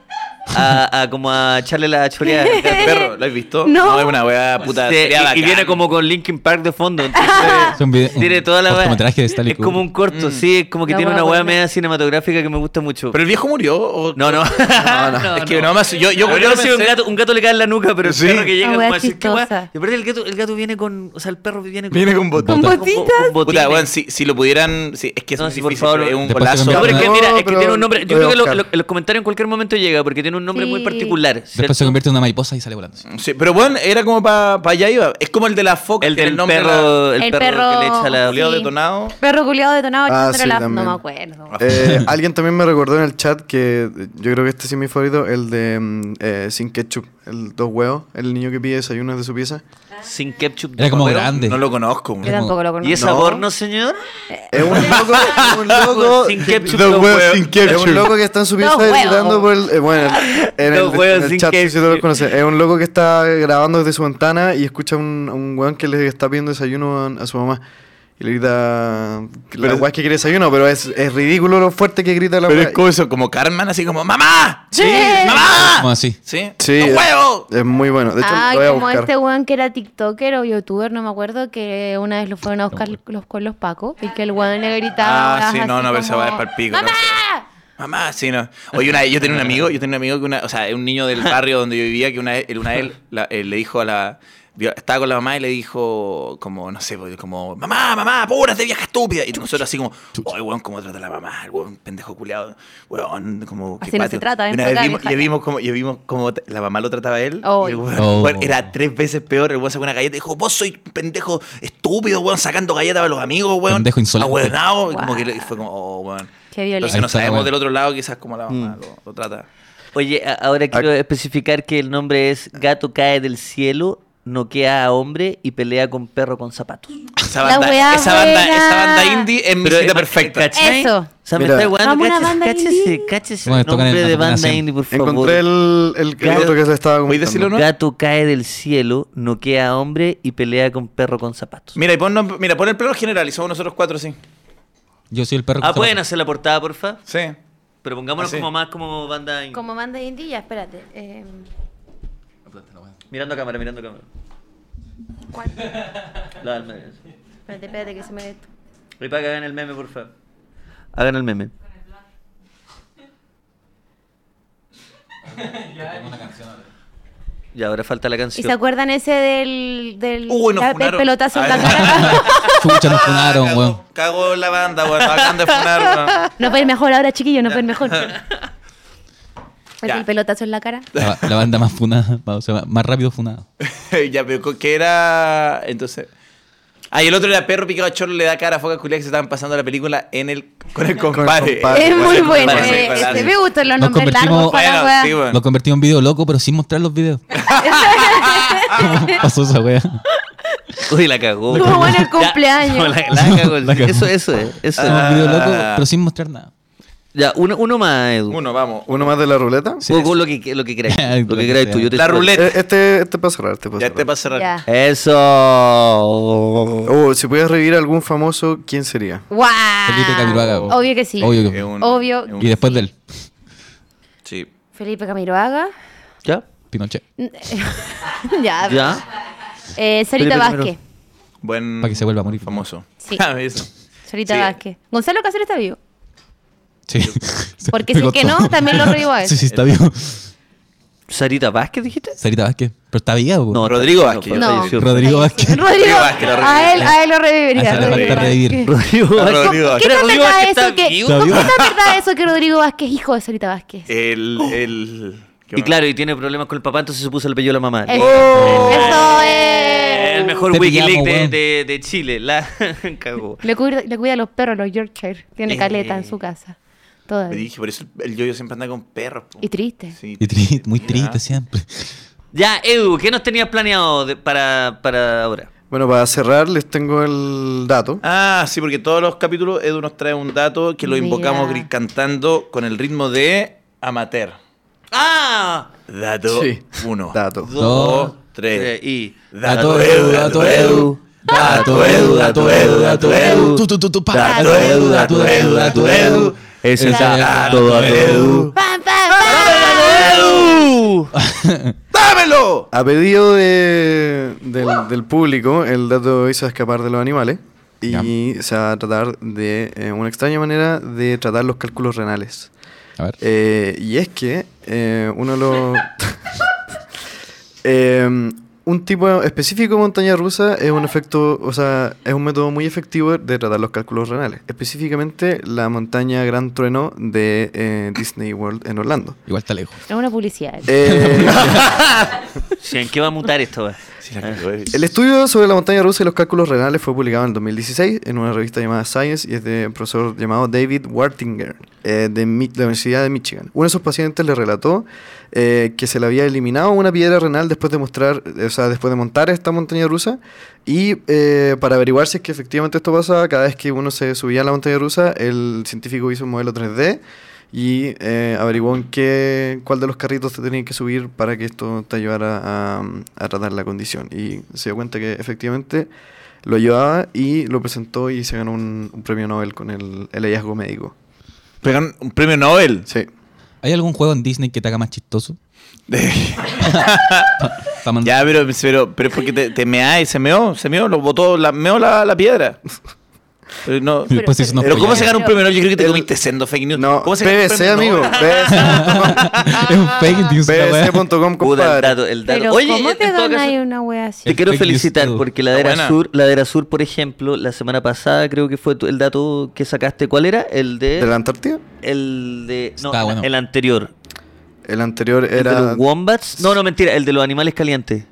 a, a como a echarle [laughs] la choreada. al gato. El perro, ¿lo has visto? No. es una weá puta. Sí, sería y, y bacán. viene como con Linkin Park de [laughs] fondo. entonces- eh, Es un video- un Tiene toda la weá. cortometraje de Stanley Es como un corto, sí, es como que Mm. La tiene weá una weá buena. media cinematográfica que me gusta mucho. Pero el viejo murió. o- no, no. [laughs] No, es que no, más. Yo, yo, Yo, yo creo que pensé- un gato, un gato le cae en la nuca, pero Sí. el perro que llega Una como weá a decir, ¿qué chistosa. weá? Y aparte el gato, el gato viene con, o sea, el perro viene con... Viene con botón. ¿Con Puta, bo- botitas? con botines. Puta, weón, si, si lo pudieran. sí, es que es No, muy sí, por difícil, favor. es un Después se golazo. No, pero es que No, mira, es que pero tiene un nombre. Yo voy a creo que lo- buscar. lo- los comentarios en cualquier momento llega porque tiene un nombre muy Sí. particular. ¿cierto? Después se convierte en una mariposa y sale volando. Sí, pero bueno, era como para allá iba. Es como el de la foca. El que era del nombre de la- perro, el, El perro, que le perro- echa la. Julio Sí. detonado. Ah, Perro culiado detonado Ah, echándole sí, la- también. No me acuerdo. [laughs] Eh, alguien también me recordó en el chat que eh, yo creo que este sí es mi favorito, el de mm, eh, sin ketchup, el dos huevos, el niño que pide desayuno de su pieza. Sin ketchup. Era como Pero grande. No lo conozco. Yo güey. tampoco lo conozco. ¿Y es sabor, no señor? [laughs] Es un loco, un loco Sin ketchup, Dos dos huevos huevos. Es un loco que está en su pieza Dos huevos. gritando por el eh, bueno, en el, Dos en huevos el sin chat sí, sí, ketchup. todos lo conocen. Es un loco que está grabando desde su ventana y escucha a un, a un weón que le está pidiendo desayuno a, a su mamá. Y le grita la weá que quiere desayuno, pero es, es ridículo lo fuerte que grita la Pero weá. es como eso, como Carmen, así como ¡Mamá! Sí. Como ¡Mamá! así. ¿Sí? Sí, ¡Los es- huevos! Es muy bueno. De hecho, Ah, lo voy a como buscar. este weón que era TikToker o youtuber, no me acuerdo, que una vez lo fueron a buscar los, con los Pacos y que el weón le gritaba. Ah, sí, weas no, así no, pero esa como, wea es pa'l pico, no ¡Mamá! Mamá, sí, no. Oye, una, yo tenía un amigo, yo tenía un amigo que una, o sea, un niño del barrio donde yo vivía que una vez, él- una vez la- él le dijo a la vio- estaba con la mamá y le dijo como, no sé, pues, como, mamá, mamá, pobres de vieja estúpida. Y nosotros así como, ay, weón, cómo trata la mamá, el weón, pendejo culiado, weón, como Así no se patio". trata, ven Y una para vez acá, vimos, vieja. le vimos como, y vimos como t- la mamá lo trataba a él. Ay. Y el weón, Oh. weón, era tres veces peor, el weón sacó una galleta y dijo, vos soy pendejo estúpido, weón, sacando galletas a los amigos, weón. Pendejo insolente. ahueonao". Y como Wow. que le- y fue como, oh, weón. Qué violento. Entonces no Ahí está la sabemos weá. del otro lado quizás como la mamá lo, lo trata. Oye, a- ahora quiero especificar que el nombre es Gato cae del cielo, noquea a hombre y pelea con perro con zapatos. Esa La banda, weá esa banda, buena. esa banda indie es mi cita ima- perfecta. ¿cachai? Eso. O sea, me Mira. está jugando, Vamos a una cáchese, banda cáchese, indie. cáchese Bueno, el tocan en nombre de la banda combinación. indie, por favor. Encontré el, el, el Gato. otro que se estaba ¿Voy a decirlo o comentando. no? Gato cae del cielo, noquea a hombre y pelea con perro con zapatos. Mira, y ponnos- mira, pon el plano general y somos nosotros cuatro, sí. Yo soy el perro. Ah, con [laughs] pueden zapatos. hacer la portada, porfa. Sí. Pero pongámonos Ah, sí. como más como banda indie. Como manda indie, ya, espérate. eh, Mirando a cámara, mirando a cámara. ¿cuál? La alma de Dios. Espérate, espérate que se me ve esto. Oye, para que hagan el meme, por favor. Hagan el meme. [laughs] Ya, ahora falta la ¿Y se canción. acuerdan ese del, del Uy, nos la- funaron. Ah, el pelotazo en A la ver. [laughs] cara? Chucha, nos funaron, Ah, weón. cagó, cagó la banda, weón. Acaban de funar, weón. Nos ven mejor ahora, chiquillos, nos [laughs] ven mejor. Pues Ya. el pelotazo en la cara. La, la banda más funada, [laughs] o sea, más rápido funada. [laughs] ya, pero co- que era. Entonces. Ah, y el otro era perro picado a chorro, le da cara a foca culia que se estaban pasando la película en el, [laughs] con el compadre. compadre. Es Vale, muy vale, bueno. vale, eh, vale. este, Me gustan los Nos nombres largos convertimos- para la Bueno, wea. sí, weón. Lo convertí en un video loco, pero sin mostrar los videos. ¿Cómo pasó esa wea? Uy, la cagó. Estuvo bueno el Ya, cumpleaños. no, la, la cagó. La cagó. Ah. Eso, eso es. Eso es. Hicimos [laughs] un video loco, pero sin mostrar nada. Ya, uno, uno más, Edu. Uno, vamos. ¿Uno más de la ruleta? Sí. Vos- vos lo que, lo [laughs] que queráis. lo Lo que que queráis sea. tú. Yo te La espero. ruleta. Eh, Este, este para cerrar, este para Ya cerrar. te pasa cerrar. Ya. Eso. Oh, si pudieras revivir algún famoso, ¿quién sería? [laughs] ¡Guau! Felipe Camiroaga. weón. Obvio que sí. Obvio Es que un- Obvio. es un- Y después del Sí. Felipe Camiroaga. [laughs] ¿Ya? Pinochet. ya. ¿Ya? Eh, Sarita Felipe Vázquez. Camiroaga. Buen. Para que se vuelva a morir. Famoso. Sí. Ah, eso. Sarita Sí. Vázquez. Gonzalo Cáceres está vivo. Sí. Porque Me [laughs] si es que costó. no, también lo revivo a él. Sí, sí, está vivo. Sarita Vázquez, dijiste. Sarita Vázquez. Pero está viva, po. No, Rodrigo Vázquez. No, No. falleció. Rodrigo [laughs] Vázquez. Rodrigo, Vázquez, lo a él, a él lo reviviría. Hace Rodrigo falta Vázquez. revivir. [laughs] Rodrigo Vázquez. Rodrigo ¿Con Vázquez. ¿Qué Pero tan Rodrigo verdad Vázquez eso está que, vivo. ¿con qué Está tan verdad eso que Rodrigo Vázquez es hijo de Sarita Vázquez? El, Oh. el- ¿qué Y más? claro, y tiene problemas con el papá, entonces se puso el pello a la mamá. Eso, eso es. Oh. El mejor Te Wikileaks pillamos, de, weón. de- de Chile. La [laughs] cagó. Le cuida, le cuida a los perros, los Yorkshire. Tiene Eh. caleta en su casa. Me Todavía. dije, por eso el yoyo siempre anda con perros. po. Y triste. Sí, Y triste, muy mira. triste siempre. Ya, Edu, ¿qué nos tenías planeado de- para, para ahora? Bueno, para cerrar les tengo el dato. Ah, sí, porque todos los capítulos Edu nos trae un dato que lo Mira. invocamos gri- cantando con el ritmo de amateur. ¡Ah! Dato Sí. 1. Dato. Dos, Eh, tres. y. Dato Edu, dato Edu. Dato Edu, dato Edu, dato Edu. Tu, tu, tu, tu, pa. Dato Edu, dato Edu, dato Edu. Ese es dato Edu. ¡Pam, pam, pam! ¡Ah, ¡Edu! [laughs] ¡Dámelo! A pedido de- del, del público, el dato hizo escapar de los animales y se va a tratar de eh, una extraña manera de tratar los cálculos renales. A ver. Eh, y es que eh, uno [laughs] lo... Eh, un tipo específico de montaña rusa es un efecto, o sea, es un método muy efectivo de tratar los cálculos renales. Específicamente la montaña Gran Trueno de eh, Disney World en Orlando. Igual está lejos. Es una publicidad. Eh, Sí, ¿En qué va a mutar esto? weón? Sí, la cagó, eh. El estudio sobre la montaña rusa y los cálculos renales fue publicado en el 2016 en una revista llamada Science y es de un profesor llamado David Wartinger eh, de Mi- la Universidad de Michigan. Uno de sus pacientes le relató eh, que se le había eliminado una piedra renal después de mostrar, eh, o sea, después de montar esta montaña rusa y eh, para averiguar si es que efectivamente esto pasaba, cada vez que uno se subía a la montaña rusa, el científico hizo un modelo 3D y eh, averiguó en qué, cuál de los carritos te tenías que subir para que esto te ayudara a, a tratar la condición. Y se dio cuenta que efectivamente lo ayudaba y lo presentó y se ganó un, un premio Nobel con el, el hallazgo médico. Pegan un premio Nobel. Sí. ¿Hay algún juego en Disney que te haga más chistoso? Pa [laughs] mandar- ya, pero, pero, pero es porque te, te mea y se meó, se meó, lo botó, la, meó la, la piedra. Pero no. Y después se hizo unos Pero ¿cómo se collares. gana un premio Nobel? Yo creo que te El- comiste sendo fake news. No, ¿Cómo se gana un PVC, premio amigo. Nobel? [laughs] [laughs] es un fake news. la weá. PVC.com, Puta, el dato, compadre. el dato. Pero Oye, ¿cómo en te todo dan caso- ahí una wea así? Te quiero Fake news, felicitar Edu. porque la Está Ladera buena. Sur, Ladera Sur, por ejemplo, la semana pasada creo que fue tu- el dato que sacaste. ¿Cuál era? El de. ¿De la Antártida? El de. No, Está bueno. el anterior. El anterior ¿El de era... los wombats? No, no, mentira. El de los animales calientes.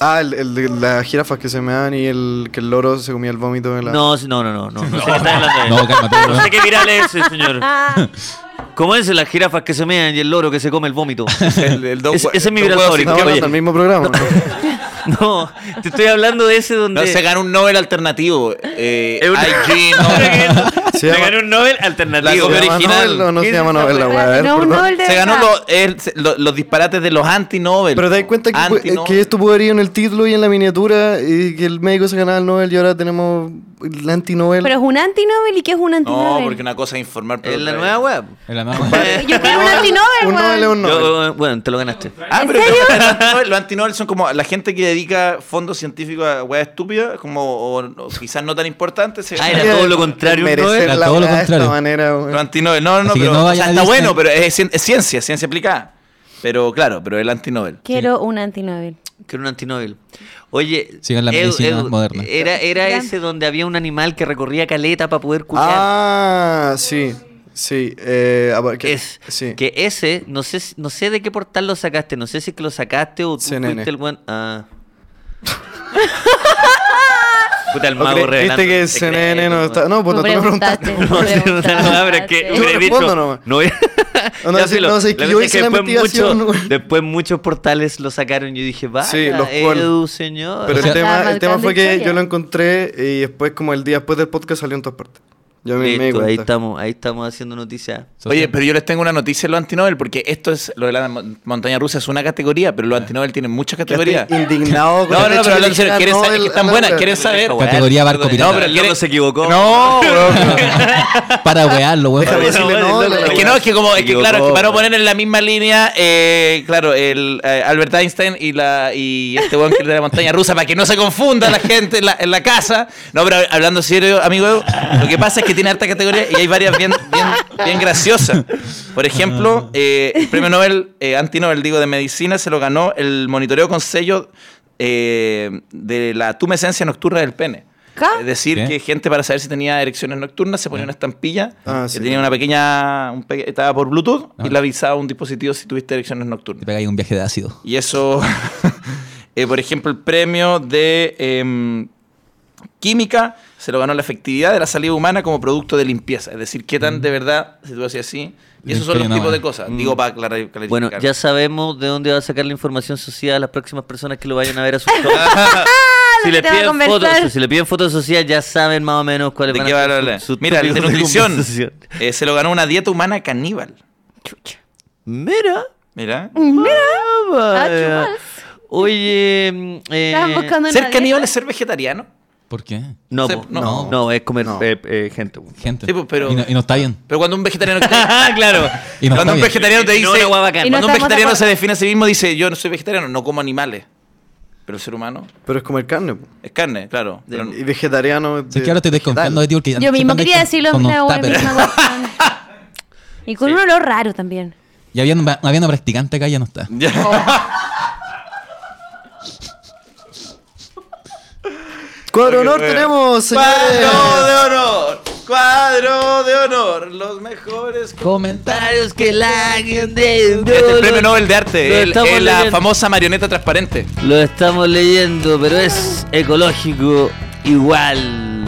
Ah, el, el de las jirafas que se me dan y el que el loro se comía el vómito de la... No, sí, no, no, no. No, no, sé qué está hablando de- No, cálmate, No sé weón. qué viral es ese, señor. Ah, ¿Cómo es las jirafas que se mean y el loro que se come el vómito? El- el Doc- Ese- ese es mi Doc viral Webber. favorito. Estamos hablando Oye. del mismo programa. No, te estoy hablando de ese donde. No, se gana un Nobel alternativo. Eh, Es [laughs] una- IG Se [laughs] Se llama- ganó un Nobel La alternativo. copia ¿Se llama original. Nobel o no se llama Nobel la weá? A ver, No, un perdón. Nobel de Se ganó verdad. lo- el- se- lo- los disparates de los anti-Nobel. Pero te das cuenta que, Anti-Nobel. pu- que esto podría en el título y en la miniatura y que el médico se ganaba el Nobel y ahora tenemos el anti-Nobel. Pero es un antinobel y qué es un antinobel. Eh, No, porque una cosa es informar. pero Es la otra nueva es- web. En la mamá. [laughs] Yo quiero un antinobel, un Nobel es weón. un Nobel. Yo, eh, bueno, te lo ganaste. Ah, ¿En pero serio? [laughs] los anti-Nobel- los anti-Nobel son como la gente que dedica fondos científicos a weas estúpidas, como o, o quizás no tan importantes. se- Ah, era todo lo contrario, un Merecer Nobel. Eh, la Era todo lo weá de esta contrario. manera, weón. Los anti-Nobel. No, no, no, Así que pero, no o sea, vayan a está Disney. bueno, pero es, cien- es ciencia, es ciencia aplicada. Pero claro, pero el anti-Nobel. Quiero un antinobel. Eh, Que era un antinobel. Oye, Sigan la medicina moderna. Era, era Gran- ese donde había un animal que recorría caleta para poder curar. Ah, sí. Sí. Eh, a ver, que- es sí. que ese, no sé, si- no sé de qué portal lo sacaste, no sé si es que lo sacaste o tú CNN. fuiste el buen. [laughs] Ah. Puta, el ¿O mago cre- revelando. ¿Viste que Te CNN creo, no weón. [laughs] [laughs] está? No, pues no Tú te lo preguntaste. preguntaste. No, sí, no, no, no, pero es que Yo hubiera dicho, respondo nomás. no hubiera- [laughs] No, no, Ya, sí, filo. no, sí, que La yo cosa es hice que la después investigación, mucho- güey. Después muchos portales lo sacaron y yo dije, vaya, Sí, los cual- Edu, señor. Pero O sea- el tema, el Estaba tema marcando fue que historia. yo lo encontré y después, como el día después del podcast, salió en todas partes. Yo me, me di Listo, ahí cuenta. estamos, ahí estamos haciendo noticias. Oye, pero yo les tengo una noticia de los anti-Nobel, porque esto es, lo de la mon- montaña rusa es una categoría, pero los anti-Nobel tienen muchas categorías. Estoy [laughs] No, indignado no, no, pero lo lo que quieren saber, es que están buenas, quieren saber. Categoría barco pirata. No, pero el quieren- loco se equivocó. No, [laughs] bro. [laughs] Para wearlo, weón. Déjame Pero decirle bueno, no. el la- loco- Es que no, es que como, es que claro, es que para no poner en la misma línea, eh, claro, el eh, Albert Einstein y la y este weón que es de la montaña rusa, para que no se confunda la gente en la, en la casa. No, pero hablando serio, amigo, lo que pasa es que tiene harta categoría y hay varias bien, bien, bien graciosa. Por ejemplo, eh, el premio Nobel, eh, anti-Nobel, digo, de medicina se lo ganó el monitoreo con sello eh, de la tumescencia nocturna del pene. ¿Ca? Es decir, ¿Qué? que gente para saber si tenía erecciones nocturnas se ponía una estampilla Ah, que sí. tenía una pequeña. un pe- estaba por Bluetooth Ah. y le avisaba a un dispositivo si tuviste erecciones Te nocturnas. pegáis un viaje de ácido. Y eso. [laughs] eh, por ejemplo, el premio de em, química se lo ganó la efectividad de la salida humana como producto de limpieza. Es decir, qué tan de verdad se tuvo así así. Y esos son los Limpio, Mm. tipos no, de eh. cosas. Digo, para aclarar. Bueno, clarificar. ya sabemos de dónde va a sacar la información social a las próximas personas que lo vayan a ver a [laughs] sus shows. [laughs] si, lo que te le va a piden conversar. fotos, si le piden fotos sociales, ya saben más o menos cuáles ¿De van qué a va a ser sus- hablar? sus Mira, el de tópicos nutrición conversación. eh, se lo ganó una dieta humana caníbal. Chucha. Mira. Mira. Ah, vaya. chupas. Oye, mm, eh, Estaban buscando una ¿Ser caníbal dieta. es ser vegetariano? ¿Por qué? no, se- po, no. no, no, es comer No. eh, eh, gente. po. Gente. Sí, pues, pero- y, no, y no está bien. Pero cuando un vegetariano [laughs] claro. Y no está cuando un bien. vegetariano te No, dice una hueá bacán. Y no cuando un estamos de vegetariano acuerdo. se define a sí mismo dice yo no soy vegetariano, no como animales. Pero el ser humano Pero es comer carne. po. es carne, claro. pero- Y vegetariano. Sé que ahora estoy desconfiando de ti porque Yo mismo quería decirlo con en unos una hora, [laughs] tuppers. misma cuestión. Y con un olor raro también. Y había una, había una practicante acá y ya no está. [laughs] Ya. Cuadro honor [laughs] tenemos, Cuadro señores. de honor. Cuadro de honor. Los mejores Comentarios que la Este es el premio Nobel de lo Arte, el- estamos es la leyendo. famosa marioneta transparente. Lo estamos leyendo, pero es ecológico igual.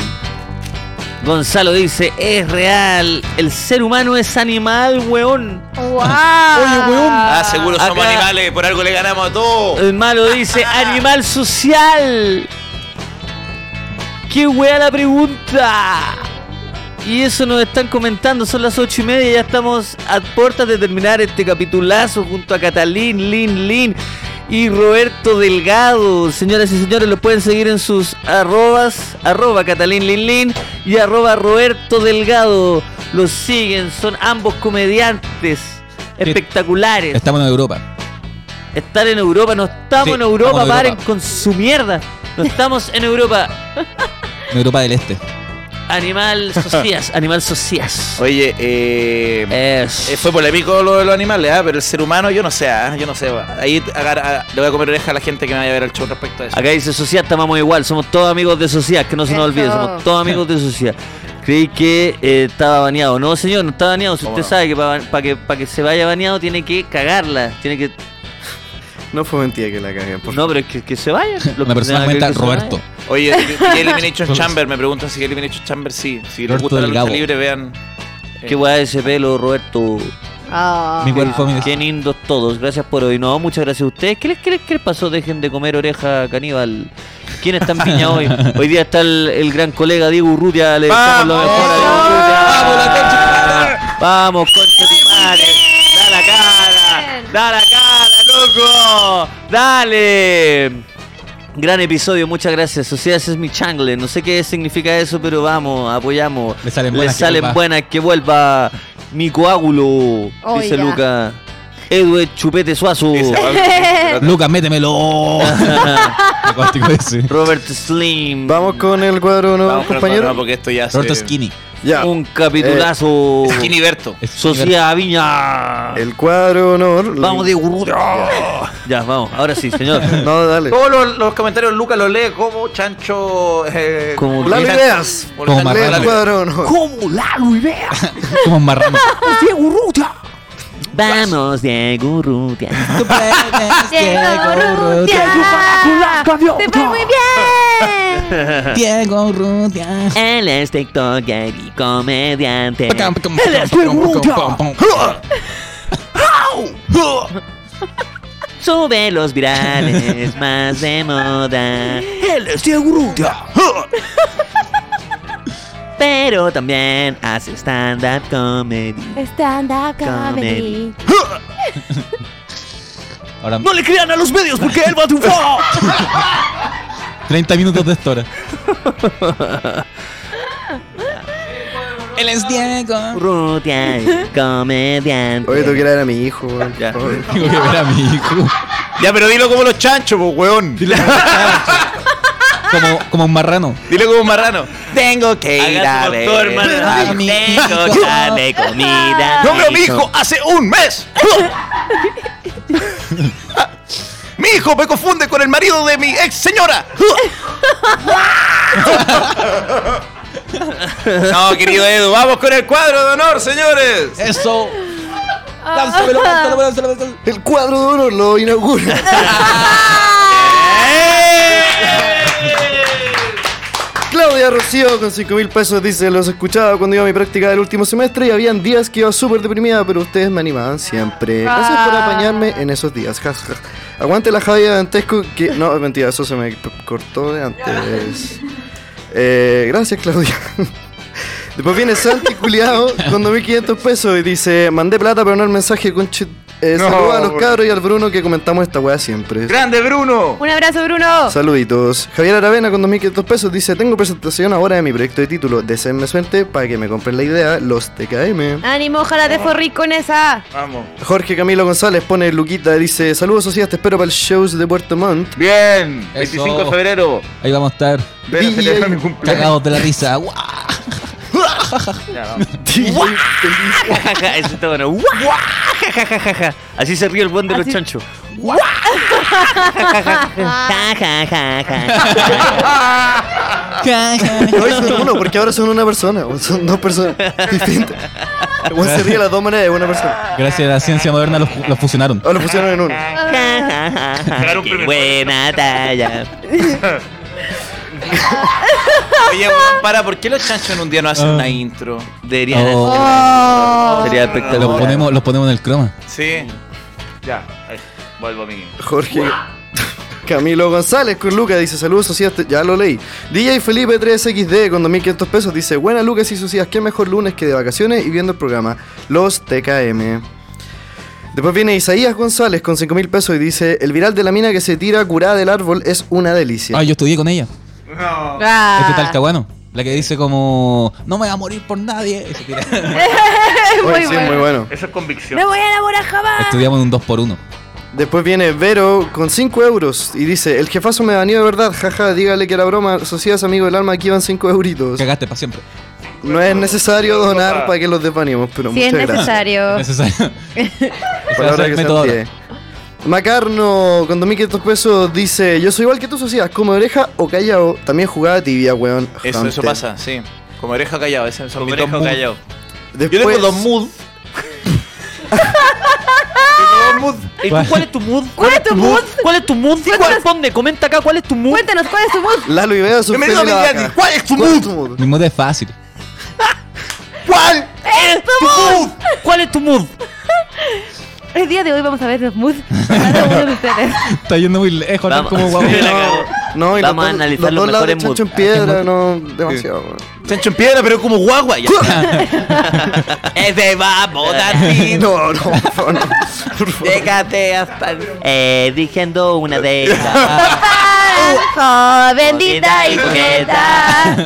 Gonzalo dice, es real. El ser humano es animal, weón. ¡Wow! Oye, weón. Ah, seguro somos acá- Eh. animales, por algo le ganamos a todos. El malo dice, animal social. ¡Qué wea la pregunta! Y eso nos están comentando, son las ocho y media, ya estamos a puertas de terminar este capitulazo junto a Catalín, Lin, Lin y Roberto Delgado. Señoras y señores, lo pueden seguir en sus arrobas, arroba Catalín, Lin, Lin y arroba Roberto Delgado. Los siguen, son ambos comediantes espectaculares. Estamos en Europa. Estar en Europa, no estamos Sí, en Europa, estamos en paren Europa. con su mierda. No estamos en Europa. En Europa del Este. [laughs] Animal socias, animal socias. Oye, eh, Es. Eh, fue polémico lo de los animales, ¿ah? pero el ser humano, yo no sé, ¿ah? yo no sé. ¿ah? Ahí agar- a- le voy a comer oreja a la gente que me vaya a ver el show respecto a eso. Acá dice socias, estamos igual, somos todos amigos de socias, que no se Eso. nos olvide, somos todos amigos de socias. Creí que eh, estaba baneado. No, señor, no está baneado. Si ¿Cómo usted no? sabe que para que, pa' que se vaya baneado tiene que cagarla. Tiene que. No fue mentira que la caguen. por No, pero es que, que se vaya. [laughs] Lo Una que persona tenga que comenta ver que se Roberto. vaya. Oye, [laughs] ¿qué Elimination Chamber? Me preguntan si Elimination Chamber sí. Si les Roberto gusta la lucha Delgado. libre, vean. Qué guay ese pelo, Roberto. Ah. Ah, Mi cuerpo, mi Qué destino. lindos todos, gracias por hoy. No, muchas gracias a ustedes. ¿Qué les, qué les- qué les pasó? Dejen de comer oreja caníbal. ¿Quién está en Piña [laughs] hoy? Hoy día está el, el gran colega Diego Urrutia. Le deseamos lo ¡Vamos! mejor a Diego Urrutia. ¡Vamos, la concha de tu madre! ¡Vamos, concha de tu madre! ¡Da la cara! ¡Da la cara, loco! ¡Dale! Gran episodio, muchas gracias. Sociedades es mi changle. No sé qué significa eso, pero vamos, apoyamos. Le salen Le buenas que salen vuelva. buenas, que vuelva mi coágulo, Oh, dice ya. Luca. Edward Chupete Suazo. [laughs] Lucas, métemelo. Acuático ese. Robert Slim. Vamos con el cuadro honor, compañero. No, porque esto ya Roberto se... Skinny. ya. Eh, Un capitulazo. Skinny Berto. Es Sociedad Viña. El cuadro honor. Vamos de Ya, vamos. Ahora sí, [laughs] señor. No, dale. Este. Todos los, los comentarios Lucas los lee como chancho... eh, Como Chancho- Lalo Ideas. como Como Chancho Lee el Lalo. cuadro honor. ¿Cómo la idea? [laughs] Como un marrano. Vamos, Diego Urrutia. Diego Urrutia. ¡Te fue muy bien! Diego Rutia. Él es TikToker y comediante. Sube los virales más de moda. Él es Diego Urrutia. Pero también hace stand-up comedy. Stand-up comedy. Ahora, le crean a los medios porque él va a triunfar. 30 minutos de esto ahora. Él es Diego. Urrutia, comediante. Oye, tengo que ir a ver a mi hijo. weón, por Ya. favor. Tengo que ver a mi hijo. Ya, pero dilo como los chanchos, pues, weón. como, como un marrano. Dilo como un marrano. Tengo que Haga ir su a doctor, ver hermano. a Ay, mi Tengo hijo. carne, comida. No veo a mi hijo hace un [laughs] mes. mi hijo me confunde con el marido de mi ex señora. [laughs] no, querido Edu, vamos con el cuadro de honor, señores. [laughs] Eso. Lánzamelo, lánzamelo, lánzamelo, lánzamelo. El cuadro de honor lo inaugura Eh. Claudia Rocío con 5 mil pesos dice, los escuchaba cuando iba a mi práctica del último semestre y habían días que iba súper deprimida, pero ustedes me animaban siempre. Gracias por Ah. apañarme en esos días. Ja, ja, ja. Aguante la Javi de Dantesco que... No, mentira, eso se me p- cortó de antes. Eh, gracias, Claudia. Después viene Santi Culeado con 2.500 pesos y dice, mandé plata pero no el mensaje con... Eh, No, saludos a los Bruno. cabros y al Bruno que comentamos esta weá siempre. Grande Bruno. Un abrazo, Bruno. [laughs] Saluditos. Javier Aravena con 2.500 pesos dice, tengo presentación ahora de mi proyecto de título. Deseenme suerte para que me compren la idea, los TKM. Ánimo, ojalá te fue rico en esa. Vamos. Jorge Camilo González pone Luquita, dice, saludos socias, te espero para el shows de Puerto Montt. Bien. Eso. 25 de febrero. Ahí vamos a estar Ven a DJ. celebrar mi cumpleaños. cagados de la risa. ¡Guau! Ya, vamos. DJ feliz. [laughs] Eso está bueno. Guau, [laughs] ja, ja, ja, ja, ja. Así se ríe el buen de los Así- chanchos. Guau, ja, ja, ja, ja, ja, ja, ja, ja. No, es uno, porque ahora son una persona, o son dos personas distintas. El weón se ríe de las dos maneras de una persona. Gracias a la ciencia moderna los, los fusionaron. Ahora lo pusieron en uno. Ja, ja, ja, ja. Ganar un Ah, Qué premio. buena talla. Oye, weón, para, ¿por qué los chanchos en un día no hacen Ah. una intro? Deberían Ah. Oh. hacer- Sería Los espectacular. ponemos, los ponemos en el croma. Sí. Ya, ahí, vuelvo a mí. Jorge. Camilo González con Lucas dice saludos socias, te- ya lo leí. DJ Felipe 3XD con 2.500 pesos dice buena Lucas y socias, qué mejor lunes que de vacaciones y viendo el programa Los TKM. Después viene Isaías González con 5.000 pesos y dice el viral de la mina que se tira curada del árbol es una delicia. Ah, yo estudié con ella. Ah. Este tal caguano. La que dice como, no me voy a morir por nadie. Se tira. Es Oye, muy sí, bueno. muy bueno. Eso es convicción. Me voy a enamorar jamás. Estudiamos en un 2x1. Después viene Vero con 5 euros y dice el jefazo me baneó de verdad, jaja, dígale que era broma, socias amigo del alma, aquí van 5 euritos. Cagaste para siempre. No es necesario donar para que los desbaneemos, pero Si es muchas necesario. gracias. Necesario. Ese va a Palabra ser el que se método ahora. entiende. Macarno, con 2.500 pesos, dice: Yo soy igual que tú, socias, como de oreja o callao. También jugaba tibia, weón. Eso, eso Hamster. pasa, sí. Como oreja callado, ese es Como mi oreja top mood. callado. Después, Pues, Yo tengo dos moods. ¿Y tú ¿Cuál? cuál es tu mood? ¿Cuál es tu mood? ¿Cuál es tu mood? Cuéntanos. Responde, comenta acá cuál es tu mood. Cuéntanos, ¿cuál es tu mood? Lalo y Bea son Bienvenido a Fede la Vignati. Vaca. ¿Cuál es tu ¿Cuál mood? es [laughs] tu mood? [laughs] Mi mood es fácil. ¿Cuál? ¡Es tu mood! ¿Cuál es tu mood? El día de hoy vamos a ver los moods. Cada uno de ustedes. [laughs] Está yendo muy lejos, Vamos. como [laughs] guapo. Sí, la cago. No, y Vamos los a dos- analizar los los dos lados de mejores chancho en moods. piedra, no, demasiado. weón. Chancho en piedra, pero como guagua. Ya. [laughs] Ese va a [laughs] [laughs] No, no, por favor, no. Por favor. Llegate hasta el... Eh, diciendo [laughs] una de ellas. Joven, dita y sujeta.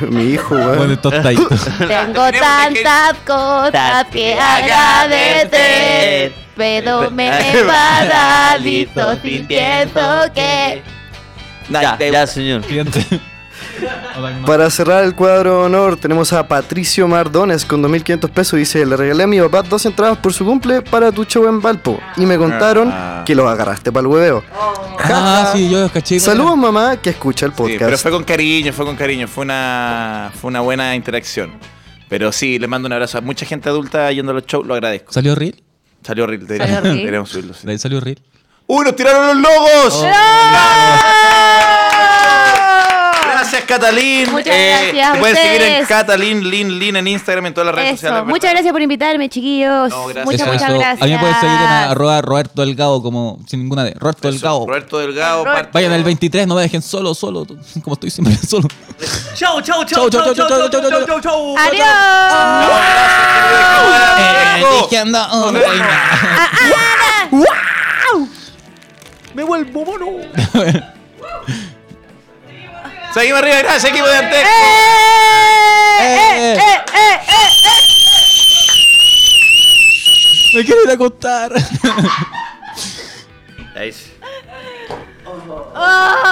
Mi hijo, Bueno, weón. esto está ahí. Tengo tantas cosas que agradecer. Pero me he paralizado sintiendo que. Ya, ya, señor. Siguiente. Para cerrar el cuadro de honor, tenemos a Patricio Mardones con 2.500 pesos. Dice: Le regalé a mi papá dos entradas por su cumple para tu show en Valpo. Y me contaron Ah. que los agarraste para el hueveo. Ah, sí, yo los caché. Saludos mamá que escucha el Sí, pero podcast. fue con cariño, fue con cariño. Fue una, fue una buena interacción. Pero sí, les mando un abrazo a mucha gente adulta yendo a los shows, lo agradezco. ¿Salió real? Salió horrible, Salió horrible. deberíamos subirlo. sí. De ahí salió real. [laughs] ¡Uy, nos tiraron los logos! Oh. Gracias, Catalín. Eh, Muchas gracias a Pueden seguir en ustedes. Catalín, Lin, Lin en Instagram, en todas las redes Eso. sociales. ¿verdad? Muchas gracias por invitarme, chiquillos. No, gracias. Muchas, Eso, muchas eso. gracias. A mí me pueden seguir en arroba Roberto Delgado, como sin ninguna de. Roberto Eso, Delgado. Roberto Delgado. Roberto. parte- Vayan al 23, no me dejen solo, solo, como estoy siempre solo. Chau, chau, Chau, chau, chau, chau, chau, chau, chau, chau. Adiós. Eh, Diego. dije, anda, oh, venga. Me [laughs] vuelvo mono. Seguimos arriba, gracias, equipo de Antec. Eh, Me quiero ir a acostar. Nice. ¡Oh!